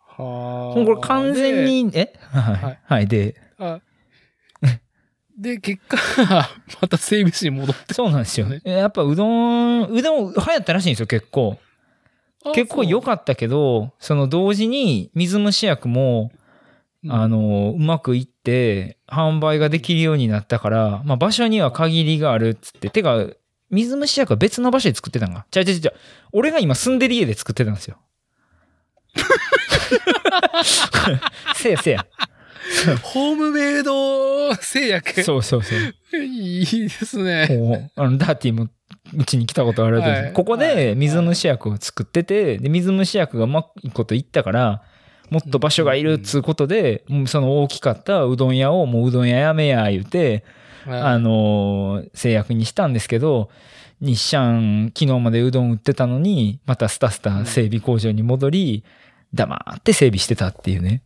Speaker 1: は
Speaker 2: こ
Speaker 1: ー
Speaker 2: れ完全に、え
Speaker 1: は
Speaker 2: はいい。はい。で、
Speaker 1: あで、結果、 また整備士に戻って。
Speaker 2: そうなん ですよ
Speaker 1: ね。
Speaker 2: やっぱうどん、うどん流行ったらしいんですよ、結構。結構良
Speaker 1: っ
Speaker 2: かったけど、その同時に水虫薬も、あ、の、うまくいって、販売ができるようになったから、まあ場所には限りがあるっつって、てか、水虫薬は別の場所で作ってたんか。ちゃうちゃうちゃう。俺が今住んでる家で作ってたんで すよ。せやせや。
Speaker 1: そうホームメイド製薬。
Speaker 2: そうそ うそう。
Speaker 1: いいですね。
Speaker 2: こうあのダーティもうちに来たことあるんです
Speaker 1: はい
Speaker 2: ここで水虫薬を作ってて、で、水虫薬がうまいこといったから、もっと場所がいるっつうことで、もうその大きかったうどん屋をもううどん屋やめや言うて、あ
Speaker 1: はい
Speaker 2: のー制約にしたんですけど、日産、昨日までうどん売ってたのに、またスタスタ整備工場に戻り、黙って整備してたっていうね。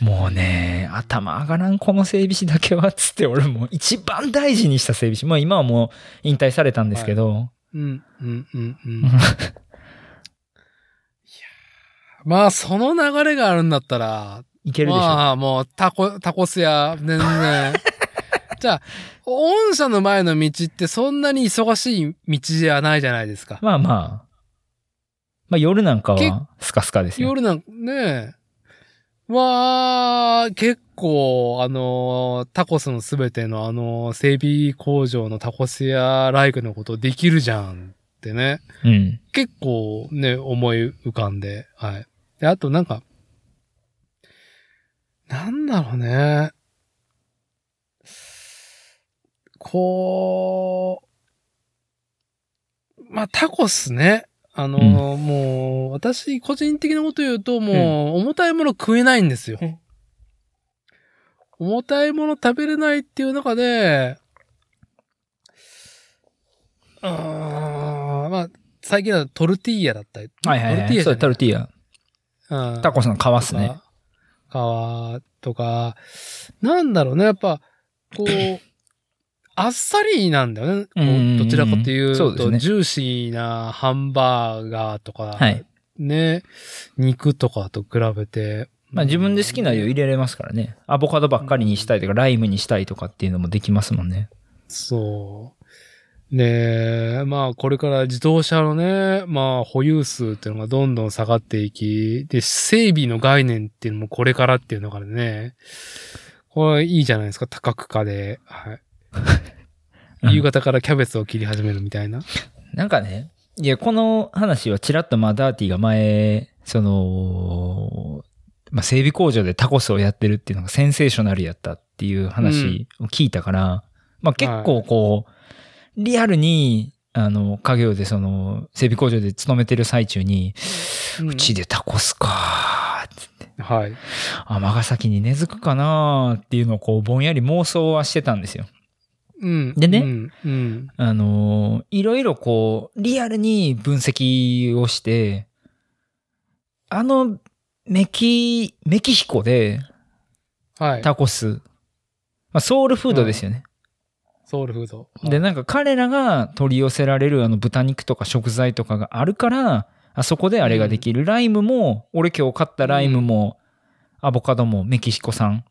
Speaker 2: もうね、頭上がらん、この整備士だけは、つって俺もう一番大事にした整備士。まあ今はもう引退されたんですけど、
Speaker 1: うん、うん、うん、うん。まあ、その流れがあるんだったら、
Speaker 2: いけるでしょ。
Speaker 1: まあ、もう、タコ、タコス屋、全 然。じゃあ、御社の前の道ってそんなに忙しい道じゃないじゃないですか。
Speaker 2: まあまあ。まあ夜なんかはスカスカですよ。
Speaker 1: 夜なんか、ねえ。わあ、結構、あのー、タコスのすべてのあのー、整備工場のタコス屋ライクのことできるじゃんってね。
Speaker 2: うん。
Speaker 1: 結構ね、思い浮かんで、はい。で、あとなんか、なんだろうね。こう、まあ、タコスね。あのーもう、私、個人的なこと言うと、もう、重たいもの食えないんですよ
Speaker 2: うん。
Speaker 1: 重たいもの食べれないっていう中で、うーん、まあ、最近だとトルティーヤだったり。
Speaker 2: はいはい、はい。
Speaker 1: ト
Speaker 2: そう、
Speaker 1: ルテ
Speaker 2: ト
Speaker 1: ィーヤ
Speaker 2: ルティーヤ。
Speaker 1: じゃない。うん
Speaker 2: タコスの皮っすね。。
Speaker 1: 皮とか、なんだろうね、やっぱ、 こう、あっさりなんだよね。こ
Speaker 2: うんうんうん
Speaker 1: うどちらかというと
Speaker 2: そうですね
Speaker 1: ジューシーなハンバーガーとか、
Speaker 2: はい。
Speaker 1: ね、肉とかと比べて。
Speaker 2: まあ自分で好きな
Speaker 1: よ
Speaker 2: 量入れられますからね。アボカドばっかりにしたいとか、ライムにしたいとかっていうのもできますもんね。
Speaker 1: そう。で、まあこれから自動車のね、まあ保有数っていうのがどんどん下がっていき、で、整備の概念っていうのもこれからっていうのがね、これいいじゃないですか、多角化で。は
Speaker 2: うん
Speaker 1: い。夕方からキャベツを切り始めるみたいな。
Speaker 2: なんかね、いや、この話はちらっとまあダーティが前、その、まあ整備工場でタコスをやってるっていうのがセンセーショナルやったっていう話を聞いたから、まあ結構こう、リアルに、あの、家業でその、整備工場で勤めてる最中に、
Speaker 1: うん
Speaker 2: うちでタコスかーって
Speaker 1: はい。
Speaker 2: 尼崎に根付くかなーっていうのをこう、ぼんやり妄想はしてたんですよ。
Speaker 1: うん。
Speaker 2: でね
Speaker 1: うん。うん。
Speaker 2: あのーいろいろこう、リアルに分析をして、あの、メキ、メキヒコで
Speaker 1: はい。
Speaker 2: タコス、まあ、ソウルフードですよね。
Speaker 1: ソウルフード。
Speaker 2: で、なんか彼らが取り寄せられるあの豚肉とか食材とかがあるから、あそこであれができる。ライムも、俺今日買ったライムも、アボカドもメキシコ産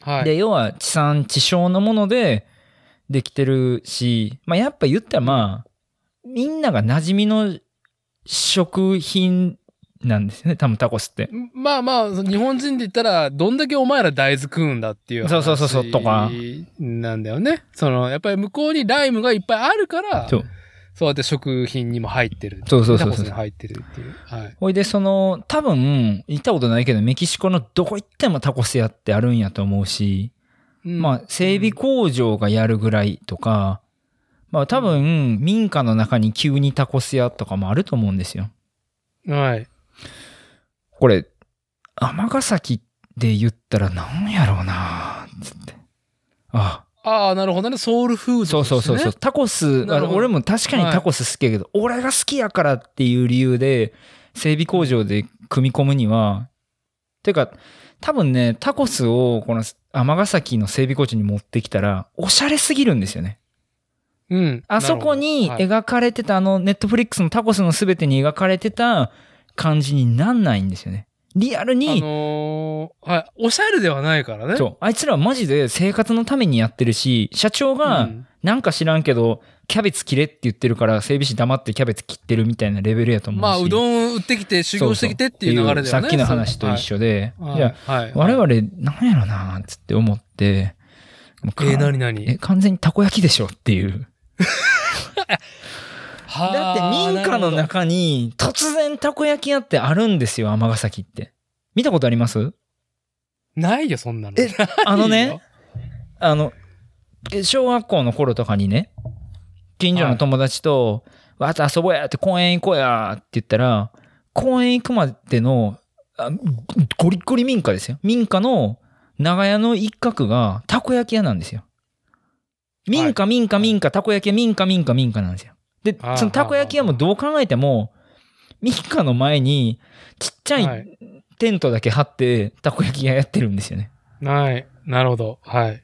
Speaker 1: はい。
Speaker 2: で、要は地産地消のものでできてるし、まあ、やっぱ言ったらまあ、みんなが馴染みの食品なんですよね、多分タコスって。
Speaker 1: まあまあ、その日本人で言ったら、どんだけお前ら大豆食うんだっていう。
Speaker 2: そうそうそうそうとか。
Speaker 1: なんだよね。その、やっぱり向こうにライムがいっぱいあるから、
Speaker 2: そ
Speaker 1: そううやって食品にも入ってる。
Speaker 2: そうそうそうそ
Speaker 1: タコ
Speaker 2: う
Speaker 1: スに入ってるっていう。はい。
Speaker 2: ほいで、その、多分、行ったことないけど、メキシコのどこ行ってもタコス屋ってあるんやと思うし、
Speaker 1: うん
Speaker 2: まあ、整備工場がやるぐらいとか、まあ、多分、民家の中に急にタコス屋とかもあると思うんですよ。
Speaker 1: はい。
Speaker 2: これ、尼崎で言ったらなんやろうなつって。あ、
Speaker 1: ああ、なるほどね。ソウルフード、
Speaker 2: そうそうそうそう。。タコス、
Speaker 1: な
Speaker 2: あ
Speaker 1: るほ
Speaker 2: の
Speaker 1: ど
Speaker 2: 俺も確かにタコス好きやけど、俺が好きやからっていう理由で、整備工場で組み込むには、てか、多分ね、タコスをこの尼崎の整備工場に持ってきたら、おしゃれすぎるんですよね。
Speaker 1: うん。
Speaker 2: あそこに
Speaker 1: なるほど
Speaker 2: 描かれてた、あの、ネットフリックスのタコスの全てに描かれてた感じになんないんですよね。リアル
Speaker 1: はい、あ
Speaker 2: に
Speaker 1: のーはい。おしゃれではないからね。
Speaker 2: そう。あいつらはマジで生活のためにやってるし、社長
Speaker 1: うん。
Speaker 2: がなんか知らんけど、キャベツ切れって言ってるから、整備士黙ってキャベツ切ってるみたいなレベルやと思うし。
Speaker 1: まあ、うどん売ってきて、修行してきてっていう流れだよね。
Speaker 2: そそさっきの話と一緒で、
Speaker 1: はい。
Speaker 2: いや、
Speaker 1: はい。
Speaker 2: 我々、なんやろなーっつって思って、
Speaker 1: えー、なにな
Speaker 2: え
Speaker 1: に
Speaker 2: 完全にたこ焼きでしょっていう。だって民家の中に突然たこ焼き屋ってあるんですよ、尼崎って。見たことあります
Speaker 1: ないよ、そんなの。
Speaker 2: えあの
Speaker 1: ない
Speaker 2: ね
Speaker 1: よ、。
Speaker 2: あの、え小学校の頃とかにね、近所の友達と、わーっと遊ぼうやって公園行こうやって言ったら、公園行くまでの、あゴリッゴリ民家ですよ。民家の長屋の一角がたこ焼き屋なんですよ。民家、民家、民家、たこ焼き屋、民家、民家、民家なんですよ。で
Speaker 1: あ、ー
Speaker 2: そのたこ焼き屋もどう考えても、民家の前にちっちゃ
Speaker 1: はいい
Speaker 2: テントだけ張ってたこ焼き屋やってるんですよね。
Speaker 1: はい。なるほど。はい。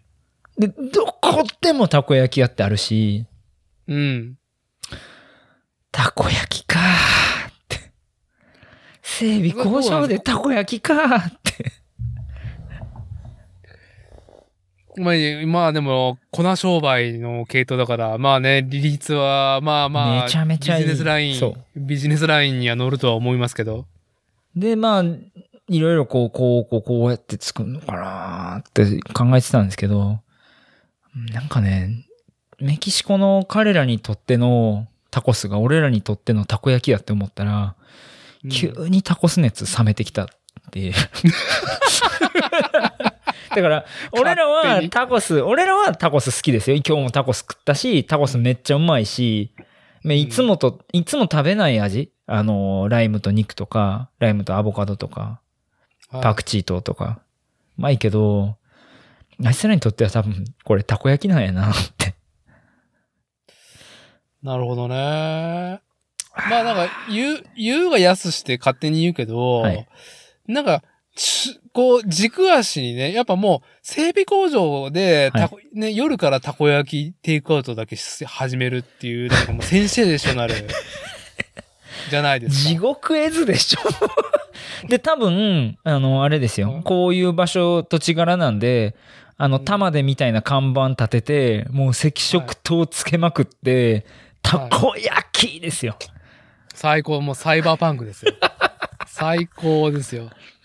Speaker 2: で、どこでもたこ焼き屋ってあるし、
Speaker 1: うん。
Speaker 2: たこ焼きかーって。整備工場でたこ焼きかーって。
Speaker 1: まあ、まあでも、粉商売の系統だから、まあね、利率は、まあまあ、
Speaker 2: めちゃめちゃいい
Speaker 1: ビジネスライ
Speaker 2: そう
Speaker 1: ン、ビジネスラインには乗るとは思いますけど。
Speaker 2: で、まあ、いろいろこう、こう、こう、こうやって作るのかなーって考えてたんですけど、なんかね、メキシコの彼らにとってのタコスが俺らにとってのたこ焼きだって思ったら、
Speaker 1: うん
Speaker 2: 急にタコス熱冷めてきたっ ていう。だから、俺ら
Speaker 1: 勝
Speaker 2: は
Speaker 1: 手に
Speaker 2: タコス、俺らはタコス好きですよ。今日もタコス食ったし、タコスめっちゃうまいし、まあいつもと、いつも食べない味あの、ライムと肉とか、ライムとアボカドとか、
Speaker 1: はい
Speaker 2: パクチー糖とか。うまいけど、あいつらにとっては多分、これたこ焼きなんやなって。
Speaker 1: なるほどね。まあなんか、言う、言うが安して勝手に言うけど、
Speaker 2: はい
Speaker 1: なんか、しこう、軸足にね、やっぱもう、整備工場で、たこね、夜からたこ焼きテイクアウトだけし始めるっていう、なんかもうセンセーショナル、じゃないです
Speaker 2: 地
Speaker 1: か。
Speaker 2: 獄絵図でしょ で多分あのあれですよこういう場所土地柄なんであの
Speaker 1: うん
Speaker 2: 玉でみたいな看板立ててもう赤色灯つけまくって、
Speaker 1: はい
Speaker 2: たこ焼きですよ、
Speaker 1: 最高、もうサイバーパンクです よ。最高ですよ。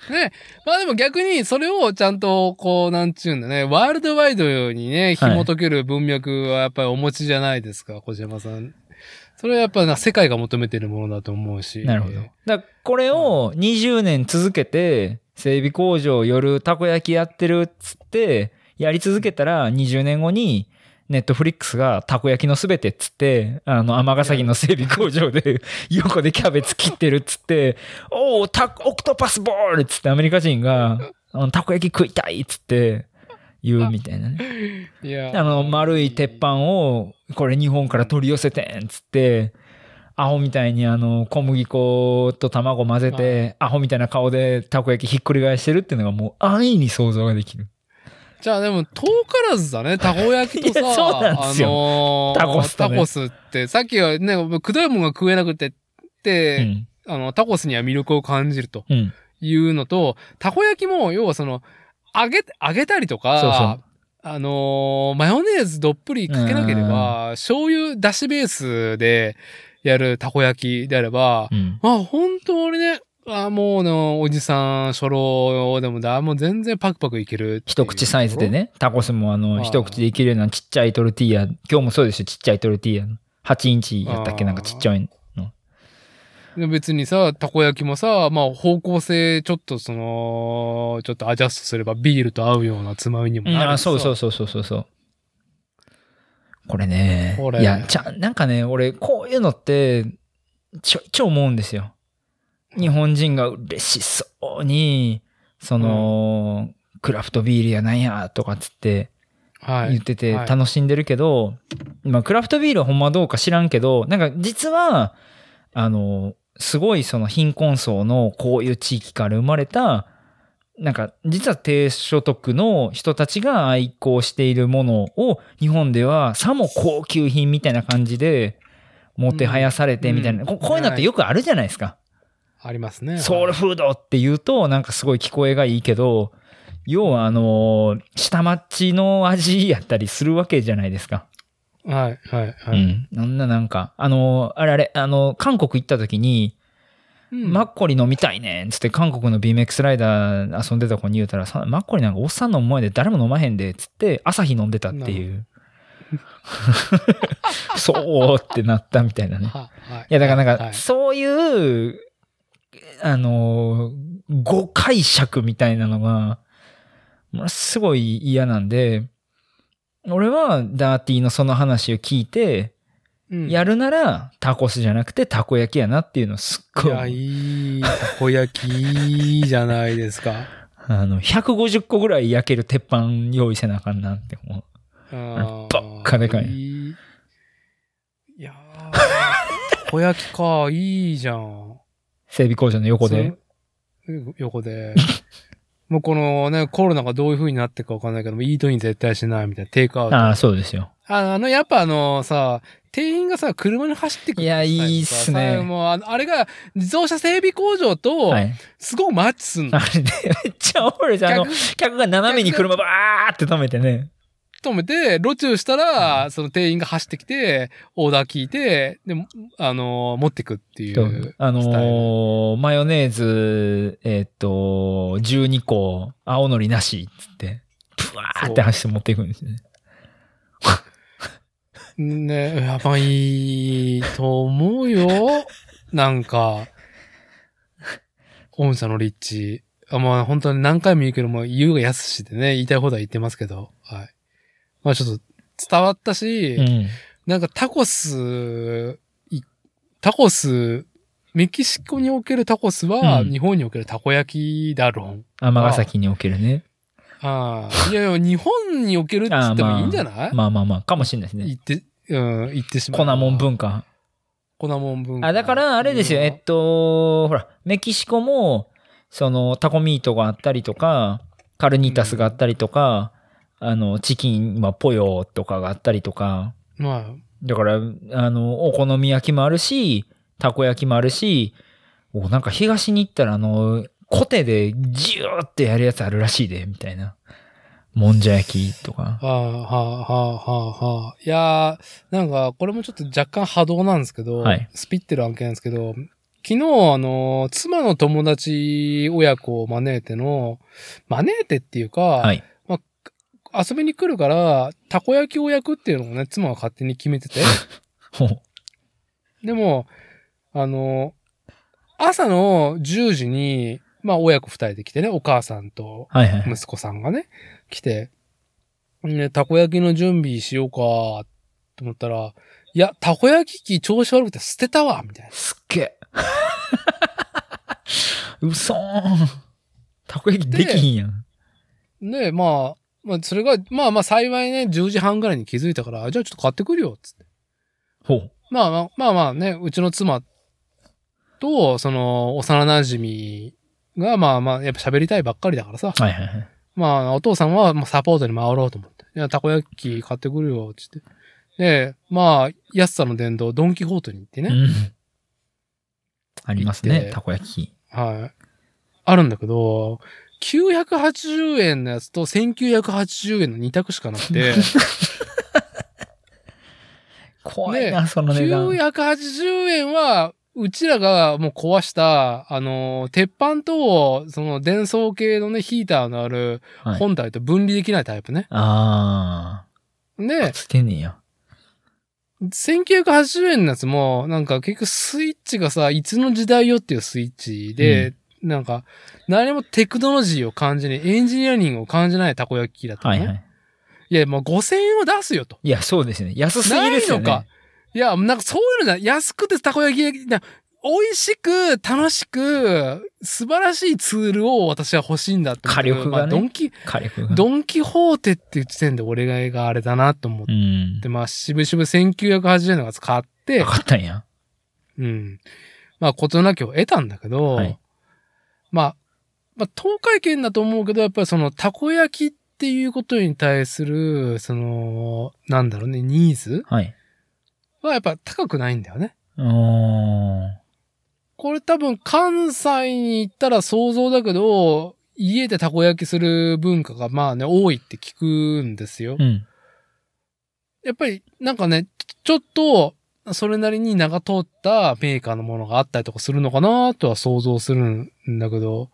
Speaker 1: ね。まあでも逆に、それをちゃんと、こう、なんちゅうんだね、ワールドワイドにね、紐解ける文脈はやっぱりお持ちじゃないですか、小島さん。それはやっぱな、世界が求めてるものだと思うし。
Speaker 2: なるほどだからこれを20年続けて整備工場夜たこ焼きやってるっつってやり続けたら20年後にネットフリックスがたこ焼きのすべてっつって、あの、尼崎の整備工場で横でキャベツ切ってるっつって、おお、た、オクトパスボールっつってアメリカ人が、あのたこ焼き食いたいっつって言うみたいなね。
Speaker 1: いや。
Speaker 2: あの、丸い鉄板を、これ日本から取り寄せてんっつって、アホみたいにあの、小麦粉と卵混ぜて、アホみたいな顔でたこ焼きひっくり返してるっていうのがもう安易に想像ができる。
Speaker 1: じゃあでも、遠からずだね、たこ焼きと
Speaker 2: い
Speaker 1: さ、
Speaker 2: やそうなんですよ
Speaker 1: あのー
Speaker 2: タコスとね
Speaker 1: タコスって、さっきはね、果物が食えなくて、っ
Speaker 2: う
Speaker 1: て、
Speaker 2: ん。
Speaker 1: あの、タコスには魅力を感じると。
Speaker 2: うん。
Speaker 1: いうのと、たこ焼きも、要はその、揚げ、揚げたりとか、
Speaker 2: そうそう
Speaker 1: あのーマヨネーズどっぷりかけなければ、醤油だしベースでやるたこ焼きであれば、
Speaker 2: うん。
Speaker 1: あ、本当にね、あもうの、おじさん、初老でもだ、もう全然パクパクいけるっていう
Speaker 2: 一口サイズで。ね、タコスもあ
Speaker 1: あ
Speaker 2: の、
Speaker 1: ー
Speaker 2: 一口でいけるようなちっちゃいトルティーヤ、今日もそうですよ、ちっちゃいトルティーヤの。8インチやったっ
Speaker 1: あー
Speaker 2: けなんかちっちゃい。
Speaker 1: で別にさ、たこ焼きもさ、まあ方向性、ちょっとその、ちょっとアジャストすればビールと合うようなつまみにもなるしさ。
Speaker 2: あーそうそうそうそうそうそう。これね、
Speaker 1: これ
Speaker 2: いや、ちゃ、なんかね、俺、こういうのって、ちょいちょい思うんですよ。日本人が嬉しそうに、その、クラフトビールやなんやとかっつって、
Speaker 1: はい。
Speaker 2: 言ってて
Speaker 1: はい
Speaker 2: 楽しんでるけど、まあクラフトビールはほんまどうか知らんけどなんか実はあのすごいその貧困層のこういう地域から生まれたなんか実は低所得の人たちが愛好しているものを日本ではさも高級品みたいな感じでもてはやされてみたいな、
Speaker 1: うん
Speaker 2: ここういうのってよくあるじゃないですか。
Speaker 1: ありますね。
Speaker 2: ソウルフードって言うとなんかすごい聞こえがいいけど要はあの下町の味やったりするわけじゃないですか。
Speaker 1: はい、はい、
Speaker 2: う
Speaker 1: はい。
Speaker 2: ん。あんななんかあのあれあれあの韓国行った時に
Speaker 1: うん
Speaker 2: マッコリ飲みたいねんつって韓国の BMX ライダー遊んでた子に言うたらさマッコリなんかおっさんの前で誰も飲まへんでつって朝日飲んでたっていう。 そうってなったみたいなね。
Speaker 1: はいはい
Speaker 2: いや、だからなん
Speaker 1: は
Speaker 2: か、
Speaker 1: い
Speaker 2: そういう、あのー、誤解釈みたいなのが、ものすごい嫌なんで、俺はダーティーのその話を聞いて、
Speaker 1: うん
Speaker 2: やるならタコスじゃなくてたこ焼きやなっていうのをすっ
Speaker 1: い
Speaker 2: ご
Speaker 1: や、
Speaker 2: い、
Speaker 1: いい、たこ焼き、いいじゃないです か。
Speaker 2: あの、150個ぐらい焼ける鉄板用意せなあかんなって思う。
Speaker 1: ば
Speaker 2: ばっかでかい
Speaker 1: いいいやー、たこ焼きか、いいじゃん。
Speaker 2: 整備工場の横で。
Speaker 1: その。横で。 もうこのね、コロナがどういう風になってるかわかんないけども、イートイン絶対しないみたいな、テイクアウト。
Speaker 2: ああ、そうですよ。
Speaker 1: ああの、やっぱあのさ、店員がさ、車に走ってくる。
Speaker 2: いやいいっすね
Speaker 1: さもうあの、あれが、自動車整備工場と、
Speaker 2: はい。
Speaker 1: すごいマッチすんの。
Speaker 2: あれね、めっちゃおもろいじゃん。あの、客が斜めに車バーって止めてね。
Speaker 1: 止めて、路中したら、その店員が走ってきて、オーダー聞いて、で、もあのー持ってくっていうスタイル。
Speaker 2: あのーマヨネーズ、えーっと、12個、青のりなし、っつって、ブワーって走って持っていくんですよね。
Speaker 1: ね、やばいと思う よ。なんか、御社の立地。あまあ本当に何回も言うけど、もう言うがやすしでね、言いたい放題言ってますけど、はい。まあちょっと伝わったし、
Speaker 2: うん。
Speaker 1: なんかタコス、いタコス、メキシコにおけるタコスは、
Speaker 2: うん
Speaker 1: 日本におけるたこ焼きだろん。
Speaker 2: 尼崎におけるね。
Speaker 1: ああ。いやいや、日本におけるって言ってもいいんじゃない、
Speaker 2: まあまあまあ、かもしれないですね。
Speaker 1: 言って、うん、言ってしまう。
Speaker 2: 粉もん文化。
Speaker 1: 粉もん文化。
Speaker 2: あ、だからあれですよ、えっと、ほら、メキシコも、その、タコミートがあったりとか、カルニタスがあったりとか、あの、チキンはポヨとかがあったりとか、
Speaker 1: ま
Speaker 2: だから、あの、お好み焼きもあるし、たこ焼きもあるし、お、なんか東に行ったら、あの、コテでジューってやるやつあるらしいで、みたいな。もんじゃ焼きとか
Speaker 1: あ、。はあ、はあ、はあ、はあ。いやー、なんか、これもちょっと若干波動なんですけど、
Speaker 2: はい
Speaker 1: スピってる案件なんですけど、昨日、あの、妻の友達親子を招いての、招いてっていうか、
Speaker 2: はい。
Speaker 1: 遊びに来るから、たこ焼きを焼くっていうのをね、妻が勝手に決めてて。
Speaker 2: ほう
Speaker 1: でも、あの、朝の10時に、まあ親子二人で来てね、お母さんと
Speaker 2: はいはい。
Speaker 1: 息子さんがね、来て、ね、たこ焼きの準備しようか、と思ったら、いや、たこ焼き器調子悪くて捨てたわ、みたいな。
Speaker 2: すっげえ。 うそーん。たこ焼きできひんやん。
Speaker 1: で、まあ、まあ、それが、まあまあ幸いね、10時半ぐらいに気づいたから、じゃあちょっと買ってくるよ、つって。
Speaker 2: ほう。
Speaker 1: まあまあ、まあまあね、うちの妻と、その、幼馴染が、まあまあ、やっぱ喋りたいばっかりだからさ、
Speaker 2: はいはいはい。
Speaker 1: まあ、お父さんはもうサポートに回ろうと思って。いや、たこ焼き買ってくるよ、つって。で、まあ、安さの殿堂、ドンキホートに行って
Speaker 2: う
Speaker 1: ね。
Speaker 2: ん。あります
Speaker 1: 行っ
Speaker 2: ね
Speaker 1: て、
Speaker 2: たこ焼き。
Speaker 1: はい。あるんだけど、980円のやつと1980円の2択しかなくて、
Speaker 2: 怖いな、その値段。
Speaker 1: 980円は、うちらがもう壊した、あの、鉄板と、その伝送系のね、ヒーターのある
Speaker 2: はい
Speaker 1: 本体と分離できないタイプね。
Speaker 2: あ
Speaker 1: で
Speaker 2: あ。、捨てねえや。
Speaker 1: 1980円のやつも、なんか結局スイッチがさ、いつの時代よっていうスイッチで、なんか、何もテクノロジーを感じない、エンジニアリングを感じないたこ焼き器だったの
Speaker 2: は
Speaker 1: ね。、
Speaker 2: いはいい。
Speaker 1: や、もう5000円を出すよと。
Speaker 2: いや、そうですね。安すぎですよね。
Speaker 1: ないのかいや、なんかそういうのじゃ、安くてたこ焼き、な美味しく、楽しく、素晴らしいツールを私は欲しいんだって思って。
Speaker 2: 火力がね
Speaker 1: まあドンキ、
Speaker 2: 火力が。
Speaker 1: ドンキホーテっていう時点で俺があれだなと思っ
Speaker 2: う
Speaker 1: て、
Speaker 2: ん。
Speaker 1: まあ、しぶしぶ1980円のやつ買って
Speaker 2: わ、かったんや。
Speaker 1: うん。まあ、事なきを得たんだけど、
Speaker 2: はい
Speaker 1: まあ、まあ、東海圏だと思うけど、やっぱりその、たこ焼きっていうことに対する、その、なんだろうね、ニーズ
Speaker 2: はい。
Speaker 1: はやっぱ高くないんだよね。
Speaker 2: うーん。
Speaker 1: これ多分関西に行ったら想像だけど、家でたこ焼きする文化がまあね、多いって聞くんですよ
Speaker 2: う。ん。
Speaker 1: やっぱりなんかね、ちょっと、それなりに名が通ったメーカーのものがあったりとかするのかなとは想像するんだけど、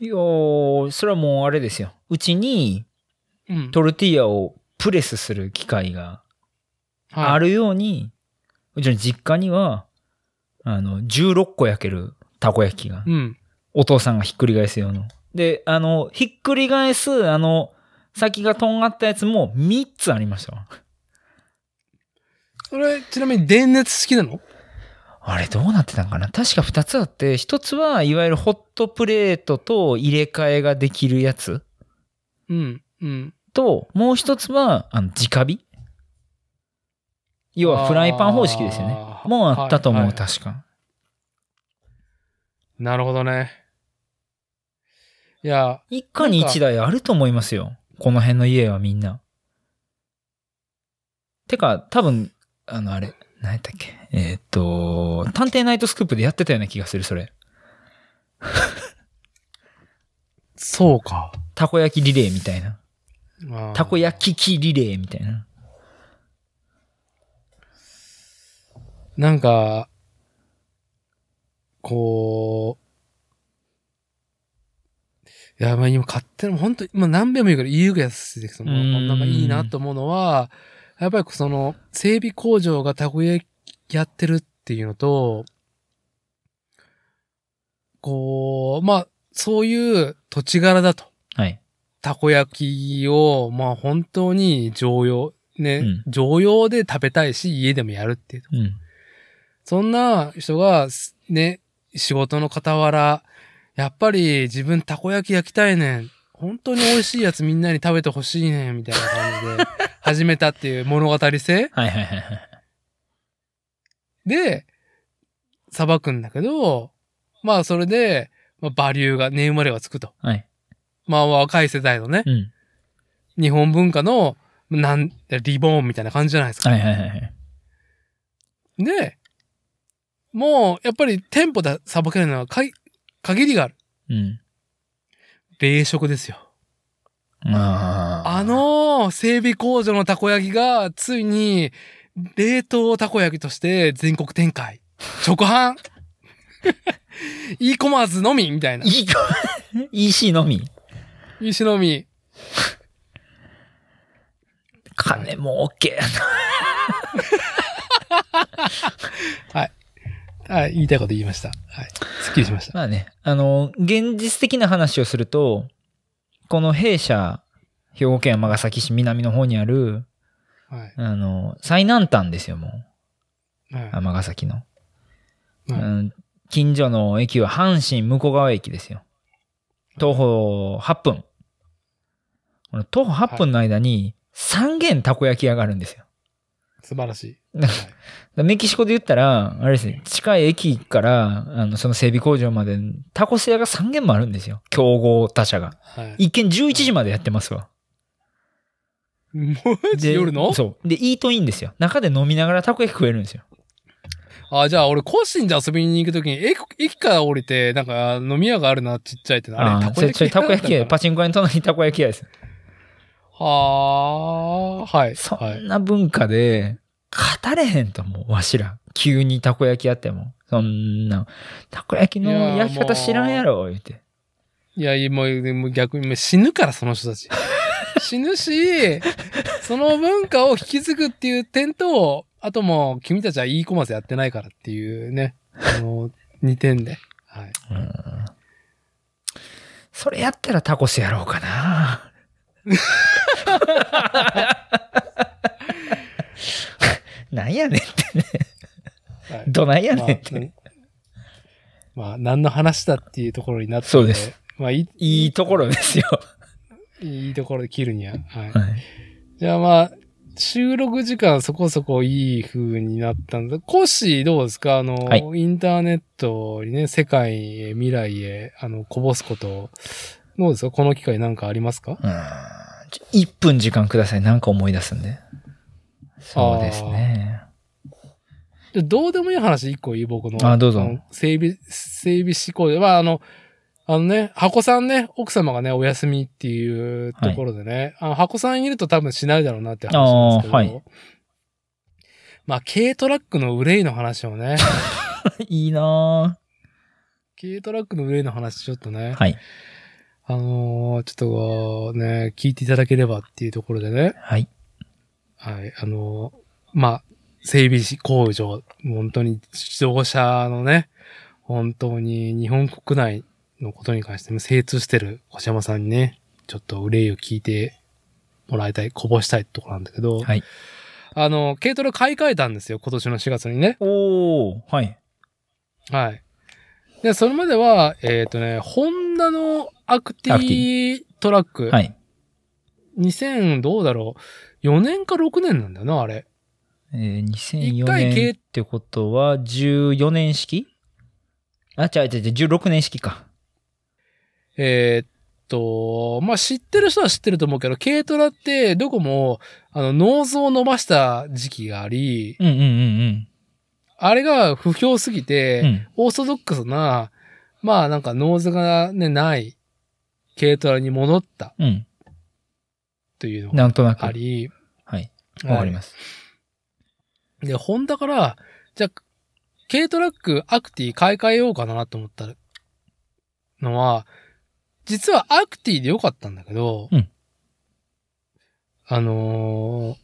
Speaker 2: いやー、それはもうあれですよ。うちに
Speaker 1: うん。
Speaker 2: トルティーヤをプレスする機械があ
Speaker 1: る。
Speaker 2: るように、うちの実家には、あの、16個焼けるたこ焼きが。
Speaker 1: うん。
Speaker 2: お父さんがひっくり返す用の。で、あの、ひっくり返す、あの、先がとんがったやつも3つありましたわ。
Speaker 1: それ、ちなみに電熱式なの
Speaker 2: あれどうなってたんかな確か2つあって、1つはいわゆるホットプレートと入れ替えができるやつ
Speaker 1: うん。うん。
Speaker 2: と、もう1つは、あの、直火要はフライパン方式ですよね。
Speaker 1: あー
Speaker 2: もうあったと思う、
Speaker 1: はいはい
Speaker 2: 確か。
Speaker 1: なるほどね。いや、
Speaker 2: 一家に一台あると思いますよ。この辺の家はみんな。てか、多分、あの、あれ、何やったっけ。えーっと、探偵ナイトスクープでやってたような気がする、それ。
Speaker 1: そうか。
Speaker 2: たこ焼きリレーみたいな。
Speaker 1: あー
Speaker 2: たこ焼き器リレーみたいな。
Speaker 1: なんか、こう、いや、まあ今買ってるも本当に、まあ何べんも言うから言うやつですけど、
Speaker 2: うーん
Speaker 1: なんかいいなと思うのは、やっぱりその、整備工場がたこ焼きやってるっていうのと、こう、まあ、そういう土地柄だと。
Speaker 2: はい。
Speaker 1: たこ焼きを、まあ本当に常用、ね、
Speaker 2: うん
Speaker 1: 常用で食べたいし、家でもやるっていう。
Speaker 2: うん。
Speaker 1: そんな人が、すね、仕事の傍ら、やっぱり自分たこ焼き焼きたいねん。本当に美味しいやつみんなに食べてほしいねん、みたいな感じで 始めたっていう物語性
Speaker 2: はいはいはいはい。
Speaker 1: で、裁くんだけど、まあそれで、まあ、バリューが、ネ生まれがつくと。
Speaker 2: はい。
Speaker 1: まあ若い世代のね、
Speaker 2: うん。
Speaker 1: 日本文化の、なん、リボーンみたいな感じじゃないですか。
Speaker 2: はいはいはいはい。
Speaker 1: で、もう、やっぱり店舗で裁けるのはかい、限りがある。
Speaker 2: うん。
Speaker 1: 冷食ですよ。
Speaker 2: ああ。
Speaker 1: あ、の整備工場のたこ焼きが、ついに、冷凍たこ焼きとして全国展開。直販 e コマーズのみみたいな。
Speaker 2: いいか、EC のみ。
Speaker 1: 西のみ。
Speaker 2: 金儲け。
Speaker 1: はい、言いたいこと言いました。はい。すっきりしました。
Speaker 2: まあね、あの、現実的な話をすると、この弊社、兵庫県尼崎市南の方にある、
Speaker 1: はい。
Speaker 2: あの、最南端ですよ、も。
Speaker 1: はいう
Speaker 2: 尼崎の。
Speaker 1: はい
Speaker 2: うん近所の駅は阪神向川駅ですよ。徒歩8分。この徒歩8分の間に3軒たこ焼き屋があるんですよ。
Speaker 1: 素晴らしい。
Speaker 2: なんかメキシコで言ったら、あれですね、近い駅から、あの、その整備工場まで、タコス屋が3軒もあるんですよ。競合他社が。
Speaker 1: はい。
Speaker 2: 一軒11時までやってますわ。
Speaker 1: もう、
Speaker 2: で
Speaker 1: 夜の
Speaker 2: そう。で、イートインですよ。中で飲みながらたこ焼き食えるんですよ。
Speaker 1: あ、じゃあ俺、甲子園で遊びに行くときに、駅駅から降りて、なんか、飲み屋があるな、ちっちゃいってのあれ、
Speaker 2: ー
Speaker 1: たこ焼
Speaker 2: それ
Speaker 1: き
Speaker 2: たこ焼き 屋、パチンコ屋の隣にたこ焼き屋です。
Speaker 1: はあ、はい。
Speaker 2: そ
Speaker 1: はい
Speaker 2: ん。な文化で、語れへんと思う、わしら。急にたこ焼きやっても。そんな、たこ焼きの焼き方知らんやろ、言って。
Speaker 1: いや、もう、もう逆にもう死ぬから、その人た ち。死ぬし、その文化を引き継ぐっていう点と、あともう、君たちは e コマースやってないからっていうね、あ の、2点で。はい。
Speaker 2: それやったらタコスやろうか な。なんやねんってね。
Speaker 1: はい
Speaker 2: どないや
Speaker 1: まあ
Speaker 2: ねんっ
Speaker 1: う
Speaker 2: て。
Speaker 1: んまあ、何の話だっていうところになって、
Speaker 2: そうです。
Speaker 1: まあ、い
Speaker 2: いいところですよ。
Speaker 1: い、いいところで切るには。はい。
Speaker 2: はい。
Speaker 1: じゃあまあ、収録時間そこそこいい風になったんで、コッシーどうですかあの、
Speaker 2: はい
Speaker 1: インターネットにね、世界へ、未来へ、あの、こぼすこと、どうですかこの機会なんかありますか
Speaker 2: うん。ちょ1分時間ください。なんか思い出すんで。そうですね。
Speaker 1: でどうでもいい話一個言う、僕の。
Speaker 2: あどうぞ
Speaker 1: の整備、整備思考で。まあ、あの、あのね、箱さんね、奥様がね、お休みっていうところでね、あの箱さんいると多分しないだろうなって話なんですけど。
Speaker 2: あーはい
Speaker 1: まあ、軽トラックの憂いの話をね、
Speaker 2: いいな
Speaker 1: 軽トラックの憂いの話ちょっとね、
Speaker 2: ぁはい。
Speaker 1: あのーちょっとこうね、聞いていただければっていうところでね、
Speaker 2: はい。
Speaker 1: はい、あのーまあ、整備士工場、本当に自動車のね、本当に日本国内のことに関しても精通してる小山さんにね、ちょっと憂いを聞いてもらいたい、こぼしたいってところなんだけど、
Speaker 2: はい。
Speaker 1: あの、軽トラ買い替えたんですよ、今年の4月にね。
Speaker 2: おー、はい。
Speaker 1: はい。で、それまでは、えっ、とね、ホンダのアクテ
Speaker 2: アクテ
Speaker 1: ィトラック。
Speaker 2: はい。
Speaker 1: 2000どうだろう4年か6年なんだよなあれ
Speaker 2: えー、
Speaker 1: 一
Speaker 2: 2004
Speaker 1: 回
Speaker 2: 年
Speaker 1: 軽
Speaker 2: ってことは14年式あ、違う違う違う、16年式か。
Speaker 1: えーっと、まあ、知ってる人は知ってると思うけど、軽トラってどこも、あの、ノーズを伸ばした時期があり、
Speaker 2: うんうんうん
Speaker 1: あれが不評すぎて、
Speaker 2: うん。うん
Speaker 1: オーソドックスな、まあなんかノーズがね、ない軽トラに戻った
Speaker 2: うん。
Speaker 1: というのが
Speaker 2: なんとなく。
Speaker 1: あ
Speaker 2: はい。
Speaker 1: り、
Speaker 2: わかります。
Speaker 1: はいで、ホンダから、じゃあ、軽トラックアクティ買い替えようかなと思ったのは、実はアクティでよかったんだけど、
Speaker 2: うん
Speaker 1: あの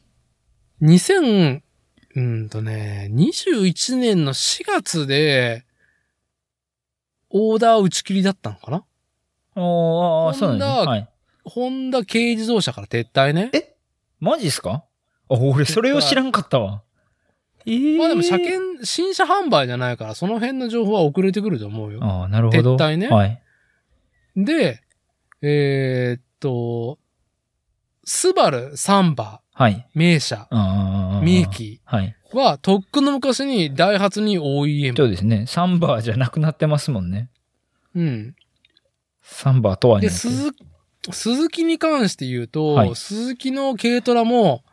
Speaker 1: ー、2000、うんとね、21年の4月で、オーダー打ち切りだったのかな
Speaker 2: おーあー、そうなんです
Speaker 1: ホン
Speaker 2: ね。
Speaker 1: ダ
Speaker 2: はい。
Speaker 1: ホンダ軽自動車から撤退ね。
Speaker 2: マジっすかあ、俺、それを知らんかったわ。えー
Speaker 1: まあでも車検、新車販売じゃないから、その辺の情報は遅れてくると思うよ。
Speaker 2: ああ、なるほど。
Speaker 1: 撤退ね
Speaker 2: はい。
Speaker 1: で、えーっと、スバル、サンバ、
Speaker 2: はい。
Speaker 1: 名車、
Speaker 2: ああ。
Speaker 1: ミー。キ
Speaker 2: はい。
Speaker 1: は、とっくの昔にダイハツに OEM。
Speaker 2: そうですね。サンバーじゃなくなってますもんね。
Speaker 1: うん。
Speaker 2: サンバーとは
Speaker 1: で、
Speaker 2: になってる
Speaker 1: 鈴、鈴木に関して言うと、
Speaker 2: はい
Speaker 1: 鈴木の軽トラも、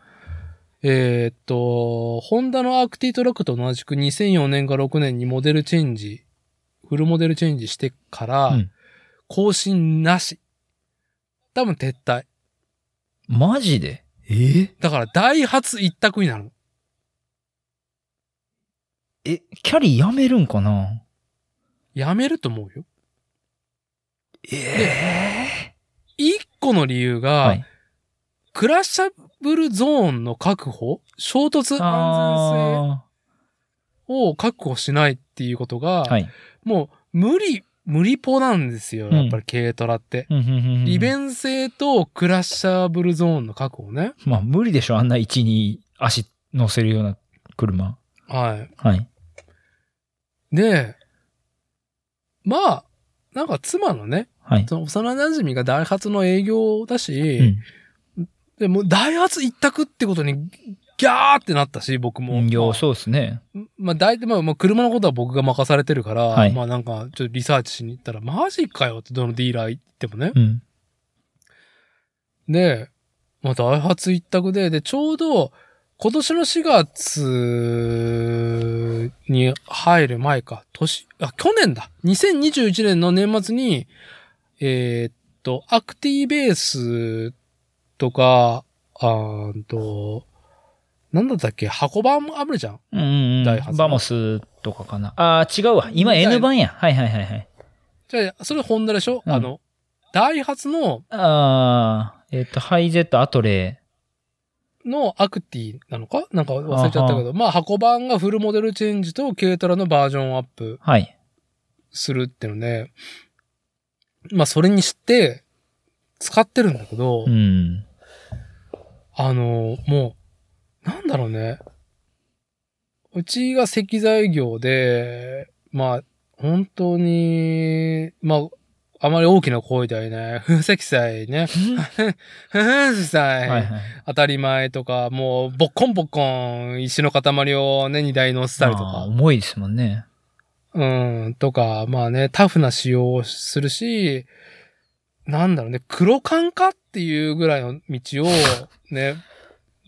Speaker 1: えーっと、ホンダのアクティトラックと同じく2004年か6年にモデルチェンジ、フルモデルチェンジしてから、
Speaker 2: うん
Speaker 1: 更新なし。多分撤退。
Speaker 2: マジでえ
Speaker 1: だから、ダイハツ一択になる。
Speaker 2: え、キャリーやめるんかな
Speaker 1: やめると思うよ。
Speaker 2: え
Speaker 1: 一個の理由が、
Speaker 2: えはい。
Speaker 1: クラッシャブルゾーンの確保、衝突安全性
Speaker 2: あ
Speaker 1: を確保しないっていうことが、
Speaker 2: あ。はい。
Speaker 1: もう無理、無理ポなんですよ。
Speaker 2: うん
Speaker 1: やっぱり軽トラって。利
Speaker 2: 利
Speaker 1: 便性とクラッシャブルゾーンの確保ね。
Speaker 2: まあ、無理でしょ。あんな位置に足乗せるような車。
Speaker 1: は
Speaker 2: はい。
Speaker 1: い。で、まあ、なんか妻のね、
Speaker 2: はい。
Speaker 1: その幼馴染がダイハツの営業だし、
Speaker 2: うん
Speaker 1: でもうダイハツ一択ってことにギャーってなったし、僕も。
Speaker 2: うん。いや、そうですね。
Speaker 1: まあ大体、まあ、まあ車のことは僕が任されてるから、
Speaker 2: はい
Speaker 1: まあなんかちょっとリサーチしに行ったら、マジかよってどのディーラー行ってもね。
Speaker 2: うん。
Speaker 1: で、まあダイハツ一択で、で、ちょうど今年の4月に入る前か、年、あ、去年だ !2021 年の年末に、えーっと、アクティベースとか、あーんと、なんだったっけ箱版もあるじゃん
Speaker 2: うんうん
Speaker 1: ダイ
Speaker 2: う
Speaker 1: ハ
Speaker 2: ん。
Speaker 1: ツ
Speaker 2: バモスとかかな。ああ、違うわ。今
Speaker 1: みたいな
Speaker 2: N 版や。はいはいはいはい。
Speaker 1: じゃあ、それホンダでしょ、
Speaker 2: うん
Speaker 1: あの、ダイハツの、
Speaker 2: ああ、えっ、と、ハイゼット、アトレ
Speaker 1: のアクティなのかなんか忘れちゃったけ
Speaker 2: あ
Speaker 1: ど、まあ箱版がフルモデルチェンジと軽トラのバージョンアップ
Speaker 2: ー。はい。
Speaker 1: するってので、まあそれにして使ってるんだけど、
Speaker 2: うん。
Speaker 1: あの、もう、なんだろうね。うちが石材業で、まあ、本当に、まあ、あまり大きな声では言えない。不石材 ね。不石材。
Speaker 2: はいはい。
Speaker 1: 当たり前とか、もう、ボッコンボッコン、石の塊をね、荷台に乗せたりと
Speaker 2: まあ
Speaker 1: か、
Speaker 2: 重いですもんね。
Speaker 1: うん、とか、まあね、タフな仕様をするし、なんだろうね、黒缶かっていうぐらいの道を、ね、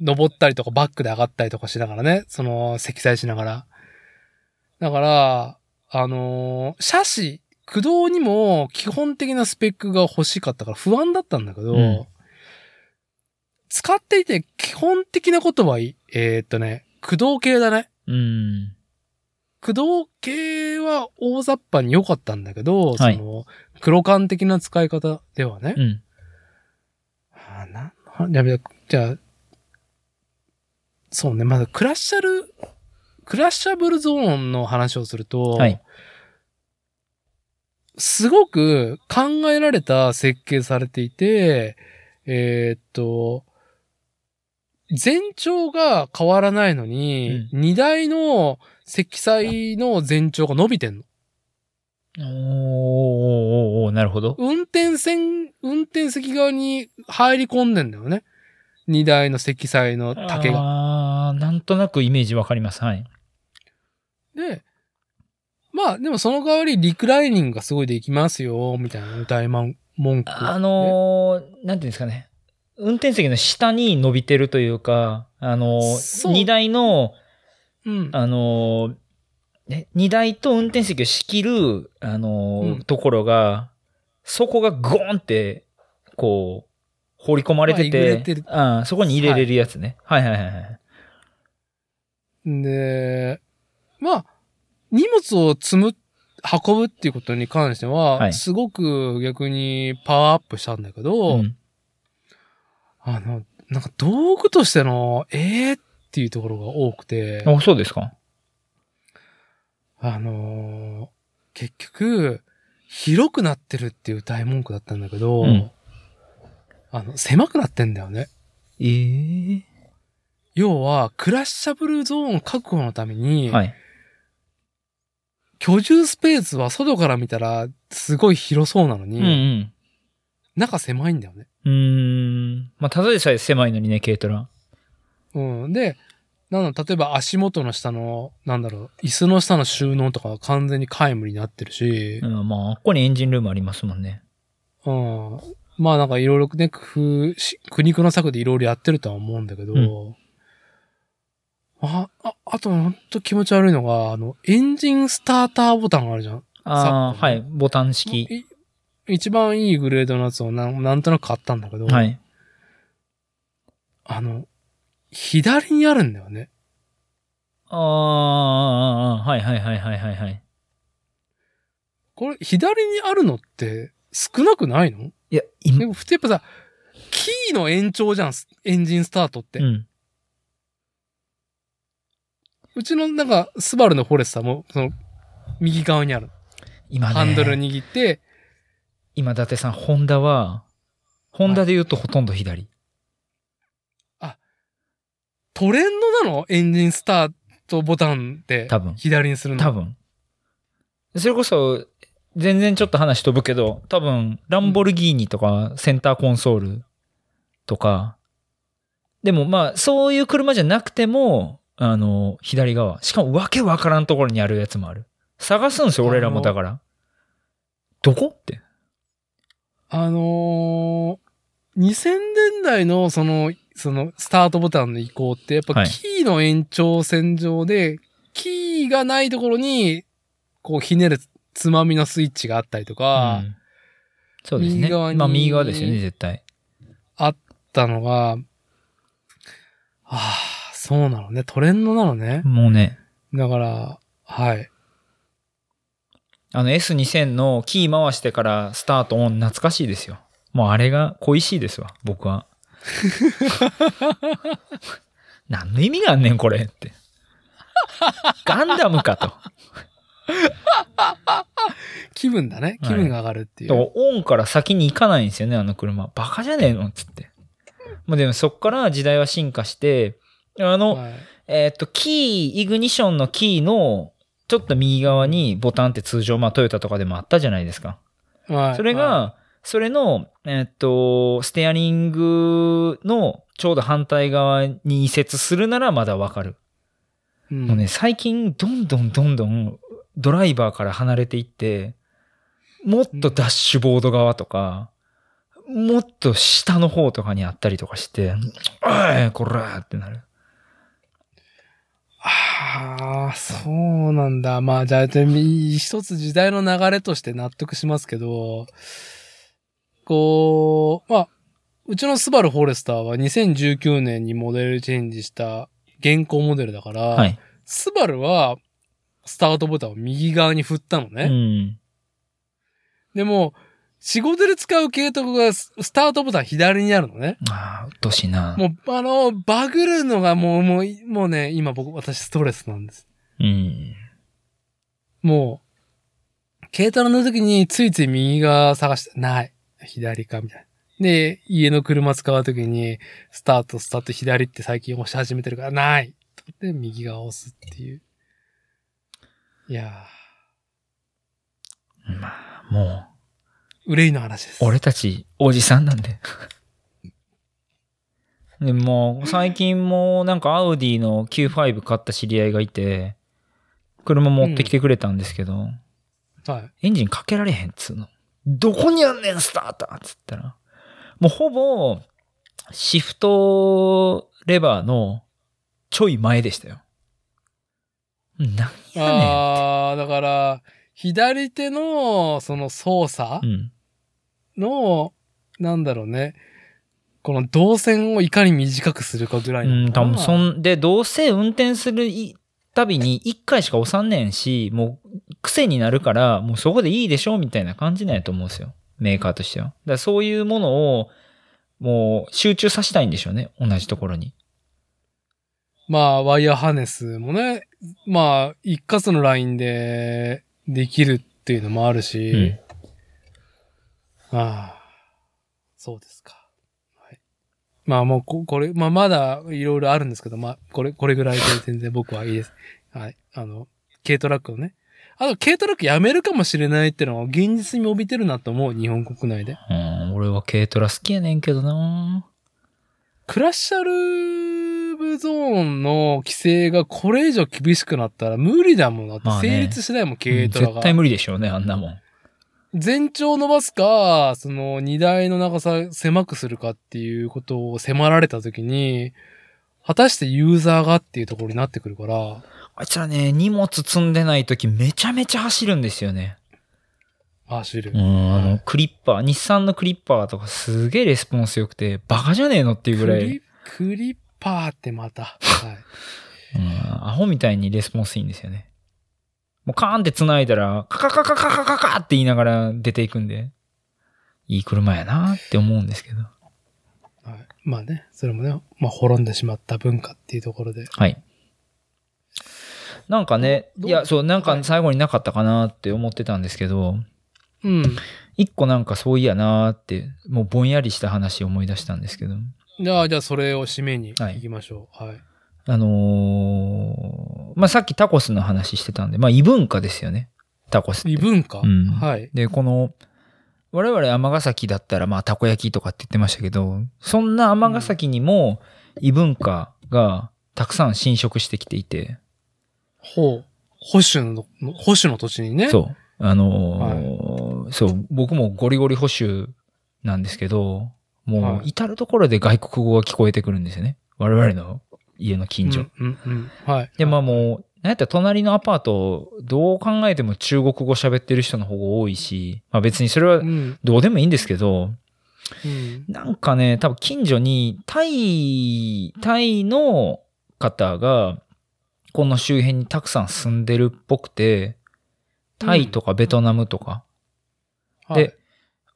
Speaker 1: 登ったりとか、バックで上がったりとかしながらね、その、積載しながら。だから、あのー車種、駆動にも基本的なスペックが欲しかったから不安だったんだけど、
Speaker 2: うん
Speaker 1: 使っていて基本的なことはいい。えーっとね、駆動系だね。
Speaker 2: うん。
Speaker 1: 駆動系は大雑把に良かったんだけど、
Speaker 2: はい
Speaker 1: その、黒缶的な使い方ではね。
Speaker 2: うん。
Speaker 1: あーなんの話やべえじゃあ、そうね、まずクラッシャル、クラッシャブルゾーンの話をすると、
Speaker 2: はい
Speaker 1: すごく考えられた設計されていて、えーっと、全長が変わらないのに、荷台の積載の全長が伸びてんの。
Speaker 2: おーおーおーおーなるほど。
Speaker 1: 運転線、運転席側に入り込んでんだよね。荷台の積載の竹が。
Speaker 2: ああ、なんとなくイメージわかります。はい。
Speaker 1: で、まあでもその代わりリクライニングがすごいできますよ、みたいな歌い文文句。
Speaker 2: あのーなんていうんですかね。運転席の下に伸びてるというか、あのー
Speaker 1: そう
Speaker 2: 荷台の、
Speaker 1: うん。
Speaker 2: あのーね荷台と運転席を仕切る、あのー
Speaker 1: うん
Speaker 2: ところが、そこがゴーンって、こう、放り込まれて
Speaker 1: まあえぐ
Speaker 2: て、
Speaker 1: れてる
Speaker 2: ああそこに入れれるやつね。はい、はい、はいはいはい
Speaker 1: で、まあ、荷物を積む、運ぶっていうことに関しては、
Speaker 2: はい
Speaker 1: すごく逆にパワーアップしたんだけど、
Speaker 2: うん
Speaker 1: あの、なんか道具としての、ええっていうところが多くて、
Speaker 2: あ、そうですか。
Speaker 1: あのー結局、広くなってるっていう大文句だったんだけど、
Speaker 2: うん
Speaker 1: あの、狭くなってんだよね。
Speaker 2: ええ
Speaker 1: 要は、クラッシャブルゾーン確保のために、
Speaker 2: はい。
Speaker 1: 居住スペースは外から見たら、すごい広そうなのに、
Speaker 2: うんうん。
Speaker 1: 中狭いんだよね。
Speaker 2: うーん。まあ、ただでさえ狭いのにね、軽トラ。
Speaker 1: うん。で、なんだろう例えば足元の下の、なんだろう、椅子の下の収納とかは完全に皆無になってるし
Speaker 2: う、ん、まあ、ここにエンジンルームありますもんね。
Speaker 1: うん。まあなんかいろいろね、工夫し、苦肉の策でいろいろやってるとは思うんだけど、
Speaker 2: うん
Speaker 1: あ、あ、あとほんと気持ち悪いのが、あの、エンジンスターターボタンがあるじゃん。
Speaker 2: あ
Speaker 1: 昨今
Speaker 2: あ、はい。ボタン式。
Speaker 1: い一番いいグレードのやつをなんなんとなく買ったんだけど、
Speaker 2: はい。
Speaker 1: あの、左にあるんだよね。
Speaker 2: ああ、はいはいはいはいはいはい。
Speaker 1: これ、左にあるのって少なくないの
Speaker 2: いや、
Speaker 1: で
Speaker 2: 今、
Speaker 1: も、普通やっぱさ、キーの延長じゃん、スエンジンスタートって。
Speaker 2: う。
Speaker 1: うんちの、なんか、スバルのフォレスターも、その、右側にある。
Speaker 2: 今ね、
Speaker 1: ハンドル握って、
Speaker 2: 今、伊達さん、ホンダは、ホンダで言うとほとんど左。
Speaker 1: トレンドなのエンジンスタートボタンって。
Speaker 2: 多分
Speaker 1: 左にするの。
Speaker 2: 多分。それこそ、全然ちょっと話飛ぶけど、多分、ランボルギーニとか、センターコンソールとか、でもまあ、そういう車じゃなくても、あの、左側。しかも、わけわからんところにあるやつもある。探すんですよ、俺らもだから。どこって。
Speaker 1: あのー、2000年代の、その、その、スタートボタンの移行って、やっ
Speaker 2: は
Speaker 1: ぱ、
Speaker 2: い
Speaker 1: キーの延長線上で、キーがないところに、こう、ひねるつまみのスイッチがあったりとか、
Speaker 2: うんそうですね。
Speaker 1: 右側に
Speaker 2: まあ、右側ですよね、絶対。
Speaker 1: あったのが、ああ、そうなのね。トレンドなのね。
Speaker 2: もうね、
Speaker 1: だから、はい。
Speaker 2: あの S2000 のキー回してからスタートオン懐かしいですよ。もうあれが恋しいですわ、僕は。 何の意味があんねん、これって。ガンダムかと。
Speaker 1: 気分だね。
Speaker 2: はい
Speaker 1: 気分が上がるってい
Speaker 2: だから
Speaker 1: う。
Speaker 2: オンから先に行かないんですよね、あの車。バカじゃねえのっつって。もうでもそっから時代は進化して、あの、
Speaker 1: はい
Speaker 2: えーっと、キー、イグニションのキーのちょっと右側にボタンって通常、まあトヨタとかでもあったじゃないですか。
Speaker 1: はい
Speaker 2: それ
Speaker 1: は
Speaker 2: が、それの、えーっと、ステアリングのちょうど反対側に移設するならまだわかる。
Speaker 1: いうん
Speaker 2: もうね、最近、どんどんどんどんドライバーから離れていって、もっとダッシュボード側とか、もっと下の方とかにあったりとかして、おい、こらーってなる。
Speaker 1: ああ、そうなんだ。まあ、じゃあ、でも一つ時代の流れとして納得しますけど、こう、まあ、うちのスバルフォレスターは2019年にモデルチェンジした現行モデルだから、
Speaker 2: はい。
Speaker 1: スバルはスタートボタンを右側に振ったの
Speaker 2: う
Speaker 1: ね。
Speaker 2: ん。
Speaker 1: でも、仕事で使う系統がススタートボタン左にあるのね。
Speaker 2: ああ、うっとうしいな。
Speaker 1: もう、あの、バグるのがもう、もう、もうね、今僕、私ストレスなんです。
Speaker 2: うん。
Speaker 1: もう、軽トラの時についつい右側探して、ない。左か、みたいな。で、家の車使う時に、スタート、スタート、左って最近押し始めてるから、ない。で、右側を押すっていう。いや
Speaker 2: まあ、も
Speaker 1: ー、憂いの話です。
Speaker 2: う、俺たち、おじさんなんで。でも、最近も、なんか、アウディの Q5 買った知り合いがいて、車持ってきてくれたんですけど、
Speaker 1: はい。
Speaker 2: エンジンかけられへんっつうの。どこにあんねん、スターターっつったら。もうほぼ、シフトレバーのちょい前でしたよ。なんや
Speaker 1: ああ、だから、左手の、その操作
Speaker 2: ねん。うん。
Speaker 1: の、なんだろうね。この動線をいかに短くするかぐらいな
Speaker 2: うん、
Speaker 1: のか
Speaker 2: 多
Speaker 1: な
Speaker 2: 分そんで、どうせ運転するいたびに1回しか押さんねんし、もう癖になるから、もうそこでいいでしょみたいな感じなんやと思うんですよ。メーカーとしては。だからそういうものを、もう集中させたいんでしょうね。同じところに。
Speaker 1: まあ、ワイヤーハネスもね、まあ、一括のラインでできるっていうのもあるし、
Speaker 2: うん
Speaker 1: ああ、そうですか。はい、まあもうこ、これ、まあまだいろいろあるんですけど、まあ、これ、これぐらいで全然僕はいいです。はい。あの、軽トラックをね。あと、軽トラックやめるかもしれないってのは現実に帯びてるなと思う、日本国内で。
Speaker 2: うん、俺は軽トラ好きやねんけどな
Speaker 1: クラッシャルーブゾーンの規制がこれ以上厳しくなったら無理だもんなって
Speaker 2: まあね
Speaker 1: 成立しないもん、軽トラ
Speaker 2: うん
Speaker 1: が
Speaker 2: 絶。対無理でしょうね、あんなもん。
Speaker 1: 全長伸ばすか、その荷台の長さ狭くするかっていうことを迫られた時に、果たしてユーザーがっていうところになってくるから、
Speaker 2: あいつらね、荷物積んでない時めちゃめちゃ走るんですよね。
Speaker 1: 走る
Speaker 2: う。ん、あの、クリッパー、日産のクリッパーとかすげえレスポンス良くて、バカじゃねえのっていうぐら
Speaker 1: ク
Speaker 2: い、
Speaker 1: リ、クリッパーってまた。はい。
Speaker 2: うん、アホみたいにレスポンスいいんですよね。もうカーンって繋いだら、カカカカカカカカって言いながら出ていくんで、いい車やなって思うんですけど。
Speaker 1: はい、まあね、それもね、まあ滅んでしまった文化っていうところで。
Speaker 2: はい。なんかね、
Speaker 1: ど
Speaker 2: いうや、そう、なん
Speaker 1: は
Speaker 2: か
Speaker 1: い
Speaker 2: 最後になかったかなって思ってたんですけど、
Speaker 1: うん。
Speaker 2: 一個なんかそういやなーって、もうぼんやりした話を思い出したんですけど、
Speaker 1: じゃあ、じゃあそれを締めに行きましょう。はい
Speaker 2: あのーまあ、さっきタコスの話してたんで、まあ、異文化ですよね。タコスって
Speaker 1: 異文化、
Speaker 2: うん
Speaker 1: はい。
Speaker 2: で、この、我々尼崎だったら、まあ、たこ焼きとかって言ってましたけど、そんな尼崎にも異文化がたくさん侵食してきていて、
Speaker 1: ほう。保守の、保守の土地にね。
Speaker 2: そう。あのーそう、僕もゴリゴリ保守なんですけど、も
Speaker 1: は
Speaker 2: う、
Speaker 1: い
Speaker 2: 至るところで外国語が聞こえてくるんですよね。我々の家の近所。
Speaker 1: うんうんうん。はい。
Speaker 2: で、まあもう、なんやったら隣のアパート、どう考えても中国語喋ってる人の方が多いし、まあ別にそれは
Speaker 1: うん。
Speaker 2: どうでもいいんですけど、
Speaker 1: うん。
Speaker 2: なんかね、多分近所にタイ、タイの方が、この周辺にたくさん住んでるっぽくて、タイとかベトナムとか、
Speaker 1: はい
Speaker 2: で、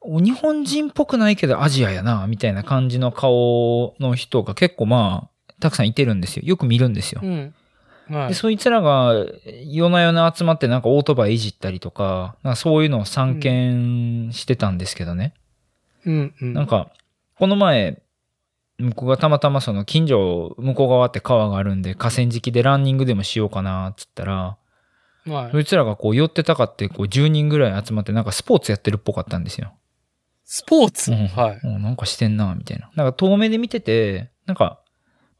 Speaker 2: 日本人っぽくないけどアジアやな、みたいな感じの顔の人が結構まあ、たくさんいてるんですよ。よく見るんですよ。
Speaker 1: うん。は
Speaker 2: で、
Speaker 1: い。
Speaker 2: そいつらが夜な夜な集まってなんかオートバイいじったりとか、なんかそういうのを散見してたんですけどね。
Speaker 1: うんうん。
Speaker 2: なんか、この前、向こうがたまたまその近所、向こう側って川があるんで、河川敷でランニングでもしようかな、っつったら、
Speaker 1: はい
Speaker 2: そいつらがこう寄ってたかって、こう10人ぐらい集まってなんかスポーツやってるっぽかったんですよ。
Speaker 1: スポーツ、
Speaker 2: うん
Speaker 1: はい。
Speaker 2: もうなんかしてんな、みたいな。なんか遠目で見てて、なんか、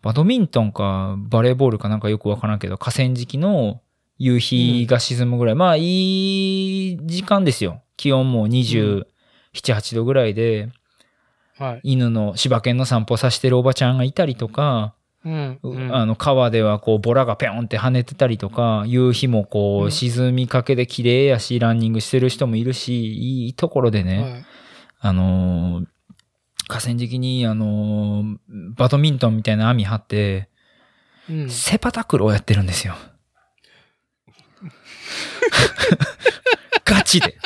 Speaker 2: バドミントンかバレーボールかなんかよくわからんけど、河川敷の夕日が沈むぐらい、まあいい時間ですよ。気温も27、8度ぐらいで、
Speaker 1: はい。
Speaker 2: 犬の柴犬の散歩させてるおばちゃんがいたりとか、
Speaker 1: うん。
Speaker 2: う
Speaker 1: うん
Speaker 2: あの川ではこうボラがペョンって跳ねてたりとか夕日もこ
Speaker 1: う
Speaker 2: うん沈みかけで綺麗やしランニングしてる人もいるしいいところでね、
Speaker 1: はい
Speaker 2: あのー河川敷に、あのーバドミントンみたいな網張って、
Speaker 1: うん、
Speaker 2: セパタクローやってる んですよ。ガチで。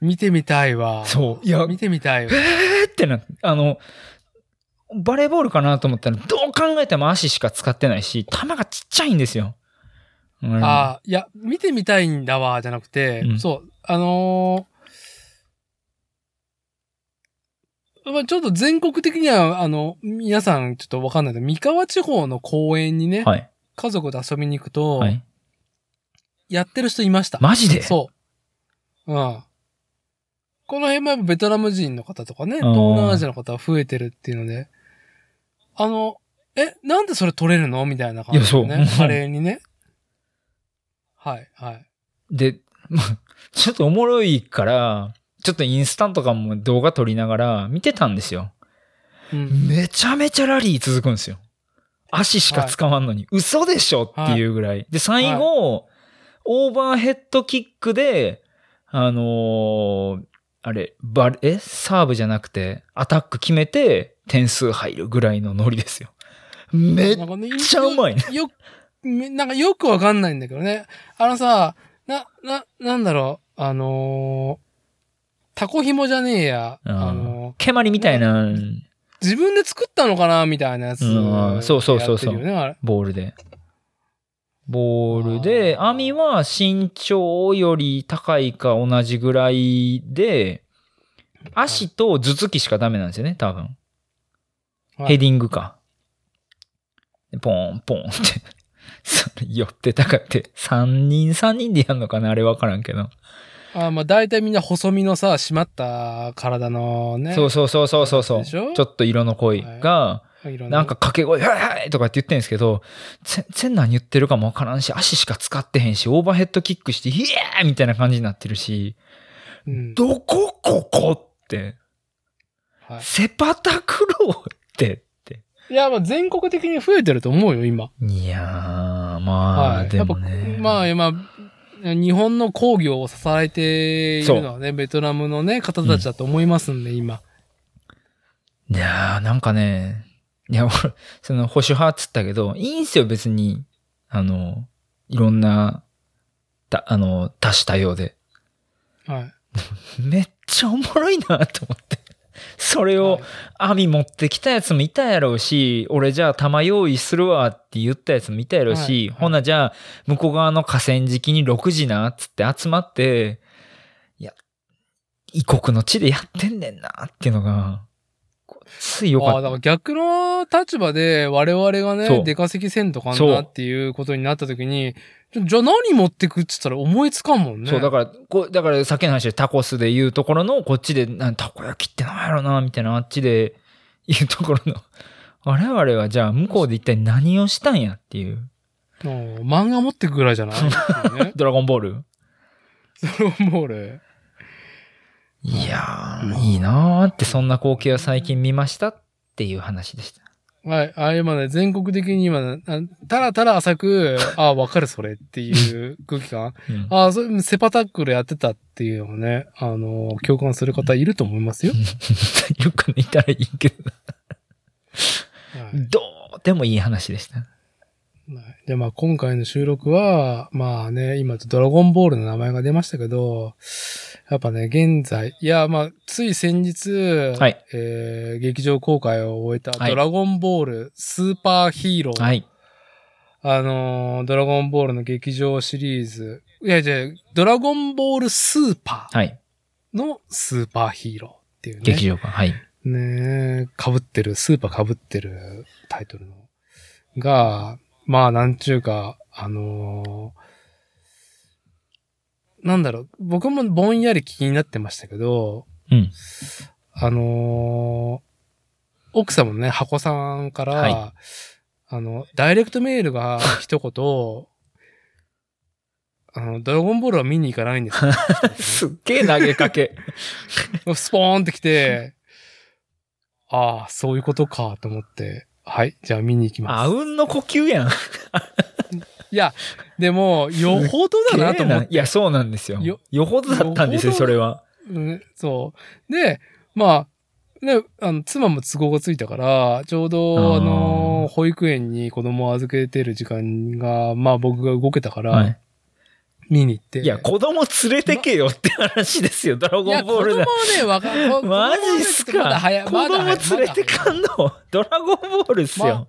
Speaker 1: 見てみたいわ。
Speaker 2: そう。いや、
Speaker 1: 見てみたいわ。
Speaker 2: えーってなって、あの、バレーボールかなと思ったら、どう考えても足しか使ってないし、球がちっちゃいんですよ。うん
Speaker 1: あーいや、見てみたいんだわ、じゃなくて、
Speaker 2: うん
Speaker 1: そう、あのーまあちょっと全国的には、あの、皆さんちょっとわかんないけど、三河地方の公園にね、
Speaker 2: はい。
Speaker 1: 家族で遊びに行くと、
Speaker 2: はい。
Speaker 1: やってる人いました。
Speaker 2: マジで
Speaker 1: そう。うん。この辺もやっぱベトナム人の方とかね、
Speaker 2: あー
Speaker 1: 東南アジアの方は増えてるっていうので、あの、え、なんでそれ取れるのみたいな感じで
Speaker 2: い
Speaker 1: ね
Speaker 2: や、そう
Speaker 1: カレーにね。はい、はい。
Speaker 2: で、ちょっとおもろいから、ちょっとインスタとかも動画撮りながら見てたんですよ。
Speaker 1: うん
Speaker 2: めちゃめちゃラリー続くんですよ。足しか捕まんのに、嘘でしょっていうぐらい。で、最後、オーバーヘッドキックで、あのーあれ、バレ、えサーブじゃなくて、アタック決めて、点数入るぐらいのノリですよ。めっ
Speaker 1: なんかね
Speaker 2: ちゃうまいね。
Speaker 1: よ、めなんかよくわかんないんだけどね。あのさ、な、な、なんだろう、あのータコ紐じゃねえや。
Speaker 2: うん
Speaker 1: あの
Speaker 2: 蹴まりみたいな
Speaker 1: ー自分で作ったのかなみたいなやつ、
Speaker 2: うんそうそうそうそう
Speaker 1: やってるよねあれ
Speaker 2: ボールで。ボールで、
Speaker 1: あー
Speaker 2: アミは身長より高いか同じぐらいで、足と頭突きしかダメなんですよね、多分。
Speaker 1: はい
Speaker 2: ヘディングか。でポンポンって それ。寄ってたかって、3人3人でやんのかなあれわからんけど。
Speaker 1: あまあ大体みんな細身のさ、締まった体のね。
Speaker 2: そうそうそうそうそうそう。
Speaker 1: でし
Speaker 2: ち
Speaker 1: ょ
Speaker 2: ょっと色の濃いが、
Speaker 1: いろん
Speaker 2: なんか掛け声、はいはいとかって言ってんですけど、全然何言ってるかもわからんし、足しか使ってへんし、オーバーヘッドキックして、イエーみたいな感じになってるし、
Speaker 1: うん、
Speaker 2: どこここって、
Speaker 1: はい
Speaker 2: セパタクローってって。
Speaker 1: いや、まあ全国的に増えてると思うよ、今。
Speaker 2: いやー、まあ、
Speaker 1: はい。
Speaker 2: でもね。
Speaker 1: まあ、まあ、日本の工業を支えているのはね、ベトナムのね、方たちだと思いますんで、今。
Speaker 2: いやー、なんかね、いや、 俺、その保守派っつったけど、いいんすよ、別に。あの、いろんな、た、あの、多種多様で。
Speaker 1: はい。
Speaker 2: めっちゃおもろいなと思って。それを、網持ってきたやつもいたやろうし、俺じゃあ玉用意するわって言ったやつもいたやろうし、
Speaker 1: はい
Speaker 2: ほなじゃあ向こう側の河川敷に6時なっつって集まって、いや、異国の地でやってんねんなっていうのが、こうついよ
Speaker 1: あ
Speaker 2: か
Speaker 1: あ、だから
Speaker 2: っ
Speaker 1: 逆の立場で我々が
Speaker 2: そ
Speaker 1: ね、
Speaker 2: う
Speaker 1: 出稼ぎせんとかん
Speaker 2: そう
Speaker 1: なっていうことになった時に、じゃじゃあ何持ってくって言ったら思いつかんもん
Speaker 2: た。
Speaker 1: ね。
Speaker 2: そう、だから、こう、だからさっきの話でタコスで言うところの、こっちで、なんたこ焼きってなんやろな、みたいな、あっちで言うところの、 我々はじゃあ向こうで一体何をしたんやっていう。
Speaker 1: うん漫画持ってくぐらいじゃ ない、ね、
Speaker 2: ドラゴンボール
Speaker 1: それもう俺。
Speaker 2: いやー、いいなーって、そんな光景を最近見ましたっていう話でした。
Speaker 1: はい。あ、今ね、全国的に今、あたらたら浅く、あ、わかるそれっていう空気感。
Speaker 2: うん
Speaker 1: ああ、そう、セパタックルやってたっていうのもね、あの、共感する方いると思いますよ。
Speaker 2: よく見たらいいけど、
Speaker 1: はい
Speaker 2: どうでもいい話でした。
Speaker 1: はいで、まあ今回の収録は、まあね、今ドラゴンボールの名前が出ましたけど、やっぱね、現在、いや、まあ、つい先日、
Speaker 2: はい
Speaker 1: えー劇場公開を終えた
Speaker 2: はい
Speaker 1: ドラゴンボールスーパーヒーロー。
Speaker 2: はい。
Speaker 1: あのードラゴンボールの劇場シリーズ。いやいや、ドラゴンボールスーパ
Speaker 2: はい。
Speaker 1: ーのスーパーヒーローっていうね。
Speaker 2: 劇場版。はい。
Speaker 1: ねえ、被ってる、スーパー被ってるタイトルの。が、まあ、なんちゅうか、あのーなんだろう、僕もぼんやり気になってましたけど、
Speaker 2: うん。
Speaker 1: あのー奥様のね、箱さんから、
Speaker 2: は
Speaker 1: あの、ダイレクトメール が一言、あの、ドラゴンボールは見に行かないんです よ
Speaker 2: すっげえ投げかけ。
Speaker 1: スポーンってきて、ああ、そういうことかと思って、はい、じゃあ見に行き
Speaker 2: あ
Speaker 1: ます。
Speaker 2: うんの呼吸やん。
Speaker 1: いや、でも、 よほどだなと思って。
Speaker 2: いや、そうなんですよ。よ
Speaker 1: よ
Speaker 2: ほどだったんです
Speaker 1: よ
Speaker 2: よ、
Speaker 1: ほど
Speaker 2: それは。
Speaker 1: うん、そう。で、まあ、ね、あの、妻も都合がついたから、ちょうど、
Speaker 2: あー
Speaker 1: あの、保育園に子供を預けてる時間が、まあ僕が動けたから、
Speaker 2: はい。
Speaker 1: 見に行って。
Speaker 2: いや、子供連れてけよって話ですよ、ドラ
Speaker 1: い
Speaker 2: ゴ
Speaker 1: や
Speaker 2: ンボー
Speaker 1: 子
Speaker 2: ル
Speaker 1: 供
Speaker 2: だ
Speaker 1: は。ね、わかる。
Speaker 2: マジっすか子
Speaker 1: まだ
Speaker 2: 供
Speaker 1: 早い。
Speaker 2: 連れてかんのドラゴンボールっすよ。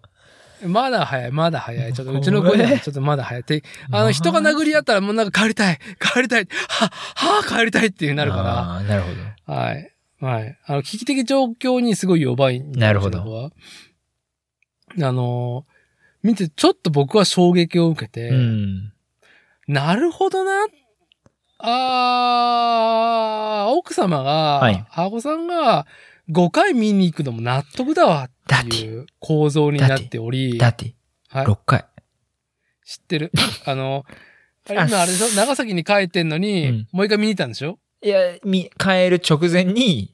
Speaker 1: まだ早い、まだ早い。ちょっとうちの子にはちょっとまだ早い。てあの、人が殴り合ったらもうなんか帰りたい、帰りたい、は、はあ、帰りたいっていうなるから。
Speaker 2: あーなるほど。
Speaker 1: はい。はい。あの、危機的状況にすごい弱いんで
Speaker 2: なるほど。
Speaker 1: うちの子はあのー、見て、ちょっと僕は衝撃を受けて、
Speaker 2: うん。
Speaker 1: なるほどな。あー、奥様が、
Speaker 2: はい
Speaker 1: 母子さんが5回見に行くのも納得だわっていう構造になっており、
Speaker 2: だって、
Speaker 1: はい
Speaker 2: 6回。
Speaker 1: 知ってる。あの、あれ今あれでしょ長崎に帰ってんのに、
Speaker 2: うん
Speaker 1: もう一回見に行ったんでしょ
Speaker 2: いや、み、帰る直前に、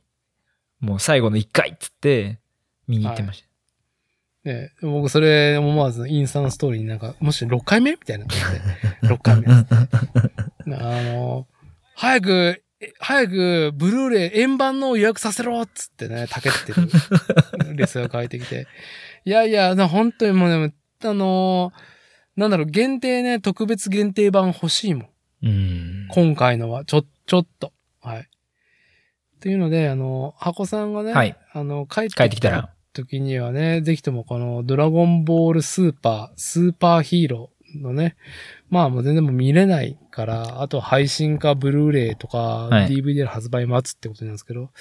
Speaker 2: もう最後の一回っつって、見に行ってまし
Speaker 1: ね僕それ思わずインスタのストーリーになんか、もし6回目みたいな感じで。6
Speaker 2: た。
Speaker 1: 回目。あの、早く、え早く、ブルーレイ円盤の予約させろっつってね、たけってるレスが帰ってき て。いやいや、な本当にもうでも、あのーなんだろう、限定ね、特別限定版欲しいもん。
Speaker 2: うん。
Speaker 1: 今回のは、ちょ、ちょっと。はい。っていうので、あの、箱さんがね、
Speaker 2: はい
Speaker 1: あの、帰って
Speaker 2: 帰ってきたら。
Speaker 1: 時にはね、ぜひともこのドラゴンボールスーパー、スーパーヒーローのね、まあもう全然もう見れないから、あと配信かブルーレイとか
Speaker 2: はい
Speaker 1: DVD で発売待つってことなんですけど、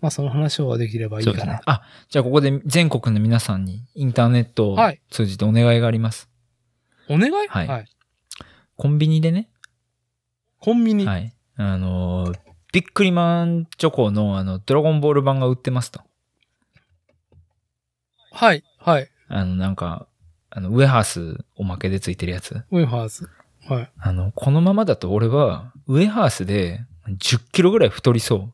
Speaker 1: まあその話をできればいい
Speaker 2: そう
Speaker 1: か
Speaker 2: だね
Speaker 1: な。。
Speaker 2: あ、じゃあここで全国の皆さんにインターネットを
Speaker 1: はい
Speaker 2: 通じてお願いがあります。
Speaker 1: お願い、
Speaker 2: はいコンビニでね、
Speaker 1: コンビニ。
Speaker 2: はい。あのー、ビックリマンチョコのあの、ドラゴンボール版が売ってますと。
Speaker 1: はい。はい。
Speaker 2: あの、なんか、あの、ウェハースおまけでついてるやつ。
Speaker 1: ウェハーズ。はい。
Speaker 2: あの、このままだと俺は、ウェハースで10キロぐらい太りそ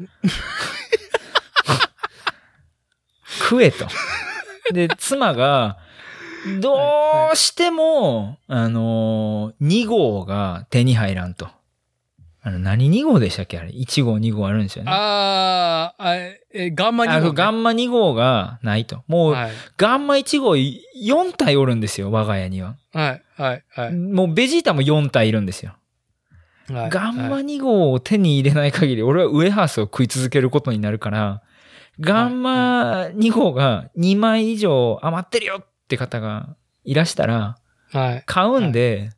Speaker 2: う。 食えと。で、妻が、どうしても、あのー、2号が手に入らんと。あの、何2号でしたっけあれ。1号、2号あるんですよね。
Speaker 1: あーあ、え、ガンマ
Speaker 2: あ
Speaker 1: 2
Speaker 2: そう
Speaker 1: 号、
Speaker 2: ガンマ2号がないと。もう、
Speaker 1: はい。
Speaker 2: ガンマ1号4体おるんですよ、我が家には。
Speaker 1: はい。はい。はい。
Speaker 2: もうベジータも4体いるんですよ。
Speaker 1: はい
Speaker 2: ガンマ
Speaker 1: はい
Speaker 2: 2号を手に入れない限り、俺はウエハースを食い続けることになるから、ガンマ2号が2枚以上余ってるよって方がいらしたら、
Speaker 1: はい。
Speaker 2: 買うんで、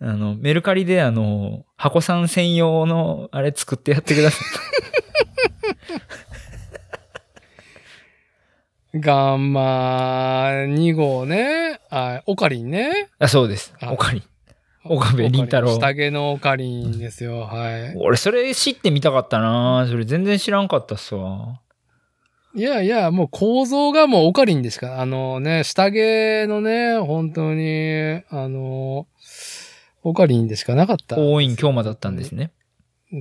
Speaker 2: あの、メルカリであの、箱さん専用のあれ作ってやってくださ い。
Speaker 1: ガンマ2号ね。はい。オカリンね。
Speaker 2: あ、そうです。
Speaker 1: あ
Speaker 2: オカリン。岡部倫太郎
Speaker 1: 下毛のオカリンですよ。はい。
Speaker 2: 俺、それ知ってみたかったなそれ全然知らんかったっすわ。
Speaker 1: いやいや、もう構造がもうオカリンでしか、あのね、下毛のね、本当に、あの、オカリンでしかなかった。
Speaker 2: 多いん京馬だったんですね。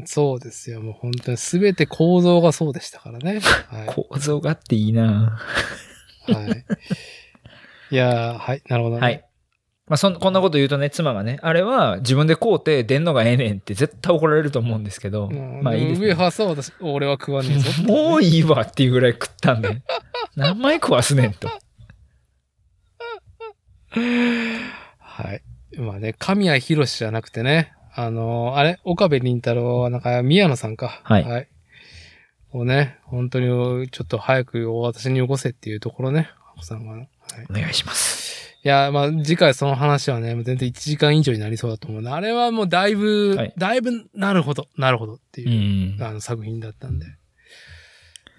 Speaker 1: そうですよ。もう本当に全て構造がそうでしたからね。は。
Speaker 2: 構造があっていいない
Speaker 1: はい、いやー、はい、なるほど、ね。
Speaker 2: はい。まあ、そんこんなこと言うとね、妻がね、あれは自分で買うて出んのがええねんって絶対怒られると思うんですけど、
Speaker 1: うん。
Speaker 2: まあいいです、
Speaker 1: 上
Speaker 2: ね。
Speaker 1: はさ、私、俺は食わねえぞ。
Speaker 2: もういいわっていうぐらい食ったんで、何枚食わすねんと。
Speaker 1: はい。まあね、神谷博史じゃなくてね、あのーあれ、岡部倫太郎は、なんか、宮野さんか。
Speaker 2: はい
Speaker 1: をね、本当に、ちょっと早く私によこせっていうところね、アコさんは。はい、
Speaker 2: お願いします。
Speaker 1: いや、まあ、次回その話はね、もう全然1時間以上になりそうだと思うんで。あれはもうだいぶ、
Speaker 2: はい
Speaker 1: だいぶ、なるほど、なるほどって
Speaker 2: う
Speaker 1: いう、
Speaker 2: ん。
Speaker 1: あの、作品だったんで。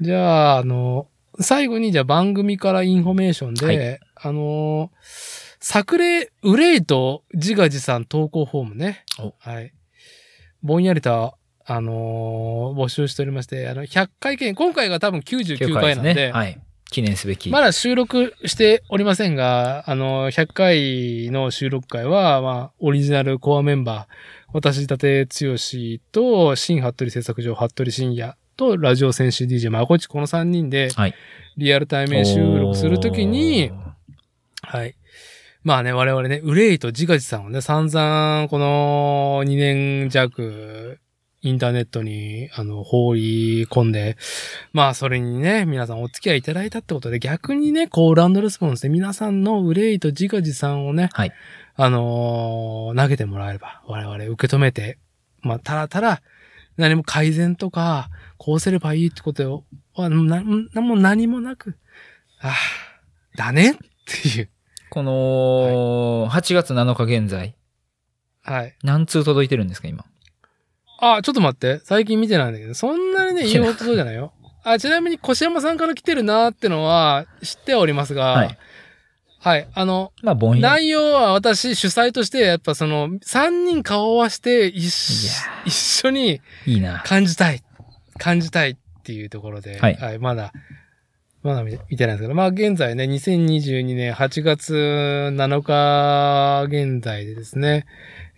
Speaker 1: じゃあ、あの、最後に、じゃあ番組からインフォメーションで、
Speaker 2: はい
Speaker 1: あのー、作例、憂いと自画自賛投稿フォームね
Speaker 2: お。
Speaker 1: はい。ぼんやりと、あのー募集しておりまして、あの、100回件、今回が多分99回なんで、
Speaker 2: はい。記念すべき。
Speaker 1: まだ収録しておりませんが、あの、100回の収録会は、まあ、オリジナルコアメンバー、私、伊達剛と、新服部製作所、服部深夜と、ラジオ戦士 DJ、まあ、こっちこの3人で
Speaker 2: はい、
Speaker 1: リアルタイムで収録するときに、はい。まあね、我々ね、憂いと自画自賛をね、散々、この2年弱、インターネットに、あの、放り込んで、まあ、それにね、皆さんお付き合いいただいたってことで、逆にね、コールレスポンスで皆さんの憂いと自画自賛をね、
Speaker 2: はい
Speaker 1: あのー投げてもらえれば、我々受け止めて、まあ、ただただ、何も改善とか、こうすればいいってことは、な何も何もなく、ああ、だねっていう。
Speaker 2: この、8月7日現在、
Speaker 1: はい。
Speaker 2: 何通届いてるんですか、今。
Speaker 1: あ、ちょっと待って。最近見てないんだけど、そんなにね、
Speaker 2: 見て
Speaker 1: 言
Speaker 2: ないう
Speaker 1: ほどそうじゃないよ。あ、ちなみに、越山さんから来てるなーってのは知ってはおりますが、
Speaker 2: はい。
Speaker 1: はい。あの、
Speaker 2: まあ、ぼんやり。
Speaker 1: 内容は私主催として、やっぱその、3人顔を合わせて一緒
Speaker 2: いや
Speaker 1: 一緒に
Speaker 2: いいな。
Speaker 1: 感じたい。感じたいっていうところで、
Speaker 2: はい
Speaker 1: まだ、まだ見見てないんですけど、まあ現在ね、2022年8月7日現在でですね、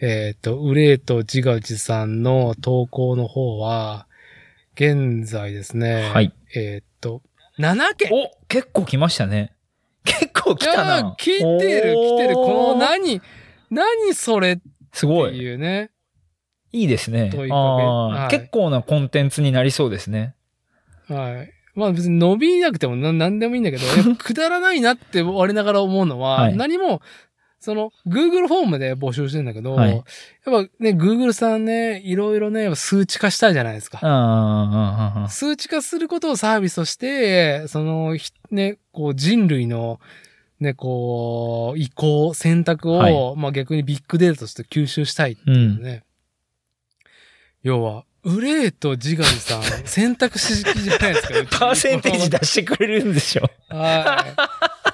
Speaker 1: えっ、と、ウレイとジガジさんの投稿の方は、現在ですね、
Speaker 2: はい。
Speaker 1: えっ、と、7件
Speaker 2: お結構来ましたね。結構来た
Speaker 1: いや
Speaker 2: な
Speaker 1: ー。来てる来てる。この
Speaker 2: な
Speaker 1: 何、何それっ
Speaker 2: す
Speaker 1: て
Speaker 2: ごい。
Speaker 1: いうね。
Speaker 2: いいですね
Speaker 1: 問いかけ。は
Speaker 2: あ
Speaker 1: い
Speaker 2: ー結構なコンテンツになりそうですね。
Speaker 1: はい。まあ別に伸びなくてもな何でもいいんだけ ど、やっぱくだらないなって我ながら思うのは、
Speaker 2: はい
Speaker 1: 何も、その、Google フォームで募集してんだけど、
Speaker 2: はい
Speaker 1: やっぱね、Google さんね、いろいろね、数値化したいじゃないですか。
Speaker 2: あー
Speaker 1: 数値化することをサービスとして、その、ひね、こう人類の、ね、こう、移行、選択を、
Speaker 2: はい
Speaker 1: まあ逆にビッグデータとして吸収したい
Speaker 2: あーあーあーうん。
Speaker 1: ね。要は、憂いと自我に さん、選択肢じゃないですか。うち
Speaker 2: パーセンテージ。出してくれるん でしょ。
Speaker 1: はい。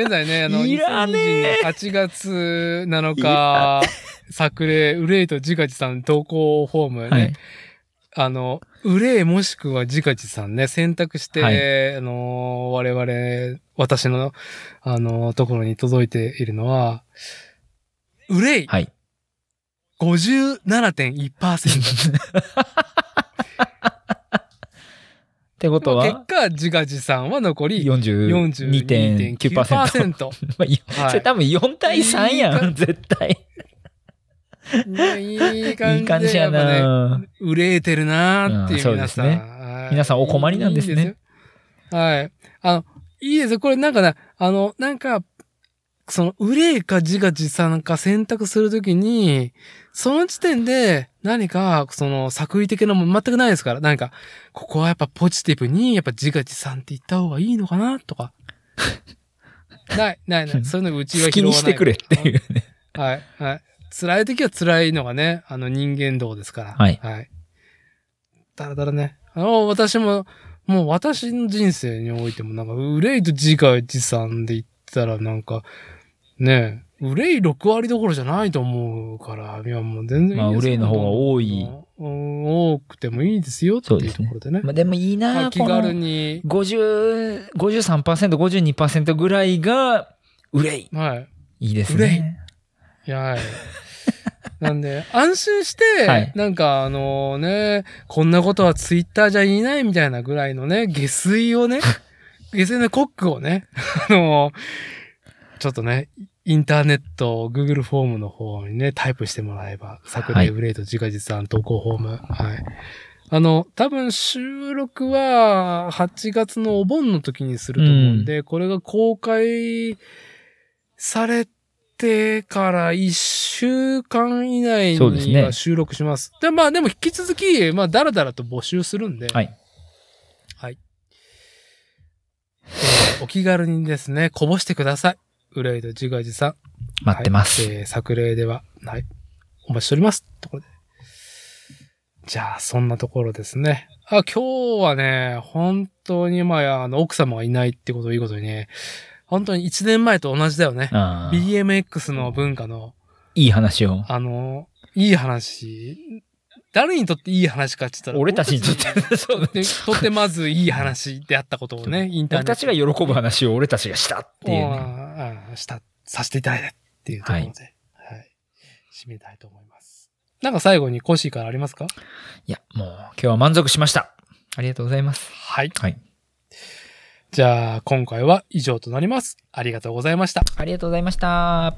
Speaker 1: 現在ね、あの、
Speaker 2: いらねえ
Speaker 1: 8月7
Speaker 2: いら
Speaker 1: 日、作例、憂いと自我さん投稿フォームね、
Speaker 2: はい。
Speaker 1: あの、憂いもしくは自我さんね、選択して、
Speaker 2: は
Speaker 1: あの、我々、私の、あの、ところに届いているのは、憂い
Speaker 2: はい。
Speaker 1: 57.1%。
Speaker 2: ってこと
Speaker 1: 結
Speaker 2: は、
Speaker 1: 果、自画自賛は残り
Speaker 2: 42.9%。
Speaker 1: 42.9%。
Speaker 2: まあい
Speaker 1: はい
Speaker 2: それ多分4対3や
Speaker 1: いい
Speaker 2: ん、絶対。
Speaker 1: いい
Speaker 2: いい
Speaker 1: 感
Speaker 2: 感
Speaker 1: じで
Speaker 2: じ
Speaker 1: や
Speaker 2: や
Speaker 1: っぱね、
Speaker 2: な。
Speaker 1: 憂えてるなーっていう
Speaker 2: うんそう
Speaker 1: 皆
Speaker 2: です
Speaker 1: さ
Speaker 2: ね
Speaker 1: ん。はい
Speaker 2: 皆さんお困りなんですね
Speaker 1: いいよはい。あの、いいですよ。これなんかな、あの、なんか、その、憂いか自画自賛か選択するときに、その時点で何か、その、作為的なもん全くないですから、なんか、ここはやっぱポジティブに、やっぱ自画自賛って言った方がいいのかな、と か。ない、ない、ない。そういうのうちは拾わない
Speaker 2: 好きにしてくれっていうね。
Speaker 1: はい、はい。辛い時は辛いのがね、あの人間道ですから。
Speaker 2: はい
Speaker 1: はい。だらだらね。あの、私も、もう私の人生においてもなんか、憂いと自害自賛で言ったらなんか、ねえ、憂い6割どころじゃないと思うから、いやもう全然いいです
Speaker 2: まあ憂いの方が多い。
Speaker 1: うん多くてもいいですよって
Speaker 2: そう
Speaker 1: い
Speaker 2: で
Speaker 1: う
Speaker 2: す
Speaker 1: と
Speaker 2: ね
Speaker 1: ころでね。
Speaker 2: まあでもいい
Speaker 1: ま
Speaker 2: な
Speaker 1: あ、気
Speaker 2: この
Speaker 1: 軽に、
Speaker 2: 50 53%、52%ぐらいが、憂い。
Speaker 1: はい。
Speaker 2: いいですね。
Speaker 1: いやはい。なんで、安心して、
Speaker 2: はい
Speaker 1: なんかあのね、こんなことはツイッターじゃ言いないみたいなぐらいのね、下水 をね、下水のコックをね、あのちょっとね、インターネット、Google フォームの方にね、タイプしてもらえば、昨
Speaker 2: は
Speaker 1: 年
Speaker 2: い
Speaker 1: ブレイト自家実案投稿フォーム。はい。あの、多分収録は8月のお盆の時にすると思うんで、これが公開されてから1週間以内
Speaker 2: そうです
Speaker 1: には
Speaker 2: ね
Speaker 1: 収録します。でまあでも引き続き、まあだらだらと募集するんで、
Speaker 2: はい。
Speaker 1: えーお気軽にですね、こぼしてください。憂いと自画自賛。
Speaker 2: 待ってます。
Speaker 1: はいえー作例では、はい。お待ちしております。ところで。じゃあ、そんなところですね。あ、今日はね、本当に、まあ、あの、奥様がいないってことをいいことにね、本当に1年前と同じだよね。
Speaker 2: ああ
Speaker 1: BMX の文化の、
Speaker 2: いい話を。
Speaker 1: あの、いい話、誰にとっていい話かって言ったら、
Speaker 2: 俺たちにとっ
Speaker 1: 俺
Speaker 2: て、 そうだ
Speaker 1: たちにとってまずいい話であったことをね、インターネッ
Speaker 2: 僕
Speaker 1: ト
Speaker 2: たちが喜ぶ話を俺たちがしたっていうね。
Speaker 1: ああした、させていただいたっていうところで、はい、締めたいと思います。なんか最後にコッシーからありますか
Speaker 2: いや、もう今日は満足しました。ありがとうございます。
Speaker 1: はい。
Speaker 2: はい。
Speaker 1: じゃあ、今回は以上となります。ありがとうございました。
Speaker 2: ありがとうございました。